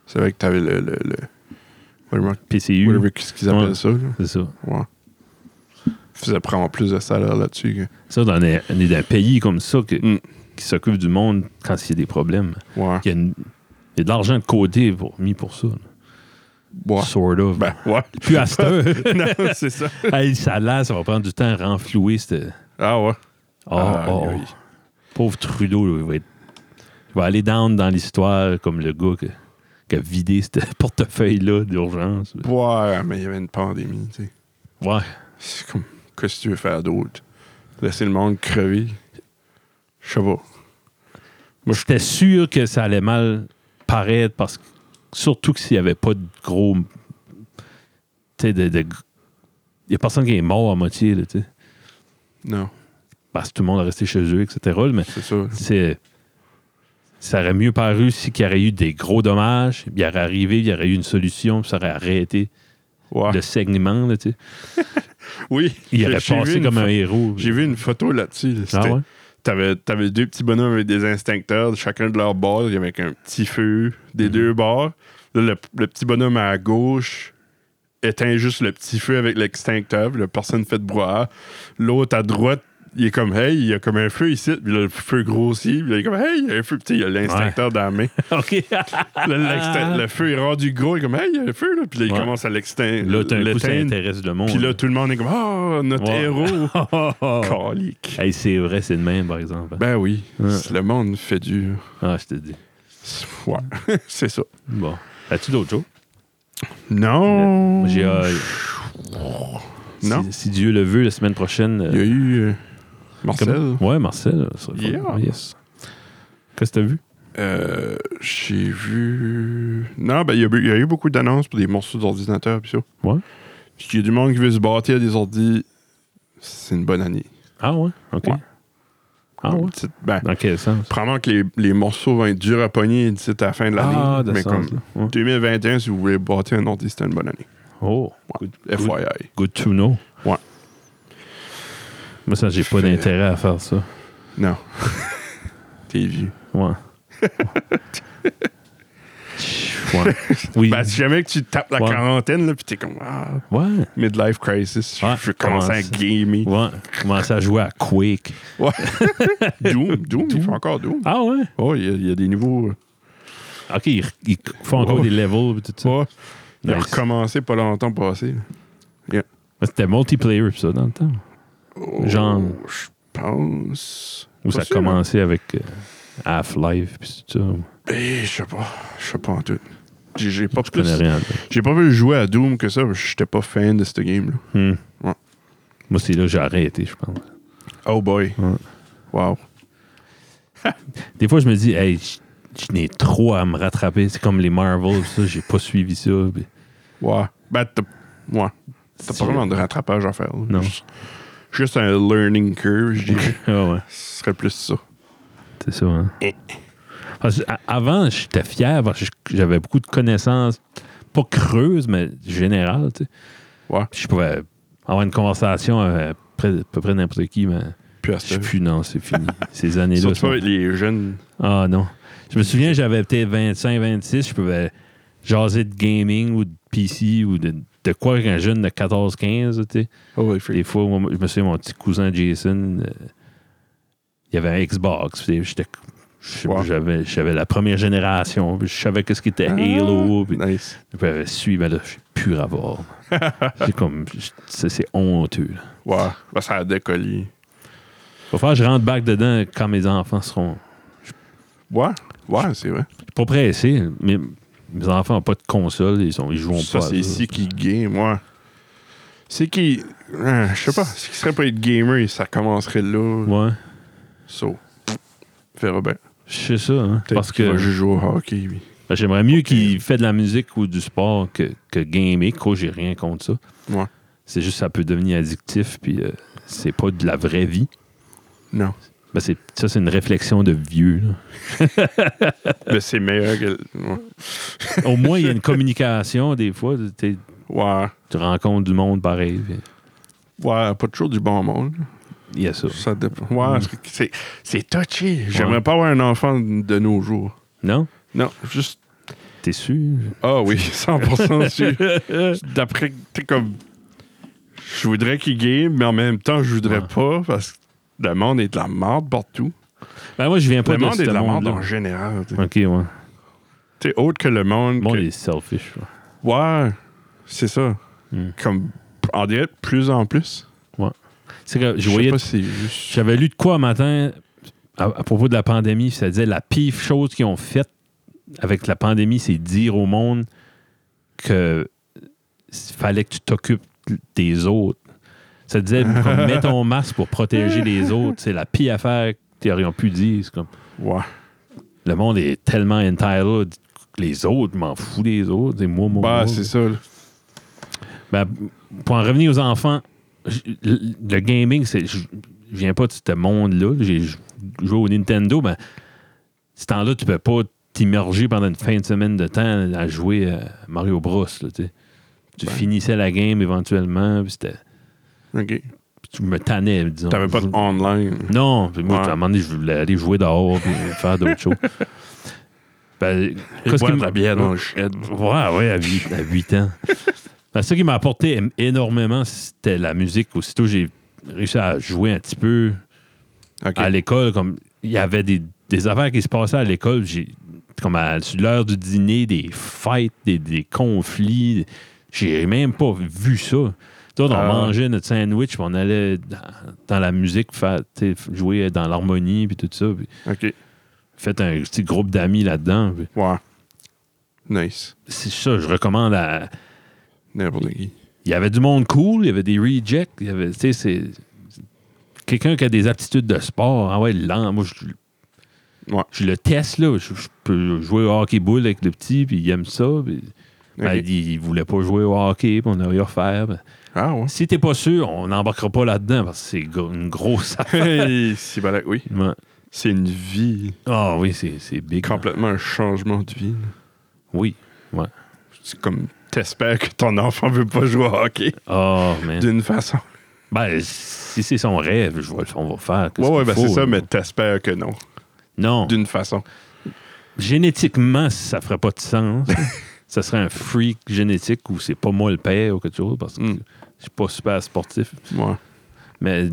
Speaker 1: C'est vrai que t'avais le. le, le whatever,
Speaker 2: PCU,
Speaker 1: whatever qu'est-ce qu'ils appellent
Speaker 2: Hum. Ouais.
Speaker 1: ça, là.
Speaker 2: c'est ça.
Speaker 1: Ouais. Faisait prendre plus de salaire là-dessus.
Speaker 2: Ça, on est, on est dans un pays comme ça que-
Speaker 1: Mm.
Speaker 2: qui s'occupe du monde quand il y a des problèmes.
Speaker 1: que- Ouais.
Speaker 2: Il y a, une- il y a de l'argent de côté pour- mis pour ça. là.
Speaker 1: Ouais.
Speaker 2: Sort of.
Speaker 1: Ben, ouais.
Speaker 2: Puis à cette heure,
Speaker 1: non, c'est ça.
Speaker 2: hey, ça là, ça va prendre du temps à renflouer. cette-
Speaker 1: Ah, ouais.
Speaker 2: Oh,
Speaker 1: Ah,
Speaker 2: oh,
Speaker 1: oui.
Speaker 2: Pauvre Trudeau, là, il, va être- il va aller down dans l'histoire comme le gars que- qui qui a vidé ce portefeuille-là d'urgence.
Speaker 1: Ouais, mais il y avait une pandémie, tu sais.
Speaker 2: Ouais.
Speaker 1: C'est comme, qu'est-ce que tu veux faire d'autre? Laisser le monde crever? Je sais pas. Moi, je-
Speaker 2: J'étais sûr que ça allait mal paraître parce que, surtout que s'il n'y avait pas de gros. Tu sais, de. de- Il n'y a personne qui est mort à moitié, là, tu sais.
Speaker 1: Non,
Speaker 2: Parce que tout le monde a resté chez eux, etc. là, Mais
Speaker 1: c'est ça.
Speaker 2: c'est. Ça aurait mieux paru si qu'il y aurait eu des gros dommages, il y aurait arrivé, il y aurait eu une solution, puis ça aurait arrêté
Speaker 1: Ouais.
Speaker 2: le saignement, là, tu sais.
Speaker 1: Oui.
Speaker 2: Il
Speaker 1: j'ai-
Speaker 2: aurait
Speaker 1: j'ai vu
Speaker 2: passé
Speaker 1: une
Speaker 2: comme un
Speaker 1: pho-
Speaker 2: héros.
Speaker 1: J'ai vu une photo là-dessus. là.
Speaker 2: Ah
Speaker 1: C'était-
Speaker 2: ouais?
Speaker 1: T'avais, t'avais deux petits bonhommes avec des instincteurs, chacun de leur bord, il y avait un petit feu
Speaker 2: Mhm.
Speaker 1: des deux bords. Là, le, le petit bonhomme à gauche éteint juste le petit feu avec l'extincteur, puis la personne fait de brouhaha. L'autre à droite, il est comme Hey, il y a comme un feu ici, puis là, le feu grossit, puis là, il est comme Hey, il y a un feu, puis tu sais, il y a l'instincteur dans la main.
Speaker 2: OK.
Speaker 1: Là, l'extin- le feu est rendu gros, il est comme Hey, il y a un feu, là, puis là, il
Speaker 2: Ouais.
Speaker 1: commence à l'exteindre.
Speaker 2: Là, t'as un coup, ça intéresse le monde.
Speaker 1: Puis là, tout le monde est comme Ah, notre
Speaker 2: Ouais.
Speaker 1: héros!
Speaker 2: là.
Speaker 1: Calique.
Speaker 2: Hey, c'est vrai, c'est le même, par exemple.
Speaker 1: Ben oui,
Speaker 2: Ouais.
Speaker 1: le monde fait dur.
Speaker 2: Ah, je te dis.
Speaker 1: Ouais, c'est ça.
Speaker 2: Bon. As-tu d'autres choses?
Speaker 1: Non.
Speaker 2: J'ai. euh,
Speaker 1: Non.
Speaker 2: Si, si Dieu le veut, la semaine prochaine. euh,
Speaker 1: Il y a eu euh, Marcel.
Speaker 2: comment- Ouais, Marcel. ça serait
Speaker 1: Yeah.
Speaker 2: fun. Yes. Qu'est-ce que t'as vu?
Speaker 1: Euh, J'ai vu. Non, ben, il y, a eu- il y a eu beaucoup d'annonces pour des morceaux d'ordinateur. pis ça.
Speaker 2: Ouais.
Speaker 1: Il y a du monde qui veut se bâtir des ordi. C'est une bonne année.
Speaker 2: Ah ouais? OK.
Speaker 1: Ouais.
Speaker 2: Ah ouais?
Speaker 1: Petite- ben,
Speaker 2: Dans quel sens?
Speaker 1: probablement que les, les morceaux vont être durs à pogner d'ici à la fin de l'année.
Speaker 2: Ah, de
Speaker 1: mais
Speaker 2: ce sens,
Speaker 1: comme
Speaker 2: là. Ouais.
Speaker 1: 2021, si vous voulez bâtir un ordi, c'était une bonne année.
Speaker 2: Oh,
Speaker 1: Ouais.
Speaker 2: Good.
Speaker 1: FYI.
Speaker 2: good to know.
Speaker 1: Ouais.
Speaker 2: Moi, ça, j'ai pas
Speaker 1: Fait-
Speaker 2: d'intérêt à faire ça.
Speaker 1: Non. T'es vieux.
Speaker 2: Ouais. ouais. Oui.
Speaker 1: Ben, si jamais que tu tapes la
Speaker 2: Ouais.
Speaker 1: quarantaine, là, pis t'es comme. Ah,
Speaker 2: ouais.
Speaker 1: Midlife Crisis.
Speaker 2: Ouais,
Speaker 1: je vais commencer à
Speaker 2: commence.
Speaker 1: gamer.
Speaker 2: Ouais. Commencer à jouer à Quake.
Speaker 1: Ouais. Doom, Doom, il fait encore Doom.
Speaker 2: Ah ouais?
Speaker 1: Oh, il y, a- il y a des nouveaux. euh,
Speaker 2: OK, ils, ils font encore
Speaker 1: Ouais.
Speaker 2: des levels et tout ça.
Speaker 1: Ouais. Il a
Speaker 2: Nice.
Speaker 1: recommencé pas longtemps passé. là.
Speaker 2: Mais C'était multiplayer, pis ça, dans le temps.
Speaker 1: Oh,
Speaker 2: Genre.
Speaker 1: Je pense.
Speaker 2: Où
Speaker 1: Pas
Speaker 2: ça a
Speaker 1: sûr, hein.
Speaker 2: commencé avec euh, Half-Life, puis tout ça.
Speaker 1: Eh, je sais pas. Je sais pas en tout. J'ai j'ai pas
Speaker 2: Je connais
Speaker 1: plus.
Speaker 2: rien.
Speaker 1: J'ai pas pu jouer à Doom que ça. parce que J'étais pas fan de ce game-là.
Speaker 2: Hmm.
Speaker 1: Ouais.
Speaker 2: Moi, c'est là que j'ai arrêté, je pense.
Speaker 1: Oh boy.
Speaker 2: Ouais.
Speaker 1: Wow.
Speaker 2: Des fois, je me dis, hey, je je n'ai trop à me rattraper. C'est comme les Marvel, pis ça, j'ai pas suivi ça. pis-
Speaker 1: Ouais. Ben, t'as ouais. T'as
Speaker 2: C'est-
Speaker 1: pas vraiment de rattrapage à faire. là.
Speaker 2: Non.
Speaker 1: Juste, juste un learning curve, je dirais.
Speaker 2: Ah ouais,
Speaker 1: Ce serait plus ça.
Speaker 2: c'est ça. hein. Parce que, à- avant, j'étais fier parce que j'avais beaucoup de connaissances, pas creuses, mais générales. tu sais.
Speaker 1: Ouais.
Speaker 2: Puis Je pouvais avoir une conversation avec près- à peu près n'importe qui, mais
Speaker 1: Puis à
Speaker 2: je suis
Speaker 1: ce
Speaker 2: plus, non, c'est fini. Ces années-là.
Speaker 1: Surtout
Speaker 2: sont-
Speaker 1: avec les jeunes.
Speaker 2: Ah non. Je me souviens, j'avais peut-être 25, 26, je pouvais jaser de gaming ou de PC ou de, de quoi qu'un jeune de 14, 15, tu sais.
Speaker 1: Oh,
Speaker 2: Des fois, moi, je me souviens, mon petit cousin Jason, euh, il avait un Xbox. puis J'étais. je-
Speaker 1: Wow.
Speaker 2: J'avais j'avais la première génération. puis Je savais qu'est-ce qui était Halo. puis
Speaker 1: Ah, Nice.
Speaker 2: Je pouvais suivre, mais là, je suis pur à voir. C'est comme. je- C'est c'est honteux. là.
Speaker 1: Ouais. Ben, ça a décollé.
Speaker 2: Faut faire que je rentre back dedans quand mes enfants seront.
Speaker 1: Ouais. Ouais, c'est vrai.
Speaker 2: Je suis pas pressé. Mais mes enfants n'ont pas de console. Ils, sont, ils joueront
Speaker 1: ça,
Speaker 2: pas. à
Speaker 1: c'est ici qui game, ouais. C'est qui. Hein, je sais pas. Ce qui serait pas être gamer, ça commencerait là.
Speaker 2: Ouais.
Speaker 1: So. Verra bien.
Speaker 2: Je sais ça. hein.
Speaker 1: Peut-être
Speaker 2: Parce
Speaker 1: qu'il va
Speaker 2: que.
Speaker 1: juste jouer au hockey, lui.
Speaker 2: Ben, J'aimerais mieux qu'il fait de la musique ou du sport que, que gamer. Quoi, j'ai rien contre ça.
Speaker 1: Ouais.
Speaker 2: C'est juste ça peut devenir addictif, puis euh, c'est pas de la vraie vie.
Speaker 1: Non.
Speaker 2: Ben, c'est, ça, c'est une réflexion de vieux. là. Euh.
Speaker 1: Mais c'est meilleur que. Ouais.
Speaker 2: Au moins, il y a une communication, des fois. t'es-
Speaker 1: Ouais.
Speaker 2: Tu rencontres du monde pareil. puis
Speaker 1: Ouais, pas toujours du bon monde.
Speaker 2: Il y a ça.
Speaker 1: Ça dépend.
Speaker 2: Mm.
Speaker 1: Ouais, c'est- c'est touché. J'aimerais pas avoir un enfant de nos jours.
Speaker 2: Non?
Speaker 1: Non, juste.
Speaker 2: T'es sûr?
Speaker 1: Ah oui, 100% sûr. d'après, t'es comme. Je voudrais qu'il game, mais en même temps, je voudrais
Speaker 2: Ouais.
Speaker 1: pas parce que le monde est de la merde partout.
Speaker 2: Ben, moi, je viens pas
Speaker 1: Le
Speaker 2: de
Speaker 1: monde
Speaker 2: ce
Speaker 1: est de la merde
Speaker 2: monde-là.
Speaker 1: en général. t'sais.
Speaker 2: OK, ouais.
Speaker 1: T'sais, autre que le monde.
Speaker 2: Le monde
Speaker 1: que-
Speaker 2: est selfish. ouais.
Speaker 1: Ouais, c'est ça.
Speaker 2: Mm.
Speaker 1: Comme, on dirait de plus en plus.
Speaker 2: C'est que
Speaker 1: Je
Speaker 2: je
Speaker 1: sais
Speaker 2: voyais-
Speaker 1: pas si c'est juste.
Speaker 2: j'avais lu de quoi un matin à, à propos de la pandémie, puis ça disait la pire chose qu'ils ont faite avec la pandémie, c'est dire au monde que s- fallait que tu t'occupes des autres. Ça disait, comme, mets ton masque pour protéger les autres. C'est la pire affaire qu'ils aurions pu dire. C'est comme,
Speaker 1: Ouais.
Speaker 2: le monde est tellement entitled que les autres, je m'en fous des autres. C'est moi, moi,
Speaker 1: Bah,
Speaker 2: moi.
Speaker 1: c'est ça. là.
Speaker 2: Ben, pour en revenir aux enfants, j- le le gaming, c'est, je je viens pas de ce monde-là. J'ai j- joué au Nintendo, mais ce temps-là, tu peux pas t'immerger pendant une fin de semaine de temps à jouer à Mario Bros. là, tu sais. tu
Speaker 1: Ouais.
Speaker 2: finissais la game éventuellement, puis c'était-
Speaker 1: OK.
Speaker 2: puis tu me tannais, disons.
Speaker 1: T'avais pas de online.
Speaker 2: Non, puis moi,
Speaker 1: Ouais.
Speaker 2: à un moment donné, je voulais aller jouer dehors puis faire d'autres choses. Ben, qu'est-ce qui
Speaker 1: boire
Speaker 2: m-
Speaker 1: de la bière dans le shed.
Speaker 2: Ouais, ouais, à 8, ans. Ben, ce qui m'a apporté é- énormément, c'était la musique. Aussitôt, j'ai réussi à jouer un petit peu
Speaker 1: OK.
Speaker 2: à l'école. Comme il y avait des, des affaires qui se passaient à l'école, j'ai comme à sur l'heure du dîner, des fights, des, des conflits. J'ai même pas vu ça. Toi, on
Speaker 1: Ah.
Speaker 2: mangeait notre sandwich, puis on allait dans, dans la musique, faire, tu sais, jouer dans l'harmonie, puis tout ça. Puis
Speaker 1: OK.
Speaker 2: faites un petit groupe d'amis là-dedans. puis
Speaker 1: Ouais. Nice.
Speaker 2: C'est ça, je recommande à,
Speaker 1: N'importe qui.
Speaker 2: Il y avait du monde cool, il y avait des rejects, il y avait, tu sais, c'est... Quelqu'un qui a des aptitudes de sport, ah ouais, lent, moi, je,
Speaker 1: Ouais.
Speaker 2: je le teste, là. Je, je peux jouer au hockey-boule avec le petit, puis il aime ça, puis... ben,
Speaker 1: OK.
Speaker 2: il, il voulait pas jouer au hockey, puis on a eu à refaire. ben.
Speaker 1: Ah ouais.
Speaker 2: Si t'es pas sûr, on n'embarquera pas là-dedans, parce que c'est gro- une grosse affaire.
Speaker 1: Hey, c'est balade, ben oui.
Speaker 2: Ouais.
Speaker 1: C'est une vie.
Speaker 2: Ah oui, c'est, c'est big. hein.
Speaker 1: Complètement un changement de vie. là.
Speaker 2: Oui.
Speaker 1: C'est comme t'espères que ton enfant veut pas jouer au hockey
Speaker 2: Oh, man.
Speaker 1: d'une façon.
Speaker 2: Ben, si c'est son rêve, je vais, le- on va le faire. Qu'est-ce
Speaker 1: Ouais, ouais, ben
Speaker 2: qu'il faut,
Speaker 1: c'est ça,
Speaker 2: là?
Speaker 1: mais t'espères que non.
Speaker 2: Non.
Speaker 1: D'une façon.
Speaker 2: Génétiquement, ça ferait pas de sens. ça serait un freak génétique ou c'est pas moi le père ou quelque chose parce que
Speaker 1: Mm.
Speaker 2: je suis pas super sportif.
Speaker 1: Ouais.
Speaker 2: Mais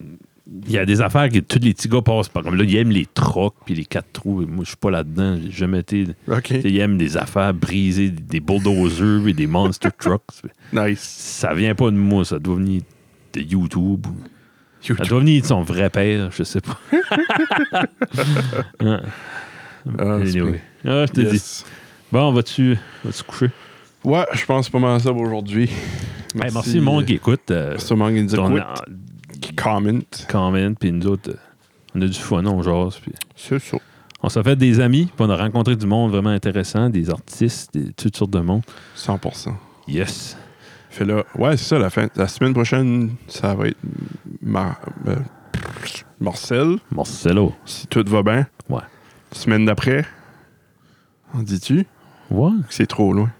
Speaker 2: il y a des affaires que tous les petits gars passent par. Comme là, ils aiment les trocs puis les quatre trous. Moi, je suis pas là-dedans. J'ai jamais été.
Speaker 1: OK.
Speaker 2: Ils aiment des affaires brisées, des bulldozers et des monster trucks.
Speaker 1: Nice.
Speaker 2: Ça vient pas de moi, ça doit venir de YouTube. ou- Ça
Speaker 1: YouTube.
Speaker 2: doit venir de son vrai père, je sais pas. Hein.
Speaker 1: Ah, c'est
Speaker 2: Anyway. Ah, je te dis.
Speaker 1: Yes.
Speaker 2: Bon, vas-tu vas coucher?
Speaker 1: Ouais, je pense pas mal à ça pour aujourd'hui.
Speaker 2: Merci, merci le monde qui écoute. euh,
Speaker 1: Merci au monde qui nous
Speaker 2: ton
Speaker 1: écoute,
Speaker 2: euh,
Speaker 1: qui commente.
Speaker 2: comment, puis nous autres, euh, on a du fun, on jase. puis
Speaker 1: C'est ça.
Speaker 2: on s'est fait des amis, puis on a rencontré du monde vraiment intéressant, des artistes, des, toutes sortes de monde.
Speaker 1: 100%.
Speaker 2: Yes.
Speaker 1: Fait là, ouais, c'est ça, la, fin, la semaine prochaine, ça va être Mar- euh, Marcel,
Speaker 2: Marcelo.
Speaker 1: si tout va bien.
Speaker 2: Ouais.
Speaker 1: Semaine d'après, on dit-tu que
Speaker 2: Ouais.
Speaker 1: c'est trop loin?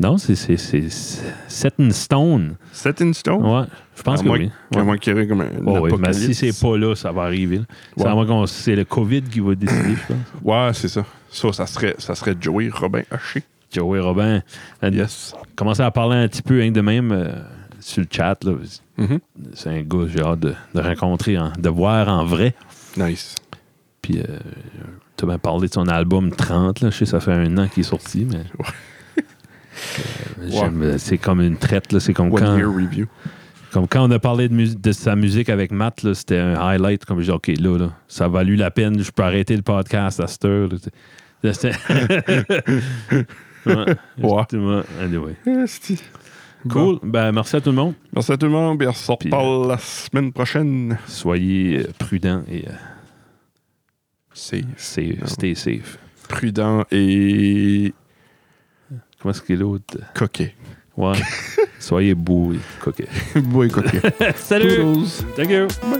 Speaker 2: Non, c'est c'est- c'est- c'est Set in Stone.
Speaker 1: C'est une stone?
Speaker 2: Ouais. Je pense
Speaker 1: À
Speaker 2: que
Speaker 1: moins
Speaker 2: oui.
Speaker 1: Comment
Speaker 2: Ouais.
Speaker 1: qu'il y aurait comme un
Speaker 2: Oh, oui, mais
Speaker 1: apocalypse?
Speaker 2: si c'est pas là, ça va arriver. là. C'est à moins qu'on- C'est le COVID qui va décider, je pense.
Speaker 1: Ouais, c'est ça. Ça, ça serait, ça serait Joey Robin Haché.
Speaker 2: Joey Robin. Euh,
Speaker 1: Yes.
Speaker 2: Commencez à parler un petit peu hein, de même euh, sur le chat. Là.
Speaker 1: Mhm.
Speaker 2: C'est un gars, j'ai hâte de, de rencontrer, en- de voir en vrai.
Speaker 1: Nice.
Speaker 2: Puis, euh, tu m'as parlé de son album 30, là. Je sais, ça fait un an qu'il est sorti, mais. Euh, j'aime, euh, C'est comme une traite, là. C'est comme
Speaker 1: One
Speaker 2: quand,
Speaker 1: year review.
Speaker 2: comme quand on a parlé de, mus- de sa musique avec Matt, là, c'était un highlight. Comme je dis, OK, là, là, ça a valu la peine. Je peux arrêter le podcast à cette heure. là. Là, c'était- ouais.
Speaker 1: Ouais.
Speaker 2: Justement. Anyway.
Speaker 1: Esti. Bon.
Speaker 2: Cool. Ben, merci à tout le monde.
Speaker 1: Merci à tout le monde. Puis on se
Speaker 2: Puis, euh,
Speaker 1: reparle la semaine prochaine.
Speaker 2: Soyez euh, prudents et euh,
Speaker 1: C'est
Speaker 2: stay,
Speaker 1: Non.
Speaker 2: stay safe.
Speaker 1: prudent et
Speaker 2: Comment est-ce qu'il est l'autre?
Speaker 1: coquet.
Speaker 2: Ouais. Soyez beaux et coquets.
Speaker 1: Beau et coquet.
Speaker 2: Salut!
Speaker 1: Toodles.
Speaker 2: Thank you!
Speaker 1: Bye.